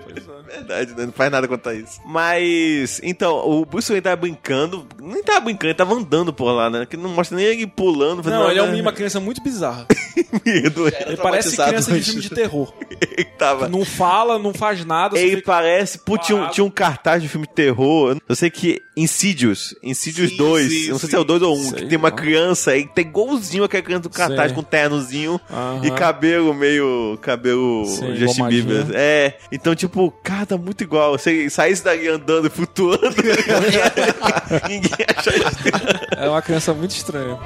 S1: Verdade, né? Não faz nada quanto a isso. Mas, então, o Bruce Wayne tava brincando. Nem tava brincando, ele tava andando por lá, né? Que não mostra nem ele pulando. fazendo
S2: Não, ele é um
S1: nada.
S2: menino, uma criança muito bizarra.
S1: Medo. tá
S2: Ele parece
S3: traumatizado
S2: criança de
S3: hoje.
S2: filme de terror.
S1: Ele tava.
S2: Não fala, não faz nada. só
S1: Ele
S2: fica-
S1: parece. Pô, tinha um,
S2: parado.
S1: tinha um cartaz de filme de terror. Eu sei que. Insidious. Insidious
S3: Sim,
S1: 2.
S3: sim,
S1: eu não sei
S3: sim.
S1: se é o 2 ou 1.
S2: Sei
S1: que tem uma
S2: lá.
S1: criança e tem igualzinho aquela criança do cartaz
S2: Sei.
S1: com ternozinho
S2: Aham.
S1: e cabelo meio. Cabelo
S2: Sim,
S1: Justin
S2: engomadinho.
S1: Bieber. É. Então, tipo, cara, tá muito igual. Se saísse dali andando e flutuando, ninguém acha estranho.
S2: É uma criança muito estranha.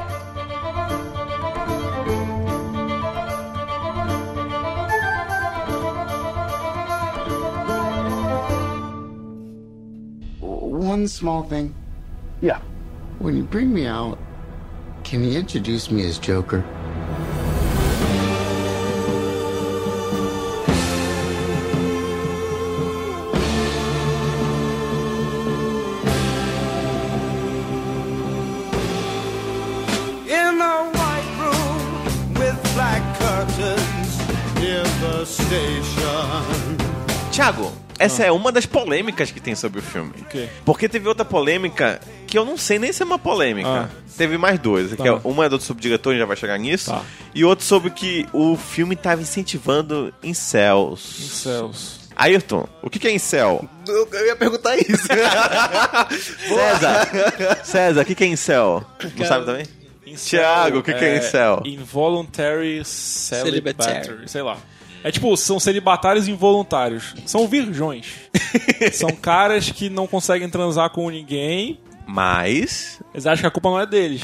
S8: One small thing.
S5: Yeah.
S8: When you bring me out, can you introduce me as Joker?
S9: in a white room with black curtains near the station.
S1: Thiago, essa é uma das polêmicas que tem sobre o filme.
S2: Ah. quê?
S1: Porque teve outra polêmica que eu não sei nem se é uma polêmica.
S2: Ah.
S1: Teve mais duas. que é- uma é do subdiretor, a gente já vai chegar nisso.
S2: Tá.
S1: E outro sobre que o filme estava incentivando incels.
S2: Céus.
S1: Ayrton, o que que é incel?
S3: Eu, eu ia perguntar isso.
S1: César, César, o que que é incel? Não sabe também? Thiago, o que que é incel?
S2: Involuntary celibatary.
S4: Celibatary.
S2: Sei lá. É tipo, são celibatários involuntários. São virgões. são caras que não conseguem transar com ninguém.
S1: Mas
S2: Eles acham que a culpa não é deles.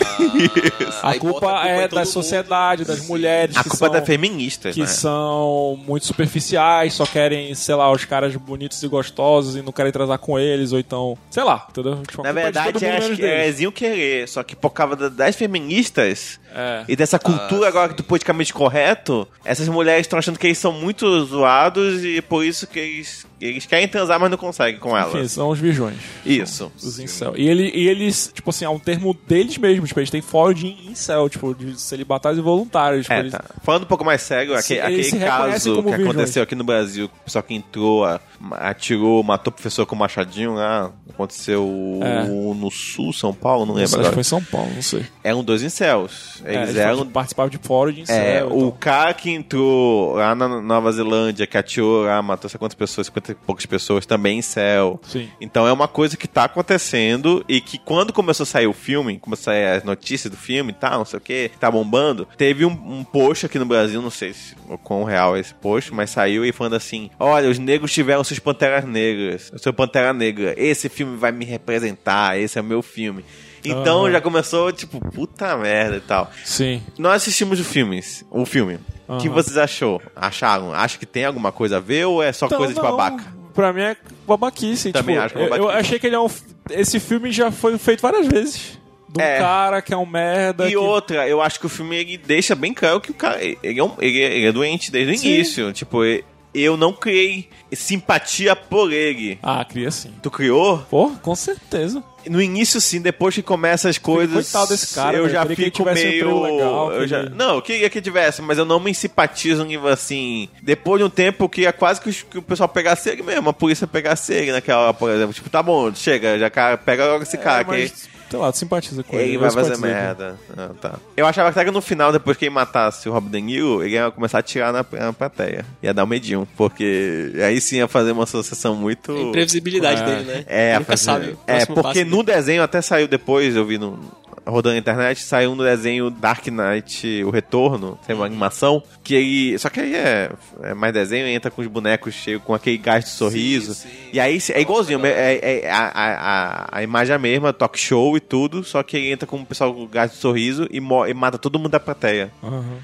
S2: a,
S3: aí
S2: culpa
S3: bota a culpa
S2: é
S3: em todo
S2: da
S3: mundo.
S2: sociedade, das mulheres.
S1: A
S2: que
S1: culpa é
S2: são-
S1: da feminista,
S2: que
S1: né?
S2: são muito superficiais, só querem, sei lá, os caras bonitos e gostosos e não querem transar com eles, ou então, sei lá, entendeu? Tipo,
S1: Na
S2: a culpa é de todo
S1: verdade,
S2: mundo
S1: acho
S2: menos
S1: que
S2: deles.
S1: eles iam querer, só que por causa da- das feministas
S2: É.
S1: e dessa cultura agora do politicamente correto, essas mulheres estão achando que eles são muito zoados e por isso que eles, eles querem transar, mas não conseguem com
S2: Enfim,
S1: elas.
S2: são os virgões.
S1: Isso.
S2: Os incel. E, ele, e eles, tipo assim, é um termo deles mesmos, tipo, eles têm fora de incel, tipo, de celibatários involuntários. Tipo,
S1: É,
S2: eles-
S1: tá. Falando um pouco mais sério, aque-
S2: Se- eles
S1: aquele,
S2: se reconhecem
S1: caso
S2: como
S1: que
S2: virgões.
S1: aconteceu aqui no Brasil, que o pessoal que entrou, a- atirou, matou o professor com o machadinho lá, aconteceu
S2: É.
S1: no sul, São Paulo, não
S2: Não sei,
S1: lembro
S2: acho que
S1: agora.
S2: foi em São Paulo, não sei.
S1: Eram dois incels.
S2: É,
S1: Eles
S2: eles
S1: eram
S2: participavam de fórum de incel.
S1: É,
S2: e
S1: o
S2: tal.
S1: cara que entrou lá na Nova Zelândia, que atirou lá, matou sei quantas pessoas, 50 e poucas pessoas, também em céu.
S2: Sim.
S1: Então é uma coisa que tá acontecendo e que quando começou a sair o filme, começou a sair as notícias do filme e tal, não sei o que, tá bombando, teve um, um post aqui no Brasil, não sei se, o quão real é esse post, mas saiu e falando assim, olha, os negros tiveram suas panteras negras, o seu pantera negra, esse filme vai me representar, esse é o meu filme. Então
S2: Aham.
S1: já começou, tipo, puta merda e tal.
S2: Sim.
S1: Nós assistimos o filme. O filme. O que
S2: Aham.
S1: vocês achou? Acharam? Acha que tem alguma coisa a ver ou é só
S2: Então,
S1: coisa de
S2: não,
S1: babaca?
S2: Pra mim é babaquice.
S1: Também
S2: tipo,
S1: acho
S2: eu- Eu
S1: babaquice.
S2: achei que ele é um. f- Esse filme já foi feito várias vezes. De um
S1: É.
S2: cara que é um merda.
S1: E
S2: que-
S1: outra, eu acho que o filme ele deixa bem claro que o cara ele é, um- ele é- ele é doente desde o
S2: Sim.
S1: início. Tipo, e- eu não criei simpatia por ele.
S2: Ah, cria sim.
S1: Tu criou?
S2: Pô, com certeza.
S1: No início sim, depois que começa as coisas.
S2: coitado desse cara,
S1: eu
S2: velho.
S1: já
S2: Queria que ele
S1: fico
S2: tivesse um
S1: meio.
S2: emprego legal,
S1: eu já-
S2: queria-
S1: Não, eu queria que tivesse, mas eu não me simpatizo nível assim. Depois de um tempo eu queria quase que, os- que o pessoal pegasse ele mesmo, a polícia pegasse ele naquela hora, por exemplo. Tipo, tá bom, chega, já cara, pega logo esse cara
S2: É, mas,
S1: que.
S2: Sei lá, tu simpatiza com ele.
S1: Tá Ele
S2: eu
S1: vai fazer
S2: simpatizei com
S1: merda.
S2: ele.
S1: Ah, tá. Eu achava até que no final, depois que ele matasse o Rob De Niro, ele ia começar a tirar na, na plateia. Ia dar um medinho, porque aí sim ia fazer uma associação muito...
S4: A imprevisibilidade
S2: É.
S4: dele, né?
S1: É,
S4: Nunca
S1: fazer-
S4: sabe. o
S1: É,
S4: próximo
S1: porque
S4: passo
S1: no desenho até saiu depois, eu vi no rodando na internet, saiu no desenho Dark Knight O Retorno, tem
S4: Uhum.
S1: uma animação, que ele. Só que aí é, é mais desenho, entra com os bonecos cheios, com aquele gás de sorriso. E aí é igualzinho, é, é- é- a, a, a, a imagem é a mesma, talk show e tudo, só que ele entra com o pessoal com gás de sorriso e, mo- e mata todo mundo da plateia.
S2: Aham.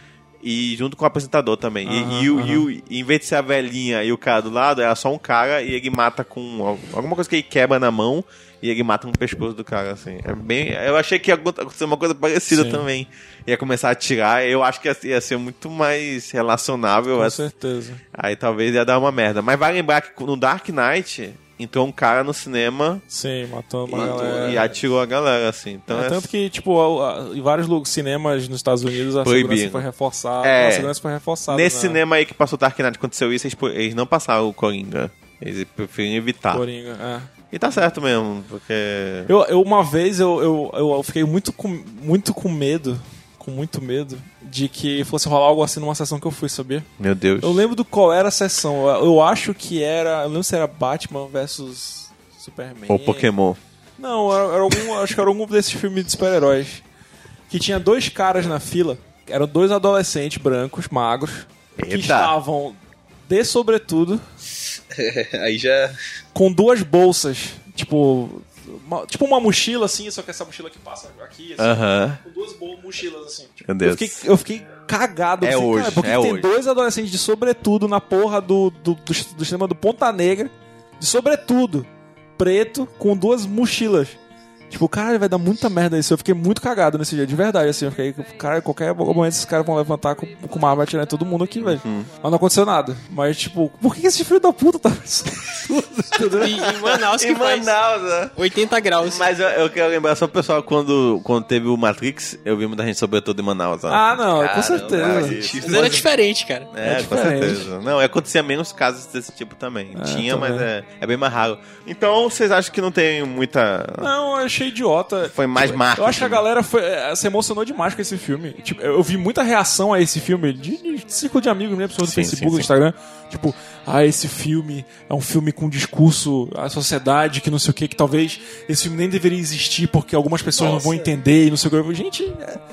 S1: E junto com o apresentador também. E-
S2: Aham,
S1: e, o- e o- e em vez de ser a velhinha e o cara do lado, era só um cara e ele mata com al- alguma coisa que ele quebra na mão e ele mata no pescoço do cara, assim. É bem. Eu achei que ia acon- acontecer uma coisa parecida
S2: Sim.
S1: também. Ia começar a atirar. Eu acho que ia, ia ser muito mais relacionável.
S2: Com
S1: essa-
S2: certeza.
S1: Aí talvez ia dar uma merda. Mas vai lembrar que no Dark Knight entrou um cara no cinema
S2: Sim, matando uma galera.
S1: e, e atirou a galera, assim. Então
S2: É,
S1: é,
S2: tanto que, tipo, a- a- em vários lu- cinemas nos Estados Unidos a
S1: Proibido.
S2: segurança foi reforçada.
S1: É.
S2: A segurança foi reforçada.
S1: Nesse
S2: né?
S1: cinema aí que passou Dark Knight aconteceu isso, eles, po- eles não passaram o Coringa. Eles preferiram evitar.
S2: Coringa, é.
S1: E tá certo mesmo, porque.
S2: Eu, eu- uma vez eu, eu, eu fiquei muito com, muito com medo, com muito medo, de que fosse rolar algo assim numa sessão que eu fui, sabia?
S1: Meu Deus.
S2: Eu lembro do qual era a sessão. Eu, eu acho que era. Eu lembro se era Batman versus Superman.
S1: Ou Pokémon.
S2: Não, era, era algum, acho que era algum desses filmes de super-heróis. Que tinha dois caras na fila, eram dois adolescentes brancos, magros, que
S1: Eita.
S2: estavam de sobretudo,
S1: É,
S3: Aí já.
S2: com duas bolsas, tipo. uma- tipo uma mochila assim, só que essa mochila que passa aqui, assim,
S1: Aham.
S2: com duas boas mochilas assim. Tipo,
S1: Meu Deus.
S2: Eu fiquei, eu fiquei cagado.
S1: É
S2: eu falei,
S1: hoje,
S2: cara, por que
S1: é
S2: que tem
S1: hoje."
S2: dois adolescentes de sobretudo na porra do, do, do, do cinema do Ponta Negra? De sobretudo, preto, com duas mochilas. Tipo, caralho, vai dar muita merda isso. Eu fiquei muito cagado nesse dia, de verdade, assim. Eu fiquei, cara, qualquer momento esses caras vão levantar com, com uma arma e atirar em todo mundo aqui, velho.
S1: Uhum.
S2: Mas não aconteceu nada. Mas, tipo, por que que esse filho da puta tá...
S4: dele. E em Manaus que
S1: Em
S4: faz
S1: Manaus, né?
S4: 80 graus.
S1: Mas eu, eu quero lembrar só pro pessoal quando, quando teve o Matrix, eu vi muita gente sobretudo em Manaus. né?
S2: ah, não, com
S1: cara,
S2: certeza.
S1: isso.
S4: Mas era diferente, cara.
S1: É, com
S2: diferente.
S1: certeza. Não, acontecia menos casos desse tipo também. Tinha,
S2: também.
S1: mas é, é bem mais raro. Então, vocês acham que não tem muita.
S2: Não, eu achei idiota.
S1: Foi mais marketing.
S2: Ah, Eu acho que a galera foi- eh, se emocionou demais com esse filme. Tipo, eu eu vi muita reação a esse filme de, de círculo de amigos, né? Pessoas do
S1: Sim,
S2: Facebook,
S1: sim,
S2: do Instagram. Tipo, ah, esse filme é um filme com discurso à sociedade, que não sei o que, que talvez esse filme nem deveria existir porque algumas pessoas não vão entender e não sei o que. Eu falei, Gente,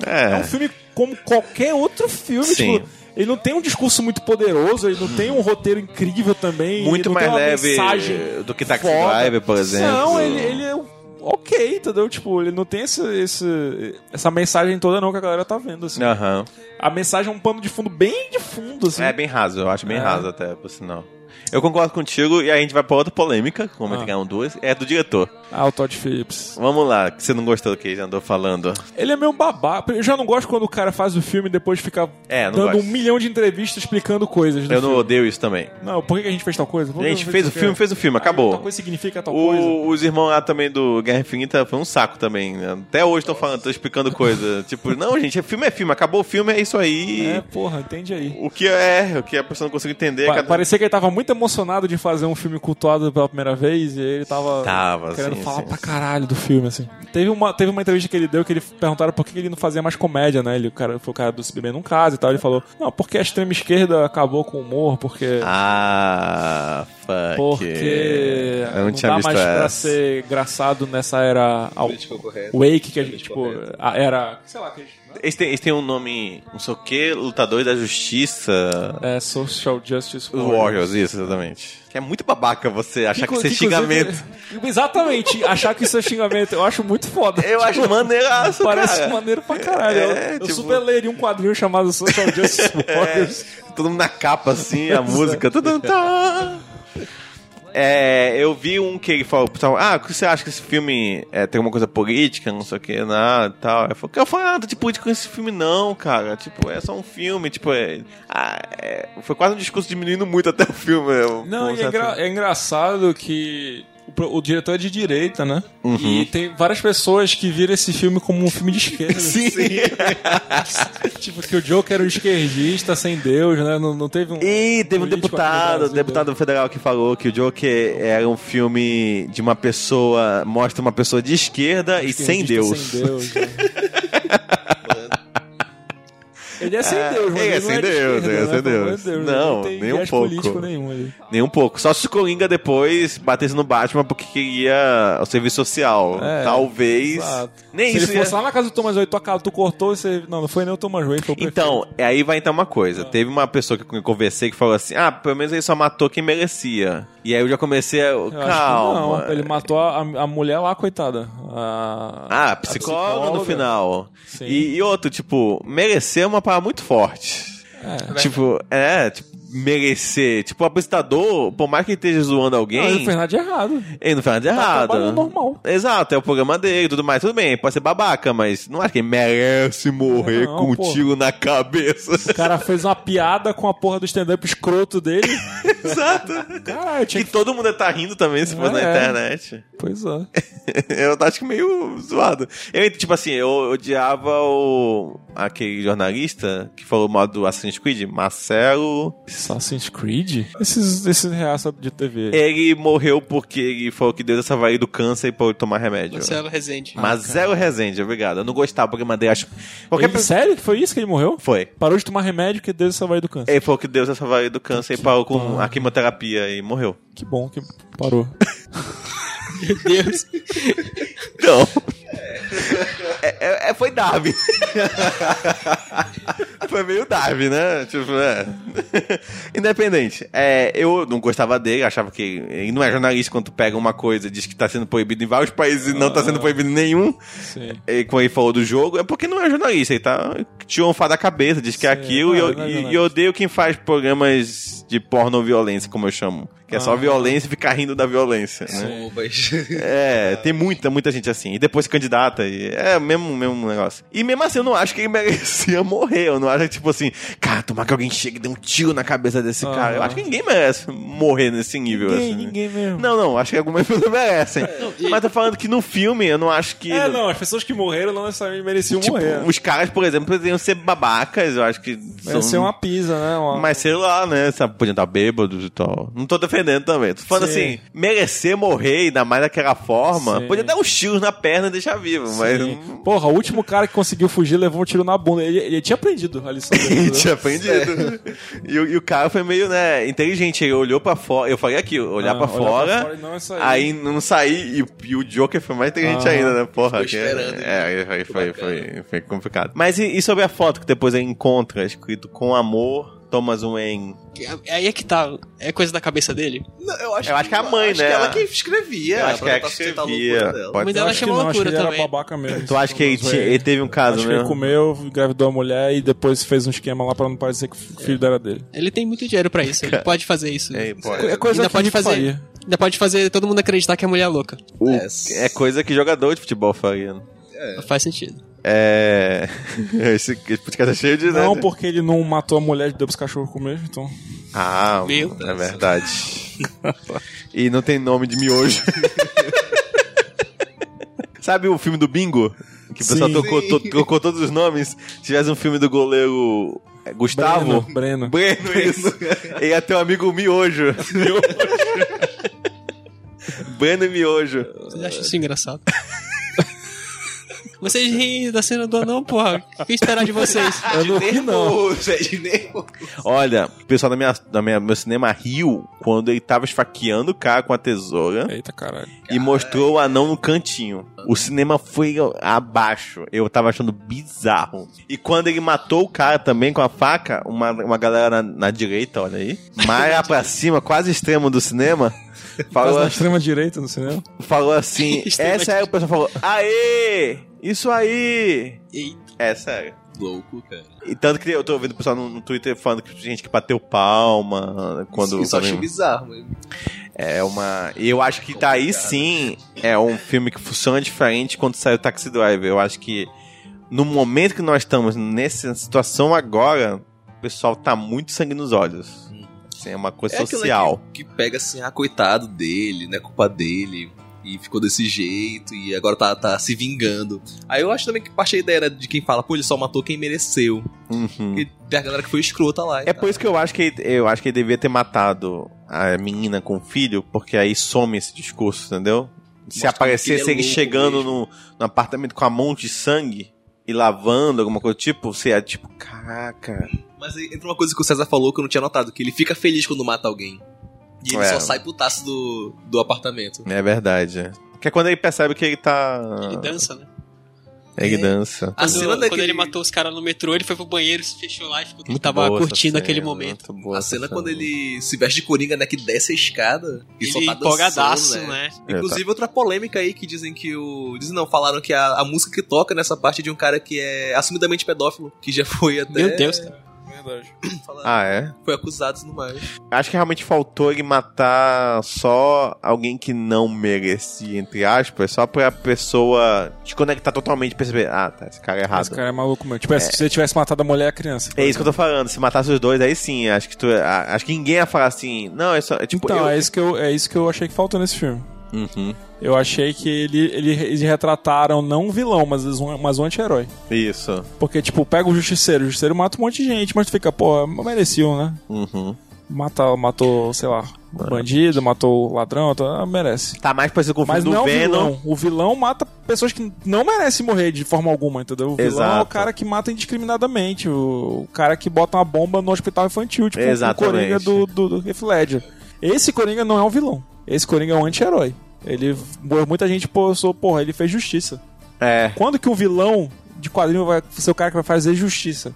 S2: é, é um
S1: É.
S2: filme como qualquer outro filme.
S1: Sim.
S2: Tipo, ele não tem um discurso muito poderoso, ele não tem um roteiro incrível também. ele
S1: Muito
S2: não
S1: mais
S2: tem uma
S1: leve
S2: mensagem
S1: do que Taxi
S2: foda.
S1: Driver, por exemplo.
S2: Não, ele, ele é um ok, entendeu? Tipo, ele não tem esse, esse- essa mensagem toda não que a galera tá vendo, assim.
S1: Aham.
S2: A mensagem é um pano de fundo bem de fundo, assim.
S1: É bem raso, eu acho bem
S2: É.
S1: raso até, por sinal. Eu concordo contigo e aí a gente vai pra outra polêmica, como é que ganham duas, é do diretor.
S2: Ah, o Todd Phillips.
S1: Vamos lá, que você não gostou do que ele andou falando.
S2: Ele é meio babaca. Eu já não gosto quando o cara faz o filme e depois fica
S1: É, não
S2: dando
S1: gosto.
S2: um milhão de entrevistas explicando coisas. do
S1: Eu não
S2: filme.
S1: odeio isso também.
S2: Não, por que que a gente fez tal coisa?
S1: A gente fez o filme, fez o filme, acabou.
S2: Tal coisa significa tal coisa.
S1: O- os irmãos lá também do Guerra Infinita foi um saco também. né? Até hoje estão falando, estão explicando coisa. tipo, não, gente, é filme é filme, acabou o filme, é isso aí.
S2: É, porra, entende aí.
S1: O que é, o que a pessoa não consegue entender.
S2: Pa-
S1: cada- um-
S2: Parecia que ele tava muito emocionado de fazer um filme cultuado pela primeira vez e ele tava,
S1: Tava,
S2: querendo
S1: sim,
S2: falar
S1: sim,
S2: pra
S1: sim.
S2: caralho do filme, assim. Teve uma, teve uma entrevista que ele deu que ele perguntaram por que ele não fazia mais comédia, né? Ele o cara, foi o cara do CBB num caso e tal. Ele falou, não, porque a extrema esquerda acabou com o humor, porque.
S1: Ah, fuck.
S2: Porque
S1: Eu não, tinha
S2: dá
S1: visto
S2: mais pra
S1: essa.
S2: ser engraçado nessa era ao-
S3: Política correta.
S2: wake que a gente,
S3: Política
S2: tipo, a era, sei lá, que a gente-
S1: Eles têm, eles têm um nome, não sei o que, lutadores da justiça.
S2: é Social Justice
S1: Os Warriors, isso, exatamente. Que é muito babaca você achar que, isso é
S2: inclusive-
S1: xingamento.
S2: Exatamente, achar que isso é xingamento, eu acho muito foda.
S1: Eu acho maneiraço,
S2: Parece
S1: cara.
S2: maneiro pra caralho. Eu-
S1: É,
S2: eu
S1: tipo-
S2: super leria um quadrinho chamado Social Justice Warriors.
S1: Todo mundo na capa, assim, a
S2: Pois é.
S1: música. Tá, tá, tá. É, eu vi um que ele falou, pessoal, ah, o que você acha que esse filme é, tem alguma coisa política, não sei o que, nada e tal. Eu falei, eu falei, ah, não tem política com esse filme não, cara. Tipo, é só um filme, tipo, é, ah, é- foi quase um discurso diminuindo muito até o filme. eu-
S2: Não,
S1: um
S2: e é,
S1: certo-
S2: engra- é engraçado que o, pro- o diretor é de direita, né?
S1: Uhum.
S2: E tem várias pessoas que viram esse filme como um filme de esquerda.
S1: Sim.
S2: tipo, que o Joker era um esquerdista sem Deus, né? Não, não teve um.
S1: E teve um
S2: político aqui no
S1: deputado,
S2: Brasil, né?
S1: deputado federal que falou que o Joker era um filme de uma pessoa, mostra uma pessoa de esquerda e sem
S2: esquerdista
S1: Deus.
S2: Sem Deus né? Ele é sem Deus,
S1: ele
S2: mas
S1: é
S2: ele não
S1: sem
S2: de
S1: Deus,
S2: esquerda,
S1: ele é
S2: né?
S1: sem
S2: Pelo amor
S1: Deus.
S2: de Deus.
S1: Não,
S2: ele tem
S1: nem um
S2: viés
S1: pouco.
S2: político nenhum ali.
S1: Nem um pouco. Só se o Coringa depois batesse no Batman porque queria o serviço social.
S2: É,
S1: Talvez.
S2: exato.
S1: Nem
S2: Se
S1: isso. né?
S2: ele fosse
S1: ia-
S2: lá na casa do Thomas Wayne, tu, acaba- tu cortou e você... Não, não foi nem o Thomas Wayne, foi o prefeito.
S1: Então, é, aí vai entrar uma coisa. Teve uma pessoa que eu conversei que falou assim: ah, pelo menos ele só matou quem merecia. E aí eu já comecei a.
S2: Eu acho que
S1: Calma.
S2: não, ele matou a, a mulher lá, coitada. A,
S1: Ah,
S2: a
S1: psicóloga, no final.
S2: Sim.
S1: E, e outro, tipo, merecer é uma palavra muito forte. Tipo, é, tipo, merecer. Tipo, o apresentador, por mais que ele esteja zoando alguém.
S2: Não, ele não fez nada de errado.
S1: Ele não fez nada de
S2: Tá
S1: errado.
S2: trabalhando normal.
S1: Exato, é o programa dele e tudo mais. Tudo bem, ele pode ser babaca, mas não acho que ele merece morrer
S2: Não,
S1: com um
S2: pô.
S1: tiro na cabeça.
S2: O cara fez uma piada com a porra do stand-up escroto dele.
S1: Exato.
S2: Caralho, tinha
S1: Que
S2: que...
S1: todo mundo tá rindo também se for na
S2: É.
S1: internet.
S2: Pois é.
S1: Eu acho que meio zoado. Eu, tipo assim, eu odiava o. aquele jornalista que falou mal do Assassin's Creed, Marcelo.
S2: Assassin's Creed? Esses, esses reaça de TV.
S1: Ele morreu porque ele falou que Deus é salvar ele do câncer e pôde tomar remédio.
S4: Marcelo Ah, Rezende.
S1: Marcelo Rezende, obrigado. Eu não gostava porque mandei acho. Qualquer
S2: Ele- Sério que foi isso que ele morreu?
S1: Foi.
S2: Parou de tomar remédio que Deus salvar ele do câncer.
S1: Ele falou que Deus ia salvar ele do câncer e parou com a quimioterapia e morreu.
S2: Que bom que parou.
S4: Meu Deus.
S1: Não. É, é- é- foi Darwin. foi meio Darwin, né? Tipo, é. Independente. É, eu não gostava dele, achava que ele não é jornalista quando tu pega uma coisa e diz que tá sendo proibido em vários países e não tá sendo proibido em nenhum.
S2: Ah. Sim.
S1: E quando ele falou do jogo, é porque não é jornalista, ele tá tirou um fado da cabeça, diz que é
S2: Sim,
S1: aquilo, e
S2: não,
S1: eu,
S2: não é
S1: e-
S2: jornalista.
S1: e eu odeio quem faz programas de porno violência, como eu chamo. Que é só
S2: Ah.
S1: violência e ficar rindo da violência, né? É, tem muita, muita gente assim. E depois se candidata. E é o mesmo, mesmo negócio. E mesmo assim, eu não acho que ele merecia morrer. Eu não acho que, tipo assim, cara, tomar que alguém chegue e dê um tiro na cabeça desse
S2: Aham.
S1: cara. Eu acho que ninguém merece morrer nesse nível.
S2: Ninguém,
S1: assim.
S2: ninguém mesmo.
S1: Não, não, acho que algumas pessoas merecem. Mas tô falando que no filme, eu não acho que.
S2: É, não, as pessoas que morreram não necessariamente mereciam
S1: Tipo,
S2: morrer.
S1: os caras, por exemplo, poderiam ser babacas, eu acho que.
S2: Merecia
S1: são-
S2: uma pisa, né? Uma...
S1: mas sei lá, né? Sabe, podiam estar bêbados e tal. Não tô defendendo também. Tô falando
S2: Sim.
S1: assim, merecer morrer, ainda mais daquela forma,
S2: Sim.
S1: podia dar uns tiros na perna e deixar vivo, mas.
S2: Sim. Porra, o último cara que conseguiu fugir levou um tiro na bunda. Ele, ele tinha aprendido a lição. dele, né?
S1: Ele
S2: entendeu?
S1: tinha aprendido. E, o- e o cara foi meio, né, inteligente. Ele olhou pra fora. Eu falei aqui, olhar
S2: Ah,
S1: pra
S2: olhar
S1: fora.
S2: pra fora e não sair.
S1: aí não sair. E, e o Joker foi mais inteligente
S2: Ah.
S1: ainda, né? Porra.
S3: Ficou
S1: É,
S3: esperando, né?
S1: é, foi,
S3: Ficou
S1: foi,
S3: bacana.
S1: foi, foi complicado. Mas e, e sobre a foto que depois ele encontra, escrito com amor. Thomas Wayne.
S4: Aí é que tá. É coisa da cabeça dele.
S3: Não, eu acho,
S1: Eu acho que é a mãe,
S3: acho
S1: né?
S3: Que ela que escrevia. tá
S1: Eu acho que é a que
S3: pra sustentar a
S1: escrevia.
S3: loucura dela.
S1: Pode
S4: A mãe
S1: ser.
S4: dela
S2: acho que
S4: achava
S2: não, acho que
S4: loucura
S2: ele era
S4: também.
S2: babaca mesmo.
S1: Tu acha que ele,
S2: Thomas
S1: tinha-
S2: Wayne.
S1: ele teve um caso,
S2: Acho que
S1: né?
S2: ele comeu, engravidou a mulher e depois fez um esquema lá pra não parecer que o filho dela era dele.
S4: Ele tem muito dinheiro pra isso, ele pode fazer isso.
S1: É, pode.
S2: É coisa
S4: ainda
S2: que
S4: pode
S2: Rick
S4: fazer.
S2: faria.
S4: Ainda pode fazer todo mundo acreditar que a mulher é louca.
S1: O-
S3: É.
S1: É coisa que jogador de futebol faria. né?
S4: Faz sentido.
S1: É. Esse esse podcast é cheio de. né?
S2: Não, porque ele não matou a mulher e deu pros cachorros comer, então.
S1: Ah,
S4: Meu
S1: é verdade. e não tem nome de miojo. Sabe o filme do Bingo? Que o pessoal
S2: Sim.
S1: tocou, to- tocou todos os nomes. Se tivesse um filme do goleiro é, Gustavo.
S2: Breno. Breno.
S1: Breno, isso. e ia ter um amigo miojo. Breno e miojo.
S4: Vocês acham isso engraçado? vocês riem da cena do anão, porra. O que esperar de vocês?
S2: Eu não ri, não.
S3: Pô, é de nervo.
S1: Olha, o pessoal da minha, da minha meu cinema riu quando ele tava esfaqueando o cara com a tesoura.
S2: Eita caralho.
S1: e mostrou o anão no cantinho. O cinema foi abaixo. Eu tava achando bizarro. E quando ele matou o cara também com a faca, uma, uma galera na, na direita, olha aí, mais lá pra cima, quase extremo do cinema,
S2: Quase
S1: falou,
S2: na extrema direita no cinema.
S1: falou assim:
S4: Extrema
S1: É sério, o pessoal falou, aê! Isso aí!
S4: Eita.
S1: É sério.
S3: Louco, cara.
S1: E tanto que eu tô ouvindo o pessoal no, no Twitter falando que gente que bateu palma quando.
S3: Isso eu achei
S1: quando-
S3: bizarro. mano.
S1: É uma. E eu acho que tá aí sim. É um filme que funciona diferente quando saiu Taxi Driver. Eu acho que no momento que nós estamos nessa situação agora, o pessoal tá muito sangue nos olhos.
S3: Hum.
S1: Assim, é uma coisa
S3: É aquilo, né,
S1: social.
S3: Que pega assim, ah, coitado dele, né? Culpa dele. E ficou desse jeito, e agora tá, tá se vingando. Aí eu acho também que parte da ideia né, de quem fala, pô, ele só matou quem mereceu.
S1: Uhum.
S3: E tem a galera que foi escrota lá. e
S1: É
S3: tal.
S1: por isso que eu acho que eu acho que ele devia ter matado a menina com o filho, porque aí some esse discurso, entendeu? Se
S3: Mostra que ele é
S1: aparecesse ele
S3: louco
S1: chegando
S3: mesmo.
S1: no, no apartamento com a mão de sangue e lavando alguma coisa do tipo, você é tipo, caraca.
S3: Mas aí entra uma coisa que o César falou que eu não tinha notado, que ele fica feliz quando mata alguém. E ele
S1: É.
S3: só sai putaço do, do apartamento.
S1: É verdade. é. Porque é quando ele percebe que ele tá.
S4: Ele dança, né?
S1: Ele
S3: É.
S1: dança.
S3: A
S4: Quando,
S3: cena
S4: quando
S3: daquele-
S4: ele matou os caras no metrô, ele foi pro banheiro, se fechou lá e ficou,
S1: Muito
S4: tava
S1: boa essa
S4: curtindo
S1: cena, né?
S4: aquele momento.
S1: muito boa
S3: A
S1: essa é
S3: cena é quando ele se veste de coringa, né? Que desce a escada e só
S4: ele
S3: tá
S4: empolgadaço,
S3: dançando, né?
S4: né?
S1: É, tá.
S3: Inclusive, outra polêmica aí que dizem que o. Dizem não, falaram que a, a música que toca nessa parte é de um cara que é assumidamente pedófilo, que já foi até.
S4: Meu Deus, cara.
S2: Verdade.
S3: falar-
S1: Ah, é?
S3: Foi acusado e tudo mais.
S1: Acho que realmente faltou ele matar só alguém que não merecia, entre aspas, só pra pessoa desconectar totalmente e perceber: ah, tá, esse cara é errado.
S2: Esse cara é maluco mesmo. Tipo, se você tivesse matado a mulher e a criança.
S1: É isso que eu tô falando, se matasse os dois, aí sim, acho que tu. a- Acho que ninguém ia falar assim. Não, é só. É tipo.
S2: Então,
S1: eu...
S2: é, isso que eu, é isso que eu achei que faltou nesse filme.
S1: Uhum.
S2: Eu achei que ele, ele, eles retrataram não um vilão, mas, um, mas um anti-herói.
S1: Isso.
S2: Porque, tipo, pega o justiceiro, o justiceiro mata um monte de gente, mas tu fica, pô, mereciam, né?
S1: Uhum.
S2: Mata, matou, sei lá, o bandido, matou o ladrão, tá, ah, merece.
S1: Tá mais parecido com o filme
S2: Mas
S1: do
S2: não é o
S1: Venom.
S2: vilão. O vilão mata pessoas que não merecem morrer de forma alguma, entendeu? O vilão é o
S1: Exato.
S2: cara que mata indiscriminadamente, o, o cara que bota uma bomba no hospital infantil, tipo
S1: Exatamente.
S2: o Coringa do, do, do Heath Ledger. Esse Coringa não é um vilão. Esse Coringa é um anti-herói. Ele. Muita gente pensou, porra, ele fez justiça.
S1: É.
S2: Quando que o vilão de quadrinho vai ser o cara que vai fazer justiça?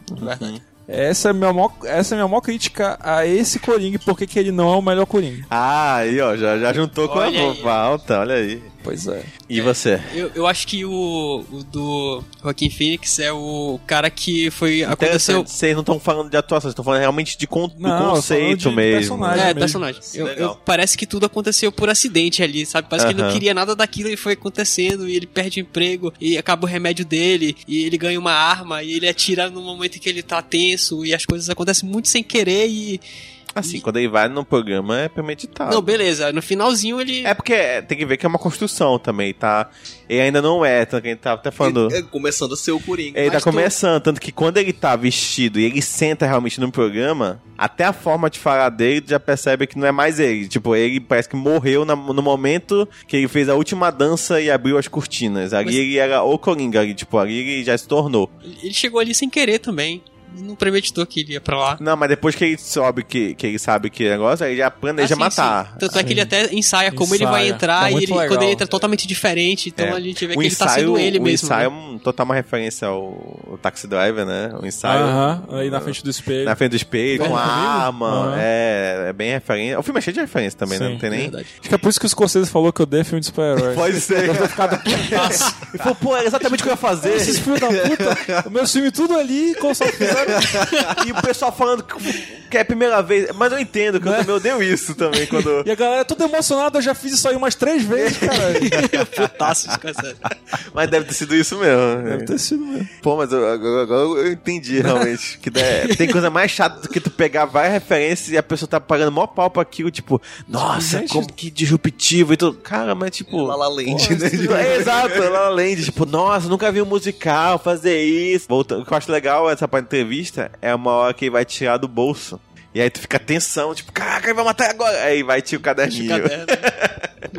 S2: Essa é a minha maior, essa é a minha maior crítica a esse Coringa e por que que ele não é o melhor Coringa.
S1: Ah, aí, ó, já, já juntou com
S4: Olha
S1: a
S4: aí.
S1: falta, olha aí.
S2: Pois é.
S1: E você?
S4: Eu, eu acho que o, o do Joaquim Phoenix é o cara que foi. Aconteceu.
S1: Interessante, Então, vocês não estão falando de atuação, vocês estão falando realmente de con- do
S2: Não,
S1: conceito
S2: falando de
S1: mesmo.
S2: personagem.
S4: É,
S2: mesmo.
S4: personagem. Eu- eu-
S1: legal.
S4: parece que tudo aconteceu por acidente ali, sabe? Parece que ele não
S1: Aham.
S4: queria nada daquilo e foi acontecendo, e ele perde o emprego, e acaba o remédio dele, e ele ganha uma arma, e ele atira no momento em que ele tá tenso, e as coisas acontecem muito sem querer e.
S1: Assim, quando ele vai no programa é premeditado.
S4: Não, beleza. No finalzinho ele.
S1: É porque é, tem que ver que é uma construção também, tá? Ele ainda não é, tanto que a gente tá até falando.
S3: E- é, começando a ser o Coringa.
S1: Ele tá
S3: Mas tu-
S1: começando, tanto que quando ele tá vestido e ele senta realmente no programa, até a forma de falar dele tu já percebe que não é mais ele. Tipo, ele parece que morreu na- no momento que ele fez a última dança e abriu as cortinas. Ali
S4: Mas-
S1: ele era o Coringa, ali, tipo, ali ele já se tornou.
S4: Ele chegou ali sem querer também. não premeditou que ele ia pra lá.
S1: Não, mas depois que ele sobe que, que ele sabe que é negócio, aí ele já planeja
S4: Ah, sim,
S1: matar.
S4: sim. Tanto é que ele até ensaia como ele vai
S2: Ensaia.
S4: entrar
S2: Tá
S4: e
S2: muito
S4: ele,
S2: legal.
S4: quando ele entra é totalmente diferente, então
S1: É.
S4: a gente vê
S1: o
S4: que ele tá sendo ele
S1: o
S4: mesmo.
S1: ensaio é
S4: né?
S1: um- total uma referência ao, ao Taxi Driver, né? O ensaio.
S2: Aham, aí na frente do espelho.
S1: Na frente do espelho, com a arma.
S2: Aham.
S1: É, é bem referência. O filme é cheio de referência também, né?
S2: Sim,
S1: Não tem nem.
S4: verdade.
S2: Acho que é por isso que o Scorsese falou que eu dei filme de super-herói.
S1: Pode ser. E falou, pô, era exatamente o que eu ia
S2: Esses
S1: fazer.
S2: filhos da puta, o meu filme tudo ali, como só fizeram.
S1: e o pessoal falando que que é a primeira vez. Mas eu entendo que eu
S2: Né?
S1: também odeio isso também quando.
S2: E a galera toda emocionada, eu já fiz isso aí umas três vezes, cara.
S4: Putaço de coisa.
S1: Mas deve ter sido isso mesmo.
S2: Deve ter sido mesmo.
S1: Pô, mas eu- agora, agora eu entendi realmente. que né, Tem coisa mais chata do que tu pegar várias referências e a pessoa tá pagando mó pau pra aquilo, tipo, nossa,
S2: Gente.
S1: como que disruptivo e tudo. Cara, mas tipo.
S3: La La Land,
S1: pô,
S3: né?
S1: isso- é, exato, La La Land. Tipo, nossa, nunca vi um musical fazer isso. Voltando, o que eu acho legal essa parte da entrevista é uma hora que ele vai tirar do bolso. E aí tu fica tensão, tipo, caraca, ele vai matar agora. Aí vai tirar o caderninho.
S4: Caderno.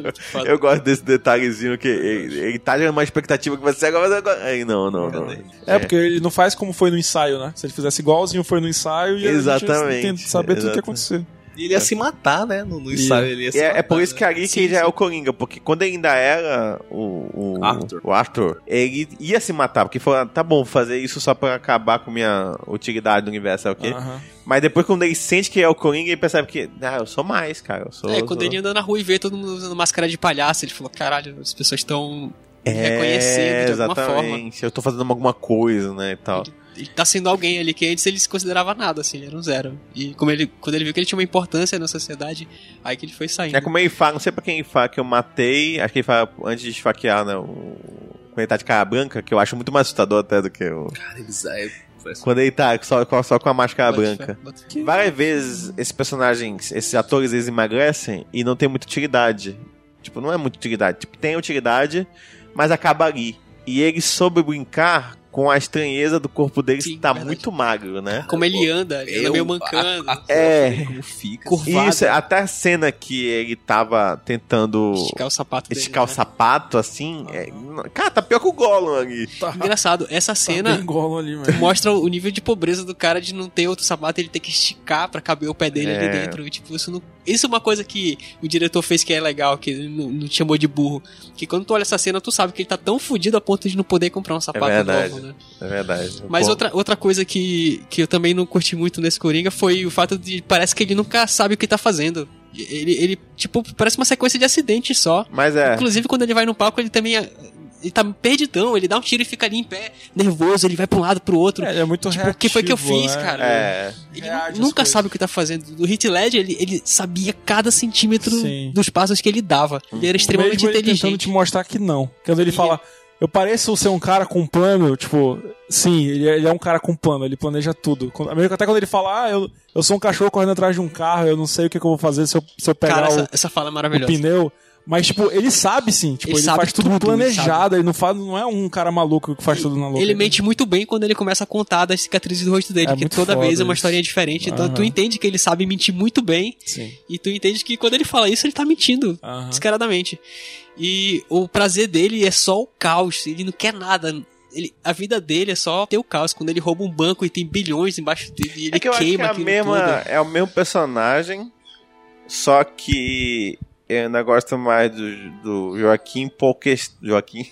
S4: Muito foda.
S1: Eu gosto desse detalhezinho que ele, ele tá gerando uma expectativa que vai ser agora, mas agora. Aí não, não, não.
S2: É, porque ele não faz como foi no ensaio, né? Se ele fizesse igualzinho foi no ensaio, e a
S1: Exatamente,
S2: gente tem que saber tudo o
S1: exatamente.
S2: que aconteceu.
S3: E ele ia se matar, né? No, no ensaio ele ia se
S1: E é,
S3: matar,
S1: é por isso
S3: né?
S1: que ali
S3: Sim,
S1: que já é o Coringa, porque quando ele ainda era o, o,
S3: Arthur.
S1: o Arthur, ele ia se matar, porque falou, tá bom, vou fazer isso só pra acabar com minha utilidade do universo, ok?
S2: Aham.
S1: Mas depois quando ele sente que é o Coringa, ele percebe que, ah, eu sou mais, cara, eu sou...
S4: É,
S1: eu
S4: quando
S1: sou-
S4: ele anda na rua e vê todo mundo usando máscara de palhaço, ele falou: caralho, as pessoas estão
S1: é,
S4: reconhecendo de alguma forma.
S1: exatamente, eu tô fazendo alguma coisa, né, e tal.
S4: Ele tá sendo alguém ali que antes ele se considerava nada, assim, ele era um zero. E como ele, quando ele viu que ele tinha uma importância na sociedade, aí que ele foi saindo.
S1: É como ele fala, não sei pra quem ele fala que eu matei, acho que ele fala antes de esfaquear, né, o... Quando ele tá de cara branca, que eu acho muito mais assustador até do que o...
S3: Cara, eles- é,
S1: Quando ele tá só, com- só com a máscara
S4: Bota fé,
S1: branca.
S4: bota fé.
S1: Várias vezes esses personagens, esses atores, eles emagrecem e não tem muita utilidade. Tipo, não é muita utilidade. Tipo, tem utilidade, mas acaba ali. E ele soube brincar com a estranheza do corpo deles
S4: Sim,
S1: que tá
S4: verdade.
S1: muito magro, né?
S4: Como ele anda, ele anda
S3: eu-
S4: meio
S3: a- é
S4: mancando.
S3: a- né,
S1: É.
S3: Como fica. é,
S4: Curvado.
S1: Isso, até a cena que ele tava tentando
S4: Esticar o sapato dele,
S1: esticar o
S4: né?
S1: sapato, assim. é- Cara, tá pior que o Gollum ali.
S4: Engraçado, né? essa
S2: Tá
S4: cena
S2: bem golo ali, mano.
S4: mostra o nível de pobreza do cara de não ter outro sapato, ele ter que esticar pra caber o pé dele
S1: É.
S4: ali dentro. E, tipo, isso não. Isso é uma coisa que o diretor fez que é legal, que ele não, não te chamou de burro. Que quando tu olha essa cena, tu sabe que ele tá tão fudido a ponto de não poder comprar um sapato
S1: verdade.
S4: novo, né?
S1: É verdade.
S4: Mas
S1: Pô,
S4: outra, outra coisa que, que eu também não curti muito nesse Coringa foi o fato de. Parece que ele nunca sabe o que tá fazendo. Ele, ele tipo, parece uma sequência de acidentes só.
S1: Mas é.
S4: Inclusive, quando ele vai no palco, ele também. é- Ele tá perdidão, ele dá um tiro e fica ali em pé, nervoso, ele vai pra um lado pro outro.
S2: É, ele é muito
S4: Tipo, o que foi que eu
S2: reativo,
S4: fiz,
S2: né?
S4: cara?
S1: É.
S4: Ele
S2: Reage às
S4: nunca
S2: coisas.
S4: sabe o que tá fazendo. Do Hit Ledger, ele, ele sabia cada centímetro
S2: Sim.
S4: dos passos que ele dava. Ele era extremamente
S2: Mesmo ele tentando
S4: inteligente.
S2: te mostrar que não. Quando ele fala, eu pareço ser um cara com plano, tipo, sim, ele é, ele é um cara com plano, ele planeja tudo. Quando- Mesmo que Até quando ele fala, ah, eu, eu sou um cachorro correndo atrás de um carro, eu não sei o que, que eu vou fazer se eu, se eu pegar
S4: Cara,
S2: o,
S4: essa, essa fala é
S2: o
S4: maravilhosa.
S2: pneu. Mas, tipo, ele sabe sim, tipo,
S4: Ele
S2: ele,
S4: sabe
S2: faz tudo,
S4: tudo, ele
S2: planejado, ele, não, faz, não é um cara maluco que faz tudo na louca.
S4: Ele mente muito bem quando ele começa a contar das cicatrizes do rosto dele,
S2: É
S4: que
S2: muito
S4: toda
S2: foda
S4: vez é uma
S2: isso.
S4: historinha diferente. Então
S2: Aham.
S4: tu entende que ele sabe mentir muito bem,
S2: Sim.
S4: e tu entende que quando ele fala isso, ele tá mentindo.
S2: Aham.
S4: descaradamente. E o prazer dele é só o caos, ele não quer nada. Ele, a vida dele é só ter o caos. Quando ele rouba um banco e tem bilhões embaixo dele, e ele
S1: é que eu
S4: queima
S1: acho que
S4: aquilo
S1: é, a mesma,
S4: tudo.
S1: é o mesmo personagem, só que eu ainda gosto mais do, do Joaquim porque Joaquim.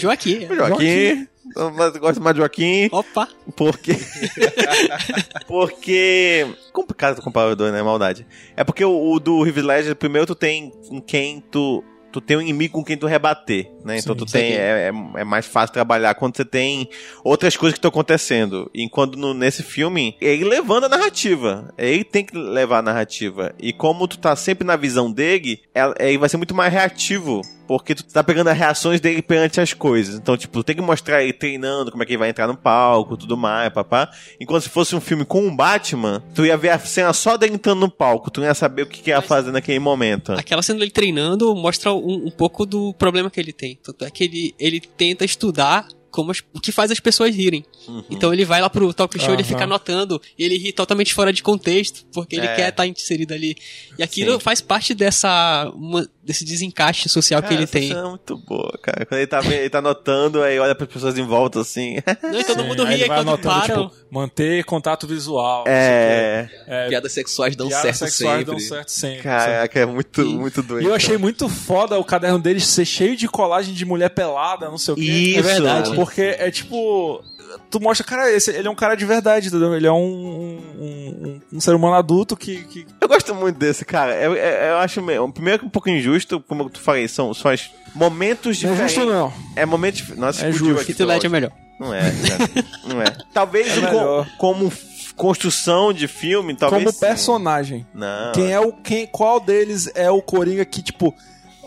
S4: Joaquim. é.
S1: Joaquim. Eu gosto mais do Joaquim
S4: Opa!
S1: porque. porque. Complicado comparar os dois, né? Maldade. É porque o, o do River Ledger, primeiro tu tem com quem tu. Tu tem um inimigo com quem tu rebater, né? Então
S2: Sim,
S1: tu
S4: isso
S1: tem.
S4: aqui.
S1: É, é- é mais fácil trabalhar quando você tem outras coisas que estão acontecendo. Enquanto no, nesse filme, ele levando a narrativa. Ele tem que levar a narrativa. E como tu tá sempre na visão dele, ela- ele vai ser muito mais reativo. Porque tu tá pegando as reações dele perante as coisas. Então, tipo, tu tem que mostrar ele treinando, como é que ele vai entrar no palco, tudo mais, papá. Enquanto se fosse um filme com o Batman, tu ia ver a cena só dele entrando no palco, tu não ia saber o que, que ia fazer naquele momento.
S4: Aquela cena dele treinando mostra um, um pouco do problema que ele tem. Tanto é que ele, ele tenta estudar como as- o que faz as pessoas rirem.
S1: Uhum.
S4: Então ele vai lá pro talk show, ele
S2: Aham.
S4: fica anotando, e ele ri totalmente fora de contexto, porque ele
S1: É.
S4: quer estar inserido ali. E aquilo
S1: Sim.
S4: faz parte dessa uma- desse desencaixe social que
S1: Cara,
S4: ele
S1: essa
S4: tem.
S1: cena é muito boa, cara. Quando ele tá, vendo- ele tá anotando, aí olha pras pessoas em volta assim.
S4: Não, e todo
S2: Sim,
S4: mundo
S2: É, aí
S4: ri,
S2: ele
S4: aí
S2: vai
S4: quando
S2: anotando,
S4: para.
S2: tipo, manter contato visual.
S1: É.
S2: É,
S3: Piadas sexuais dão
S2: piadas
S3: certo
S2: sexuais
S3: sempre.
S2: dão certo sempre.
S1: Caraca, é muito, muito
S2: E
S1: doido.
S2: eu achei muito foda o caderno deles ser cheio de colagem de mulher pelada, não sei o quê.
S1: Isso.
S2: É verdade. Porque é tipo. Tu mostra, cara, esse- ele é um cara de verdade, entendeu? Ele é um, um, um- um ser humano adulto que. que-
S1: Eu gosto muito desse, cara. Eu, eu, eu acho meio, primeiro que um pouco injusto, como eu falei, são, são as momentos
S2: Não é
S1: diferentes.
S2: justo, não.
S1: É momentos. dif- Nossa,
S2: É
S1: explodiu
S2: justo.
S1: aqui.
S4: Que tu LED é melhor.
S1: Não é, né? não é. Talvez
S2: É
S1: um co-
S2: melhor.
S1: como f- construção de filme, talvez.
S2: Como
S1: sim. Ah.
S2: personagem.
S1: Não.
S2: Quem é o. Quem, qual deles é o Coringa que, tipo.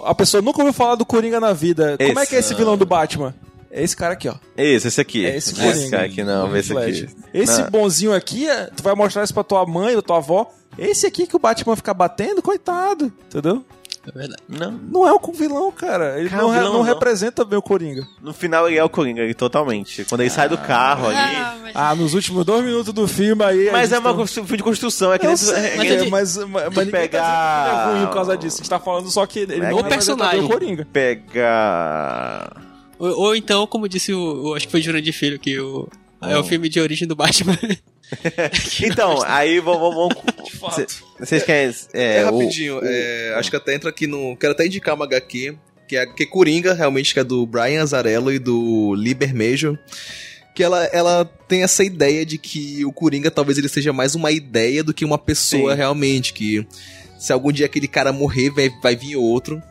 S2: A pessoa nunca ouviu falar do Coringa na vida. Como é
S1: Esse.
S2: que é esse vilão do Batman? É esse cara aqui, ó.
S1: Esse, esse aqui.
S2: É esse
S1: esse
S2: Coringa.
S1: cara aqui, não,
S2: Do
S1: esse
S2: Flash.
S1: aqui.
S2: Esse
S1: Não.
S2: bonzinho aqui, é- tu vai mostrar isso pra tua mãe ou tua avó. Esse aqui que o Batman fica batendo, coitado. Entendeu?
S4: É verdade.
S1: Não.
S2: Não é o vilão, cara. Ele
S1: Cara,
S2: não,
S1: o
S2: re-
S1: vilão
S2: não
S1: não.
S2: representa bem o Coringa.
S1: No final ele é o Coringa, ele, totalmente. Quando ele sai do carro ali.
S2: Ah, nos últimos dois minutos do filme aí. a
S1: Mas
S2: gente
S1: é uma
S2: tá-
S1: constru- filme de construção, é que
S2: Eu
S1: nem-
S2: sei,
S1: é
S2: mas,
S1: que-
S4: ele-
S2: mas, mas ninguém
S1: pegar-
S2: tá dizendo que ele é ruim por causa disso. A gente tá falando só que ele
S1: É
S2: não
S1: que-
S2: é personagem.
S4: personagem.
S2: o Coringa.
S1: pegar.
S4: Ou, ou então, como disse o, o- Acho que foi o Jurandir Filho, que o. É
S1: Ah.
S4: o filme de origem do Batman.
S1: Então, aí vamos.
S2: fato.
S1: Vocês querem.
S3: É,
S1: É, o-
S3: rapidinho. é, acho que até entra aqui no. Quero até indicar uma HQ, que é a HQ Coringa, realmente, que é do Brian Azarello e do Lee Bermejo. Que ela, ela tem essa ideia de que o Coringa talvez ele seja mais uma ideia do que uma pessoa
S1: Sim.
S3: realmente. Que se algum dia aquele cara morrer, vai, vai vir outro.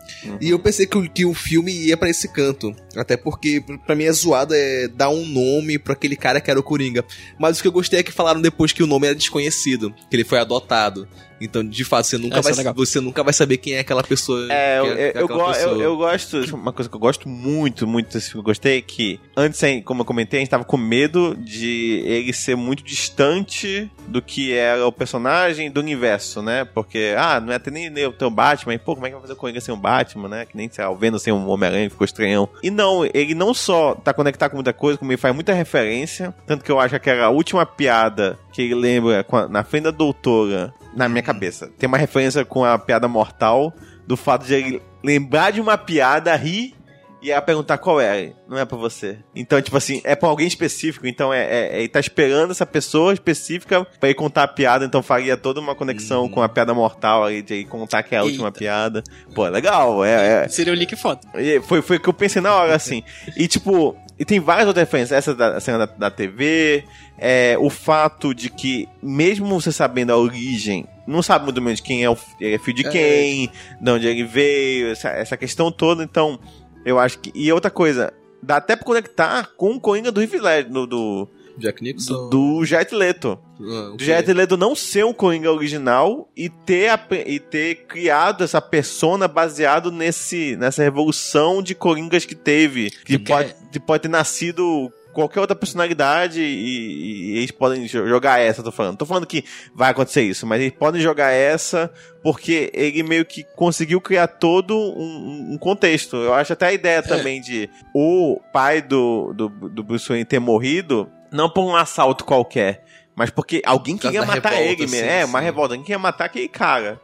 S3: E eu pensei que, o- que o filme ia pra esse canto. Até porque, pra- pra mim, é zoado é dar um nome pra aquele cara que era o Coringa. Mas o que eu gostei é que falaram depois que o nome era desconhecido, que ele foi adotado. Então, de fato, você nunca,
S4: Essa
S3: vai,
S4: é legal.
S3: você nunca vai saber quem é aquela pessoa.
S1: É, eu,
S3: que
S1: eu, eu,
S3: aquela
S1: go- eu-
S3: pessoa.
S1: eu gosto. Uma coisa que eu gosto muito, muito desse filme que eu gostei é que, antes, hein, como eu comentei, a gente tava com medo de ele ser muito distante do que era o personagem do universo, né? Porque, ah, não é até nem nem o teu Batman, e, pô, como é que vai fazer o Coringa sem um Batman, né? Que nem sei lá, o Venom sem um Homem-Aranha ficou estranhão. E não, ele não só tá conectado com muita coisa, como ele faz muita referência. Tanto que eu acho que era a última piada que ele lembra com a- na frente da doutora. Na minha cabeça. Tem uma referência com a piada mortal do fato de ele lembrar de uma piada, rir e ela perguntar qual é. Não é pra você. Então, tipo assim, é pra alguém específico. Então, é, é- é- ele tá esperando essa pessoa específica pra ele contar a piada. Então, faria toda uma conexão com a piada mortal aí, de ele contar que é a última
S4: Eita.
S1: piada. Pô, é legal. É,
S4: Seria o Lick foda.
S1: é- e foi, foi o que eu pensei na hora, assim. E, tipo, e tem várias outras referências. Essa da cena da, da TV, é, o fato de que, mesmo você sabendo a origem, não sabe muito bem de quem é o fi- é filho de quem, de onde ele veio, essa, essa questão toda. Então, eu acho que. E outra coisa, dá até pra conectar com o Coringa do Rivilé, do, do,
S3: Jack Nixon.
S1: do, do Jet Leto.
S3: Ah,
S1: Do
S3: ok.
S1: Jared Leto não ser um Coringa original e ter, apre- e ter criado essa persona baseado nesse, nessa revolução de Coringas que teve. Que
S4: Porque-
S1: pode, que pode ter nascido qualquer outra personalidade e, e eles podem jo- jogar essa, tô falando. Tô falando que vai acontecer isso, mas eles podem jogar essa porque ele meio que conseguiu criar todo um, um contexto. Eu acho até a ideia também de o pai do, do, do Bruce Wayne ter morrido, não por um assalto qualquer, mas porque alguém
S3: Por causa
S1: queria
S3: da
S1: matar
S3: revolta,
S1: ele,
S3: sim,
S1: mesmo. é, uma
S3: sim.
S1: revolta, alguém queria matar aquele cara.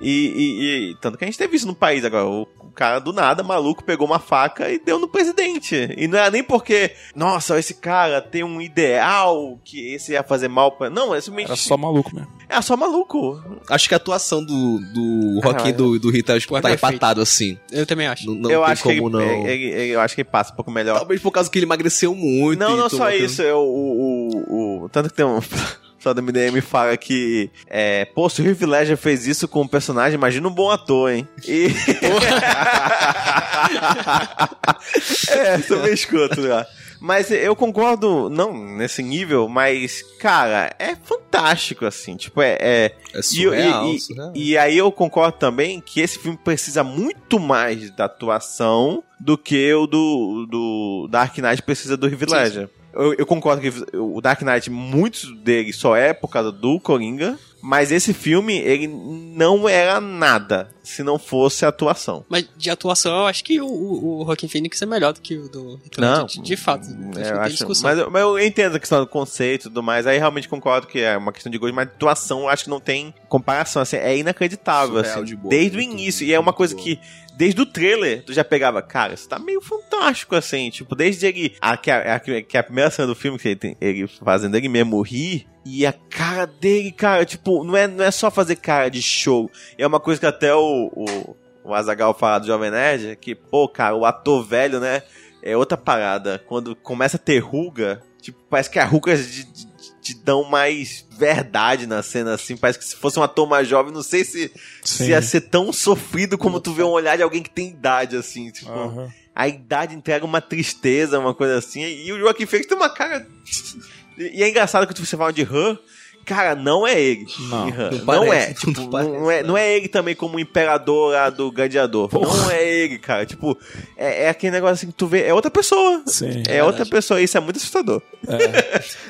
S1: E, e- e- tanto que a gente teve isso no país agora. O cara do nada, maluco, pegou uma faca e deu no presidente. E não era nem porque, nossa, esse cara tem um ideal que esse ia fazer mal pra. Não, é simplesmente.
S2: Era só maluco mesmo.
S1: é só maluco.
S3: Acho que a atuação do, do
S1: Caralho.
S3: Roquinho e do, do Rita acho que
S4: Ué,
S3: tá
S4: perfeito.
S3: empatado, assim.
S4: Eu também acho.
S3: Não, não
S1: Ah, é. eu
S3: tem
S1: acho
S3: como
S1: que é,
S3: não.
S1: ele, ele- ele- eu acho que ele passa um pouco melhor.
S3: Talvez por causa que ele emagreceu muito.
S1: Não,
S3: e
S1: não
S3: tomou
S1: só
S3: aquele-
S1: isso. Eu, o, o- o- tanto que tem um. Só do MDM fala que. É, Pô, se o Heath Ledger fez isso com um personagem, imagina um bom ator, hein? E. é, também escuto, né? Mas eu concordo, não nesse nível, mas, cara, é fantástico, assim. Tipo, é- é
S3: É
S1: e, eu-
S3: surreal,
S1: e- e-
S3: surreal.
S1: e aí eu concordo também que esse filme precisa muito mais da atuação do que o do, do Dark Knight precisa do Heath Ledger. Eu, eu concordo que o Dark Knight, muitos dele só é por causa do Coringa, mas esse filme, ele não era nada se não fosse a atuação.
S4: Mas de atuação, eu acho que o, o, o Joaquin Phoenix é melhor do que o do
S1: Não,
S4: de, de fato. acho que não
S1: É, eu
S4: Ah, tem
S1: acho-
S4: discussão.
S1: mas, eu- mas eu entendo a questão do conceito e tudo mais. Aí realmente concordo que é uma questão de gosto, mas atuação eu acho que não tem comparação. Assim, é inacreditável.
S3: Surreal
S1: assim,
S3: de boa,
S1: desde o
S3: muito,
S1: início.
S3: muito
S1: e é uma coisa
S3: boa.
S1: que, desde o trailer, tu já pegava, cara, isso tá meio fantástico, assim. Tipo, desde ele. A, que, a, a- que a primeira cena do filme, que ele, tem- ele fazendo ele mesmo rir. E a cara dele, cara, tipo, não é, não é só fazer cara de show. É uma coisa que até o, o, o Azagal fala do Jovem Nerd, é que, pô, cara, o ator velho, né? É outra parada. Quando começa a ter ruga, tipo, parece que as rugas de- de- te dão mais verdade na cena, assim. Parece que se fosse um ator mais jovem, não sei se,
S2: Sim.
S1: se ia ser tão sofrido como tu vê um olhar de alguém que tem idade, assim. Tipo,
S2: Aham.
S1: a idade entrega uma tristeza, uma coisa assim. E o Joaquim Phoenix tem uma cara. E é engraçado que você fala de Han. Cara, não é ele.
S2: Não.
S1: em Han.
S3: Não
S1: não,
S3: parece,
S1: é.
S3: não
S1: Tipo, não,
S3: parece,
S1: é, não é ele também como o imperador lá do Gladiador. Não
S2: Porra.
S1: é ele, cara. Tipo, é, é aquele negócio assim que tu vê. É outra pessoa.
S2: Sim.
S1: É outra pessoa. Isso é muito assustador.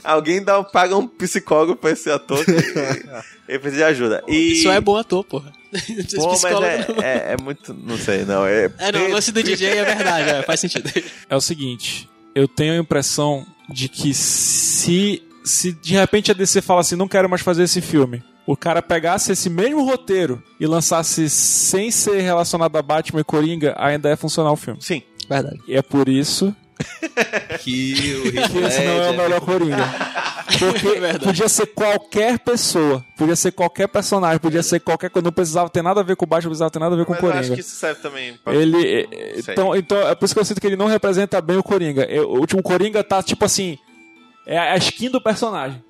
S1: Alguém dá, paga um psicólogo pra esse ator. que ele precisa de ajuda. E...
S4: Isso é bom ator, porra. Não precisa de
S1: Pô, mas
S4: psicólogo,
S1: é,
S4: não.
S1: é- é muito. Não sei, não. É,
S4: É, não, o
S2: assim,
S4: lance do DJ é verdade, é, faz sentido.
S2: é o seguinte, eu tenho a impressão de que se se de repente a DC fala assim, não quero mais fazer esse filme, o cara pegasse esse mesmo roteiro e lançasse sem ser relacionado a Batman e Coringa, ainda é funcional o filme.
S1: Sim.
S4: Verdade.
S2: E é por isso
S3: Que o Heath
S2: que esse não é o
S3: Ledger- um
S2: melhor Coringa.
S4: É
S2: Porque podia ser qualquer pessoa, podia ser qualquer personagem, podia ser qualquer coisa, não precisava ter nada a ver com o Batman, não precisava ter nada a ver com o
S1: Mas eu acho
S2: Coringa.
S1: que isso serve também pra.
S2: Ele.
S1: Não sei.
S2: Então, então, é por isso que eu sinto que ele não representa bem o Coringa. Eu- o último Coringa tá tipo assim. É a skin do personagem.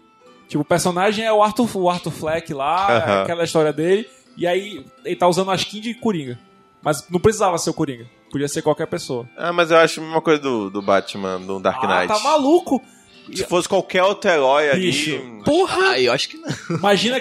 S2: Tipo, o personagem é o Arthur, o Arthur Fleck lá,
S1: Aham.
S2: aquela história dele. E aí ele tá usando a skin de Coringa. Mas não precisava ser o Coringa. Podia ser qualquer pessoa.
S1: Ah, mas eu acho a mesma coisa do, do Batman, do Dark
S2: Ah,
S1: Knight.
S2: tá maluco!
S1: Se fosse qualquer outro herói
S2: Bicho.
S1: ali.
S4: Porra!
S3: Ah, eu acho que não.
S2: Imagina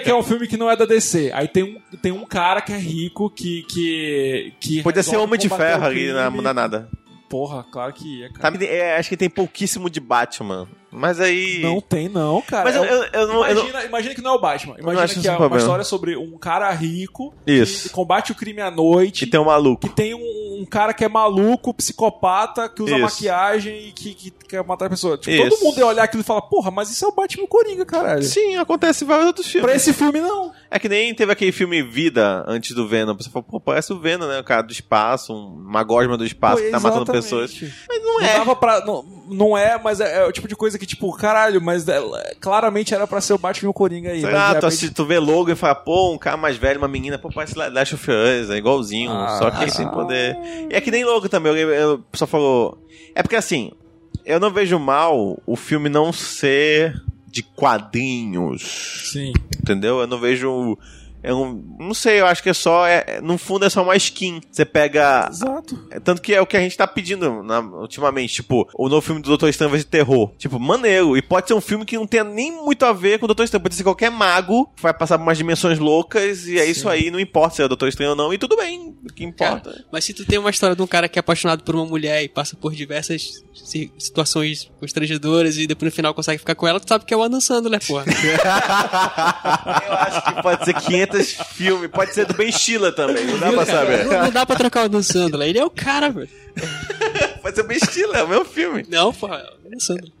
S2: que é um filme que não é da DC. Aí tem um, tem um cara que é rico, que. que, que
S1: Podia ser
S2: resolve
S1: Homem de
S2: combater
S1: Ferro
S2: o
S1: ali, não ia
S2: crime.
S1: mudar nada.
S2: Porra, claro que ia, cara.
S1: Sabe, é, acho que tem pouquíssimo de Batman. Mas aí.
S2: Não tem, não, cara.
S1: mas
S2: É
S1: eu,
S2: um-
S1: eu, eu não. eu não-
S2: Imagina, imagina que não é o Batman. Imagina
S1: acho
S2: que
S1: isso
S2: é
S1: um
S2: uma
S1: problema.
S2: história sobre um cara rico
S1: Isso.
S2: que combate o crime à noite.
S1: Que tem um maluco.
S2: Que tem um, um cara que é maluco, psicopata, que usa
S1: Isso.
S2: maquiagem e que, que quer matar a pessoa. Tipo,
S1: Isso.
S2: todo mundo ia olhar aquilo e falar, porra, mas isso é o Batman Coringa, caralho.
S1: Sim, acontece em vários outros
S2: Pra
S1: filmes.
S2: esse filme, não.
S1: É que nem teve aquele filme Vida antes do Venom. Você falou, pô, parece o Venom, né? O cara do espaço, um- uma gosma do espaço
S2: Pô,
S1: que tá matando
S2: exatamente.
S1: pessoas.
S2: Mas não é. Não, dava pra- não, não é, mas é, é o tipo de coisa que, tipo, caralho, mas é- claramente era pra ser o Batman e o Coringa aí.
S1: Sei
S2: mas
S1: lá,
S2: de
S1: tu,
S2: repente-
S1: assi- tu vê logo e fala, pô, um cara mais velho, uma menina, pô, parece La- Last of Us, é igualzinho,
S2: Ah.
S1: só que ele sem poder. E é que nem logo também, eu, eu só falou. É porque assim, eu não vejo mal o filme não ser de quadrinhos,
S2: Sim.
S1: entendeu? Eu não vejo. Eu não, não sei, eu acho que é só. é- é- no fundo é só uma skin. Você pega
S2: Exato.
S1: é, Tanto que é o que a gente tá pedindo na- ultimamente. Tipo, o novo filme do Doutor Estranho vai ser terror. Tipo, maneiro. E pode ser um filme que não tenha nem muito a ver com o Doutor Estranho. Pode ser qualquer mago que vai passar por umas dimensões loucas. E é isso aí. Não importa se é o Doutor Estranho ou não. E tudo bem. O que importa.
S4: Mas se tu tem uma história de um cara que é apaixonado por uma mulher e passa por diversas si- situações constrangedoras e depois no final consegue ficar com ela, tu sabe que é o Adam Sandler, porra.
S1: Eu acho que pode ser 500 filmes. Pode ser do Ben Stiller também. Não dá pra saber.
S4: não, não dá pra trocar o Adam Sandler, ele é o cara, velho.
S1: Pode ser o Ben Stiller. É o meu filme.
S4: Não, porra, é o Adam Sandler.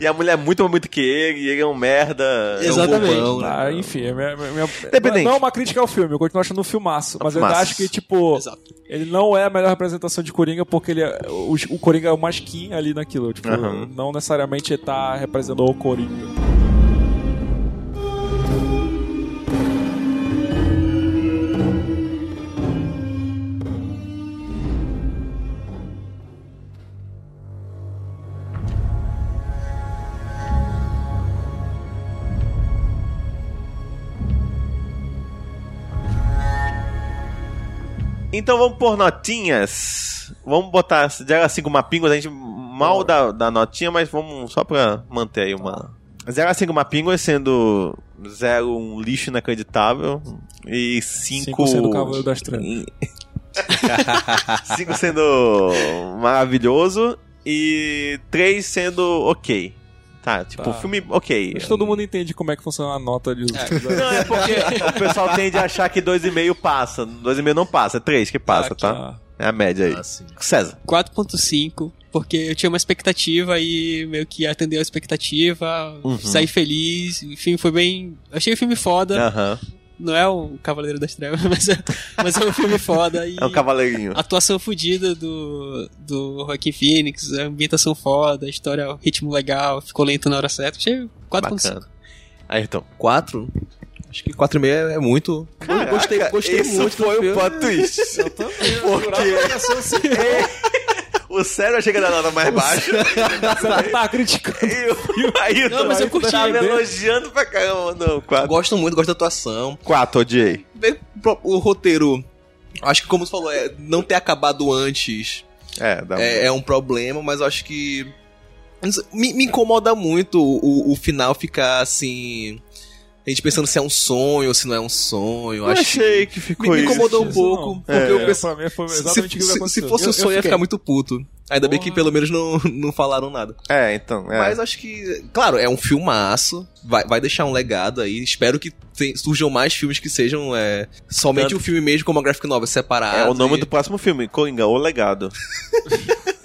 S1: E a mulher é muito mais bonita que ele. E ele é um merda.
S3: É um
S4: Exatamente.
S3: bobão, né?
S2: Ah, enfim, é minha, minha- minha-
S1: Independente.
S2: não é uma crítica ao filme, eu continuo achando um filmaço. Mas eu ainda
S1: filmaço.
S2: acho que, tipo,
S4: Exato.
S2: ele não é a melhor representação de Coringa, porque ele é- o, o Coringa é uma skin ali naquilo. Tipo,
S1: Aham.
S2: não necessariamente ele tá representando o Coringa.
S1: Então vamos por notinhas. Vamos botar assim, de 5 mapinguas. A gente mal dá, dá notinha, mas vamos só pra manter aí uma. 0 a 5 mapinguas sendo 0 um lixo inacreditável e 5
S2: Cinco assim sendo Cavaleiro das Trevas.
S1: 5 sendo maravilhoso e 3 sendo ok. Tá, tipo, o filme. Ok.
S2: Mas todo mundo entende como é que funciona a nota de
S1: Não, é porque o pessoal tende a achar que 2,5 passa. 2,5 não passa, é 3 que passa, tá? É a média aí. César.
S4: 4.5, porque eu tinha uma expectativa e meio que atendeu a expectativa,
S1: Uhum.
S4: saí feliz, enfim, foi bem. Achei o filme foda.
S1: Aham.
S4: Não é o Cavaleiro das Trevas, mas é, mas é um filme foda. E
S1: É um cavaleirinho.
S4: a Atuação fodida do, do Joaquim Phoenix, a ambientação foda, a história, o ritmo legal, ficou lento na hora certa. Achei 4.5.
S1: Bacana. Aí então.
S3: Quatro? Acho que quatro e meio é muito. gostei, gostei
S1: isso
S3: muito do
S1: foi um
S3: filme.
S1: plot twist. Eu também.
S3: é assim.
S1: Porque...
S4: É.
S1: O César chega na nota mais baixa.
S2: Você tá criticando.
S1: E o Ailton
S4: Não, mas eu curti,
S1: tava
S2: entendeu?
S1: elogiando pra caramba. Não, 4.
S3: Gosto muito, gosto da atuação.
S1: 4, odiei.
S3: Bem, pro- O roteiro, acho que como você falou, é, não ter acabado antes
S1: É,
S2: Tá.
S1: dá um...
S3: é, é um problema, mas eu acho que. não sei, Me, me incomoda muito o, o- o final ficar assim. A gente pensando se é um sonho ou se não é um sonho.
S1: Eu
S3: acho
S1: achei que
S3: que me,
S1: ficou
S3: me incomodou
S2: isso,
S3: um
S2: isso
S3: pouco.
S2: não.
S3: Porque
S1: É.
S3: eu pensei,
S2: Pra mim foi
S3: se,
S2: exatamente o que
S3: se-
S2: aconteceu.
S3: se fosse um
S2: Eu- eu
S3: sonho, eu ia
S2: fiquei-
S3: ficar muito puto. Ainda bem que
S2: Porra.
S3: pelo menos não, não falaram nada.
S1: isso. É, então. É.
S3: Mas acho que, claro, é um filmaço, vai, vai deixar um legado aí. Espero que te- surjam mais filmes que sejam é, somente
S1: Tanto-
S3: o filme mesmo, como a graphic novel separada.
S1: É o nome
S3: e-
S1: do próximo filme, Coringa, O Legado.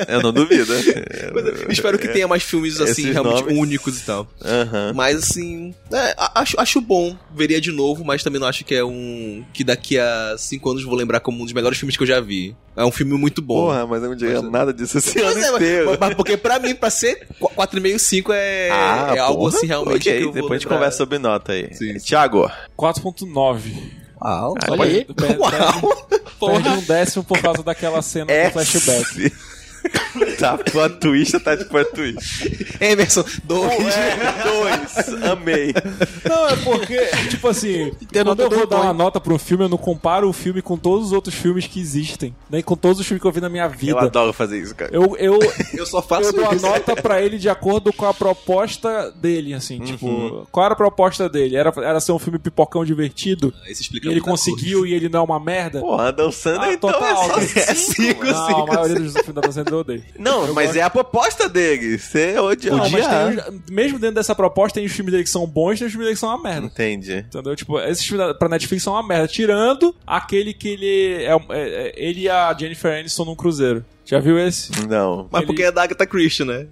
S1: eu não duvido.
S3: Mas eu espero que tenha mais filmes assim,
S1: Esses
S3: realmente
S1: nomes-
S3: únicos e tal.
S1: Aham.
S3: Mas assim, é, a- acho, acho bom, veria de novo, mas também não acho que é um. que daqui a cinco anos eu vou lembrar como um dos melhores filmes que eu já vi. É um filme muito bom.
S1: Porra, mas eu não diria
S3: Mas-
S1: nada disso esse ano
S3: Pois é,
S1: inteiro.
S3: mas, mas porque pra mim, pra ser 4,5, 5 é,
S1: Ah,
S3: é algo
S1: porra,
S3: assim realmente.
S1: ok,
S3: que eu vou
S1: depois a gente
S3: lembrar.
S1: conversa sobre nota aí.
S3: Sim, sim.
S1: Tiago,
S2: 4.9.
S1: Ah,
S3: Uau,
S4: Ah, Olha aí.
S2: Perde,
S3: uau.
S2: perde um décimo por causa daquela cena
S1: é...
S2: do flashback.
S1: tá, plot twist, tá de plot twist.
S3: Emerson, dois.
S1: Dois, amei.
S2: Não, é porque, tipo assim, quando eu vou dar uma nota pra um filme, eu não comparo o filme com todos os outros filmes que existem. Nem com todos os filmes que eu vi na minha
S1: Eu
S2: vida.
S1: adoro fazer isso, cara.
S2: Eu, eu,
S3: Eu só
S2: eu
S3: faço
S2: dou a
S3: isso.
S2: nota pra ele de acordo com a proposta dele, assim. Tipo, qual era a proposta dele? Era, era ser um filme pipocão divertido?
S3: Isso explica
S2: E ele
S3: muita
S2: conseguiu e ele não é uma merda?
S1: Porra, dançando
S2: Ah,
S1: então
S2: total,
S1: é só
S2: né?
S1: é cinco,
S2: não, a
S1: cinco.
S2: maioria dos filmes da Fazenda eu odeio.
S1: Não, mas é a proposta dele. Você odia.
S2: Não, mas tem os- mesmo dentro dessa proposta, tem os filmes dele que são bons, tem os filmes dele que são uma merda.
S1: Entendi.
S2: Entendeu? Tipo, esses filmes da- pra Netflix são uma merda. Tirando aquele que ele. É, é- é- ele e a Jennifer Aniston num cruzeiro. Já viu esse?
S1: Não.
S3: Mas
S2: Ele-
S3: porque é da Agatha Christie, né?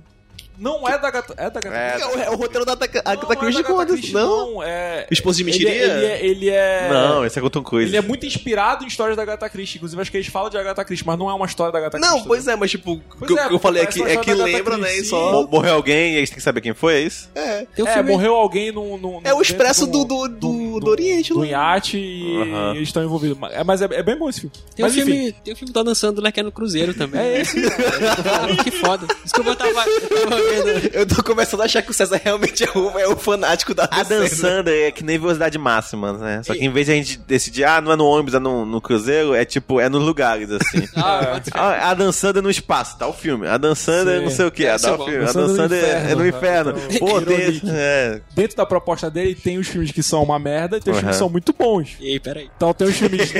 S2: Não é da Gata. É da Gata.
S1: É,
S3: É, o, é o roteiro da Agatha,
S2: Não,
S3: Agatha
S2: é da
S3: Christie
S2: Agatha
S3: com a-
S2: Christie,
S3: Não?
S2: não, é.
S3: Esposa de mentirinha?
S2: Ele, ele é, ele é-
S1: Não, esse é Gotham Coisa.
S2: Ele é muito inspirado em histórias da Agatha Christie. Inclusive, acho que eles falam de Agatha Christie, mas não é uma história da Agatha
S3: Não,
S2: Christie.
S3: pois é, mas tipo, o
S2: Pois
S3: que eu-
S2: é,
S3: que eu falei aqui
S2: parece uma
S3: é que
S2: história da Agatha
S3: lembra, né? e
S2: Christie.
S3: Só.
S1: Mo- Morreu alguém e a gente tem que saber quem foi, é isso?
S4: Tem um
S2: É,
S4: filme-
S2: morreu alguém num. num-
S3: É o
S2: num-
S3: expresso
S2: dentro
S3: do,
S2: de um-
S3: do, do, do Oriente,
S2: do
S3: né?
S2: iate e
S1: Aham.
S2: eles estão envolvidos. Mas- é- Mas é, é bem bom esse filme.
S4: Tem um,
S2: mas, enfim,
S4: filme, tem um filme da dançando né, que é no Cruzeiro também.
S2: É esse.
S4: Cara, que foda. Isso que eu tava, eu tava vendo.
S3: Eu tô começando a achar que o César realmente é o, é o fanático da
S1: A
S3: dança.
S1: dançando é que nem velocidade máxima, né? Só que em vez de a gente decidir, ah, não é no ônibus, é no, no cruzeiro, é tipo, é nos lugares, assim.
S4: Ah, bota fé.
S1: Ah, A dançando é no espaço, tá o filme. A dançando é
S2: Sim.
S1: não sei o que, é,
S4: Esse é
S1: tá o
S4: bom.
S1: filme. A
S2: Dançando no
S1: dançando é, é no
S2: inferno,
S1: inferno.
S2: tá?
S1: Pô,
S2: Então,
S1: Deus, é.
S2: dentro da proposta dele, tem os filmes que são uma merda e tem os
S1: Uhum.
S2: filmes que são muito bons.
S4: Ei, peraí.
S2: Então tem os filmes,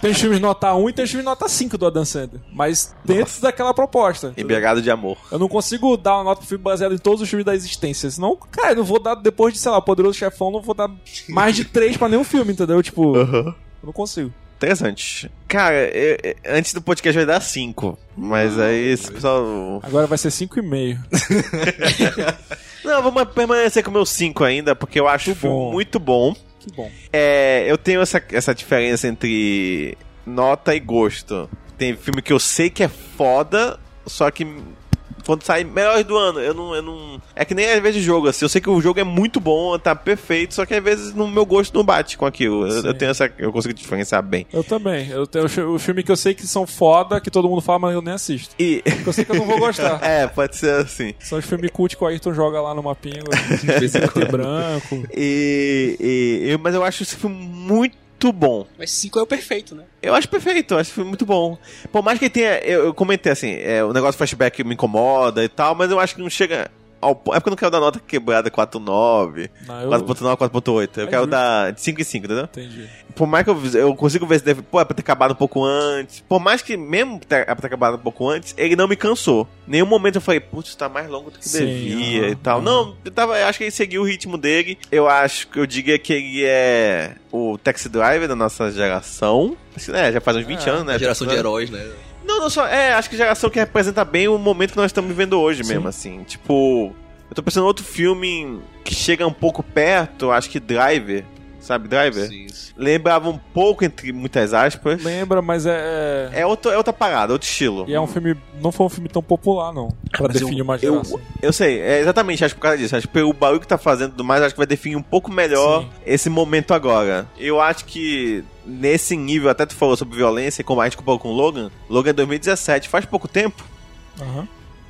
S2: tem os filmes nota 1 e tem os filmes nota 5 do Adam Sandler. Mas dentro daquela proposta.
S1: Embriagado de amor.
S2: Eu não consigo dar uma nota pro filme baseado em todos os filmes da existência. Senão, cara, eu não vou dar, depois de, sei lá, Poderoso Chefão, não vou dar mais de 3 pra nenhum filme, entendeu? Tipo, eu não consigo.
S1: Interessante. Cara, eu- eu- antes do podcast vai dar 5. Mas
S2: Ah,
S1: aí esse pessoal.
S2: Agora vai ser 5,5.
S1: Não, vamos permanecer com o meu 5 ainda, porque eu acho o
S2: Muito
S1: filme
S2: bom.
S1: muito bom.
S2: Que bom.
S1: É, eu tenho essa, essa diferença entre nota e gosto. Tem filme que eu sei que é foda, só que quando sai melhor do ano, eu não, eu não. É que nem às vezes jogo, assim. Eu sei que o jogo é muito bom, tá perfeito, só que às vezes no meu gosto não bate com aquilo. Eu,
S2: Sim.
S1: eu tenho essa. Eu consigo diferenciar bem.
S2: Eu também. Eu tenho o fi- o filme que eu sei que são foda, que todo mundo fala, mas eu nem assisto.
S1: E.
S2: Porque eu sei que eu não vou gostar.
S1: é, pode ser assim.
S2: São os filmes cult que o Ayrton joga lá no mapinha, preto e branco.
S1: E, e- eu- mas eu acho esse filme muito bom.
S4: Mas 5 é o perfeito, né?
S1: Eu acho perfeito, eu acho esse filme muito bom. Por mais que ele tenha. Eu, eu comentei assim, é, o negócio flashback me incomoda e tal, mas eu acho que não chega ao po- É porque eu não quero dar nota quebrada 4.9,
S2: Não, eu-
S1: 4.9, 4.8. Eu
S2: É
S1: quero
S2: justo.
S1: dar de 5 em 5, entendeu?
S2: Entendi.
S1: Por mais que eu, eu consigo ver se deve. Pô, é pra ter acabado um pouco antes. Por mais que mesmo ter, é pra ter acabado um pouco antes, ele não me cansou. Nenhum momento eu falei, putz, tá mais longo do que
S2: Sim,
S1: devia
S2: aham,
S1: e tal.
S2: aham.
S1: Não, eu, tava, eu acho que ele seguiu o ritmo dele. Eu acho que eu diria que ele é o taxi driver da nossa geração. Assim, né, já faz uns
S2: É.
S1: 20 anos, né?
S3: Geração de
S1: Taxi Driver.
S3: heróis, né?
S1: Não, não só. É, acho que geração que representa bem o momento que nós estamos vivendo hoje mesmo, assim. Tipo, eu tô pensando em outro filme que chega um pouco perto, acho que Driver. Sabe, Driver?
S3: Sim, sim.
S1: Lembrava um pouco, entre muitas aspas.
S2: Lembra, mas é. é-
S1: É, outro, é outra parada, outro estilo.
S2: E é um filme. Não foi um filme tão popular, não. Pra
S3: mas eu-
S2: definir uma
S1: Eu,
S2: geração.
S1: eu sei, é exatamente, acho que por causa disso. Acho que pelo barulho que tá fazendo e tudo mais, acho que vai definir um pouco melhor
S2: Sim.
S1: esse momento agora. Eu acho que nesse nível, até tu falou sobre violência e como a gente comparou com Logan. Logan é 2017, faz pouco tempo.
S2: Aham.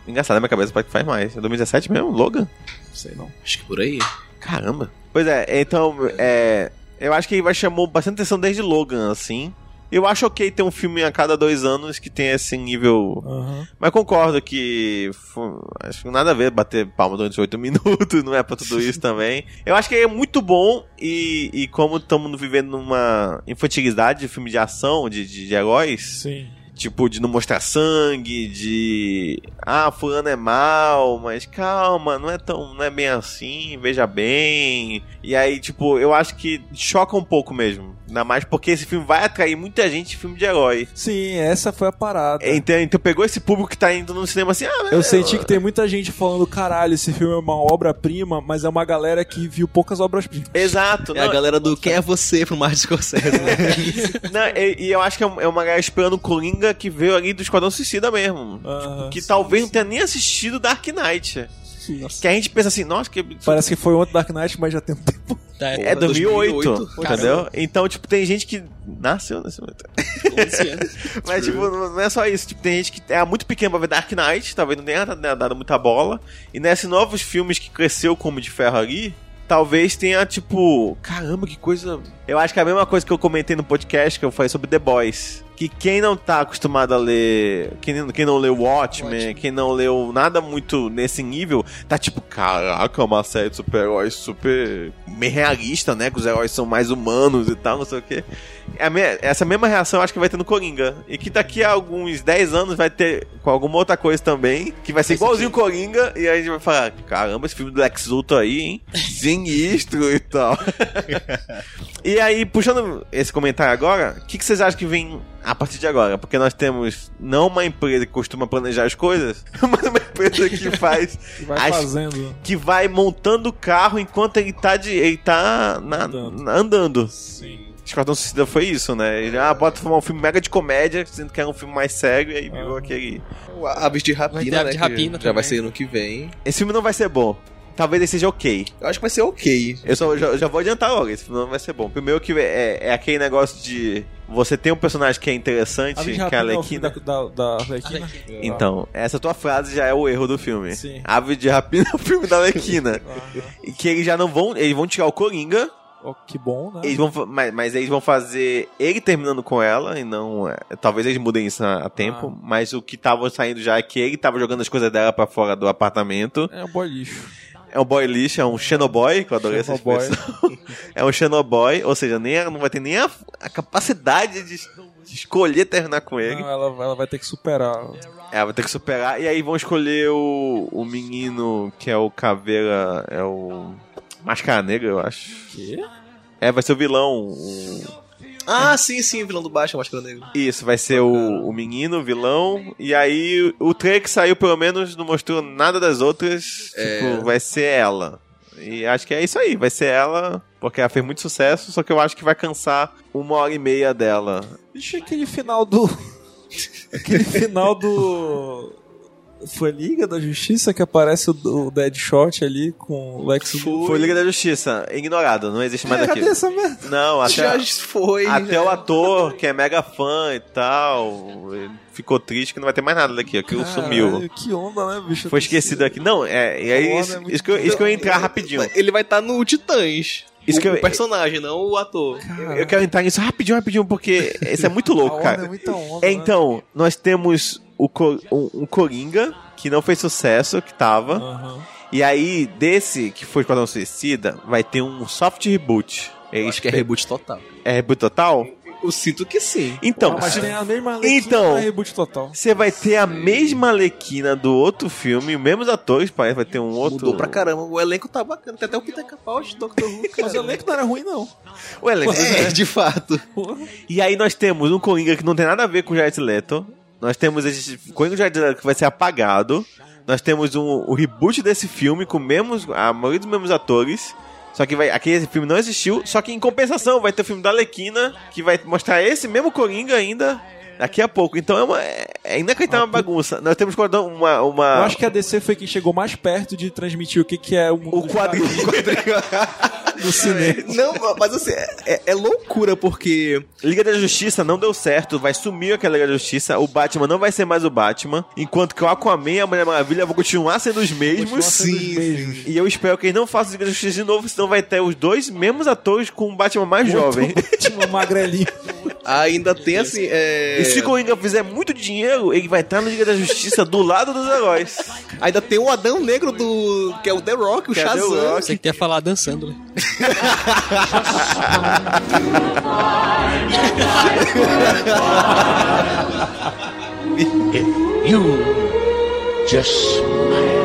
S1: Engraçado, na minha cabeça parece que faz mais. É 2017 mesmo? Logan?
S2: Sei não.
S3: Acho que por aí.
S1: Caramba. Pois é, então, é, eu acho que ele vai chamou bastante atenção desde Logan, assim. Eu acho ok ter um filme a cada dois anos que tem esse nível
S2: Aham.
S1: Mas concordo que. fu- Acho que nada a ver bater palma durante oito minutos, não é pra tudo isso também. Eu acho que é muito bom e, e como estamos vivendo numa infantilidade de filme de ação, de, de, de heróis,
S2: Sim.
S1: tipo, de não mostrar sangue, de. Ah, fulano é mal, mas calma, não é tão. não é bem assim, veja bem. E aí, tipo, eu acho que choca um pouco mesmo. Ainda mais porque esse filme vai atrair muita gente de filme de herói.
S2: Sim, essa foi a parada.
S1: Então, então pegou esse público que tá indo no cinema assim, ah,
S2: É. Eu senti que tem muita gente falando, caralho, esse filme é uma obra-prima, mas é uma galera que viu poucas obras-primas.
S1: Exato,
S3: É a
S1: não,
S3: galera do Quem é você pro Martin Scorsese, né?
S1: não, e, e eu acho que é um- é uma galera esperando o Coringa que veio ali do Esquadrão Suicida mesmo.
S2: Aham,
S1: que
S2: Ah, sim,
S1: talvez
S2: sim.
S1: não tenha nem assistido Dark Knight.
S2: Nossa.
S1: Tipo, Que a gente pensa assim, nossa, que.
S2: Parece que foi ontem Dark Knight, mas já tem um tempo.
S4: Tá, é
S1: É 2008,
S3: 2008,
S1: entendeu? Então, tipo, tem gente que nasceu nesse momento. É.
S4: 11 anos.
S1: Mas, tipo, não não é só isso. Tipo, tem gente que é muito pequena pra ver Dark Knight, talvez não tenha dado dado muita bola. E nesses novos filmes que cresceu como de ferro ali, talvez tenha, tipo, caramba, que coisa. Eu acho que é a mesma coisa que eu comentei no podcast que eu falei sobre The Boys. Que quem não tá acostumado a ler. Quem, quem não leu Watchmen, quem não leu nada muito nesse nível, tá tipo, caraca, é uma série de super-heróis super bem realista, né? Que os heróis são mais humanos e tal, não sei o quê. É a me- essa mesma reação eu acho que vai ter no Coringa. E que daqui a alguns 10 anos vai ter com alguma outra coisa também, que vai ser igualzinho o Coringa, e aí a gente vai falar: caramba, esse filme do Lex Luthor aí, hein? Sinistro e tal. e aí, puxando esse comentário agora, o que, que vocês acham que vem a partir de agora? Porque nós temos não uma empresa que costuma planejar as coisas, mas uma empresa que faz.
S2: Vai
S1: as-
S2: fazendo.
S1: Que vai montando o carro enquanto ele tá, de, ele tá na-
S2: Andando.
S1: na- andando.
S2: Sim.
S1: Esquadrão Suicida foi isso, né? Ele, ah, bota um filme mega de comédia, sendo que era um filme mais sério, e aí virou
S2: Ah.
S1: aquele.
S3: O Aves de
S4: Vai ter
S3: Rapina,
S4: Aves
S3: né?
S4: de
S3: que
S4: Rapina
S3: já vai
S4: também.
S3: ser ano que vem.
S1: Esse filme não vai ser bom. Talvez ele seja ok.
S3: Eu acho que vai ser ok.
S1: Eu só, já, já vou adiantar logo, esse filme não vai ser bom. Primeiro que é, é aquele negócio de. Você tem um personagem que é interessante,
S2: A Aves de
S1: que é a
S2: Rapina é o filme
S1: Alequina.
S2: da, da, da Arlequina.
S1: Então, essa tua frase já é o erro do filme.
S2: Sim.
S1: Ave de Rapina é o filme da Alequina.
S2: Ah,
S1: e que eles já não vão. Eles vão tirar o Coringa.
S2: ó, que bom, né?
S1: Eles vão, fa- mas, mas eles vão fazer ele terminando com ela, e não. é, Talvez eles mudem isso a, a tempo,
S2: Ah.
S1: mas o que tava saindo já é que ele tava jogando as coisas dela pra fora do apartamento.
S2: É um bom lixo.
S1: É um boy lixo, é um xenoboy, que eu adorei essa
S2: Xenoboy.
S1: expressão. é um xenoboy, ou seja, nem a- não vai ter nem a, a capacidade de, es- de escolher terminar com ele.
S2: Não, ela, ela vai ter que superar.
S1: Ela vai ter que superar, e aí vão escolher o, o menino que é o Caveira, é o. Máscara Negra, eu acho.
S2: Quê?
S1: É, vai ser o vilão, o-
S3: Ah, sim, sim, vilão do baixo, a máscara negra.
S1: Isso, vai ser o, o menino, o vilão. E aí, o trailer que saiu, pelo menos, não mostrou nada das outras.
S2: É.
S1: Tipo, vai ser ela. E acho que é isso aí, vai ser ela, porque ela fez muito sucesso, só que eu acho que vai cansar uma hora e meia dela.
S2: Deixa aquele final do. aquele final do. Foi Liga da Justiça que aparece o, o Deadshot ali com o Lex Luthor.
S1: Foi Liga da Justiça, ignorado, não existe mais
S2: É, cadê
S1: aqui.
S2: essa merda?
S1: Não,
S3: Já
S1: até,
S3: foi.
S1: até
S3: já.
S1: o ator, que é mega fã e tal, ele ficou triste que não vai ter mais nada daqui, aquilo sumiu.
S2: Caralho, Que onda, né, bicho?
S1: Foi esquecido aqui. Não, é, e aí,
S2: Foda,
S1: isso,
S2: é muito
S1: isso que eu, isso que eu ia entrar rapidinho.
S3: Então, Ele vai estar no Titãs.
S1: Isso
S3: o,
S1: que eu-
S3: o personagem, não o ator.
S1: Eu- Eu quero entrar nisso rapidinho, rapidinho, porque isso é muito
S2: A
S1: louco,
S2: onda
S1: cara.
S2: é muita onda.
S1: É, então, nós temos o Co- um, um Coringa, que não fez sucesso, que tava,
S2: Né? Aham.
S1: E aí, desse que foi Esquadrão Suicida, vai ter um soft reboot.
S3: Eu acho que é reboot total.
S1: É reboot total?
S3: Eu sinto que sim.
S1: Então,
S2: Mas
S1: se-
S2: tem a mesma
S1: Então-
S2: então, reboot total.
S1: você vai ter a mesma lequina do outro filme, os mesmos atores, parece, vai ter um outro...
S3: Mudou pra caramba. O elenco tá bacana. Tem até o Peter Capaldi, Dr. Who, cara.
S2: Mas o elenco não era ruim, não.
S1: O elenco,
S3: É, de fato.
S1: E aí nós temos um Coringa que não tem nada a ver com o Jared Leto. Nós temos esse Coringa do Jared Leto que vai ser apagado. Nós temos um, o reboot desse filme com mesmos, a maioria dos mesmos atores. Só que vai, aquele filme não existiu. Só que em compensação vai ter o filme da Lequina que vai mostrar esse mesmo Coringa ainda daqui a pouco. Então é uma... É, é inacreditável uma bagunça. Nós temos quadrão- uma... uma
S2: Eu acho que a DC foi quem chegou mais perto de transmitir o que, que é o mundo
S1: o
S2: dos
S1: quadrinho...
S2: quadrinhos no cinema.
S3: Não, mas assim, é, é loucura, porque
S1: Liga da Justiça não deu certo, vai sumir aquela Liga da Justiça, o Batman não vai ser mais o Batman, enquanto que o Aquaman e a Mulher Maravilha vão continuar sendo os mesmos.
S2: sendo os
S1: Sim.
S2: mesmos.
S1: E eu espero que eles não façam Liga da Justiça de novo, senão vai ter os dois mesmos atores com o Batman mais jovem.
S2: Tinha um uma magrelinha.
S3: ainda tem assim. é,
S1: E se o Coringa fizer muito dinheiro, ele vai estar na Liga da Justiça do lado dos heróis.
S3: Ainda tem o Adão Negro do. que é o The Rock,
S1: é
S3: o
S1: o The
S3: Shazam.
S1: Rock.
S4: Você que ia falar dançando, né?
S5: You just smile.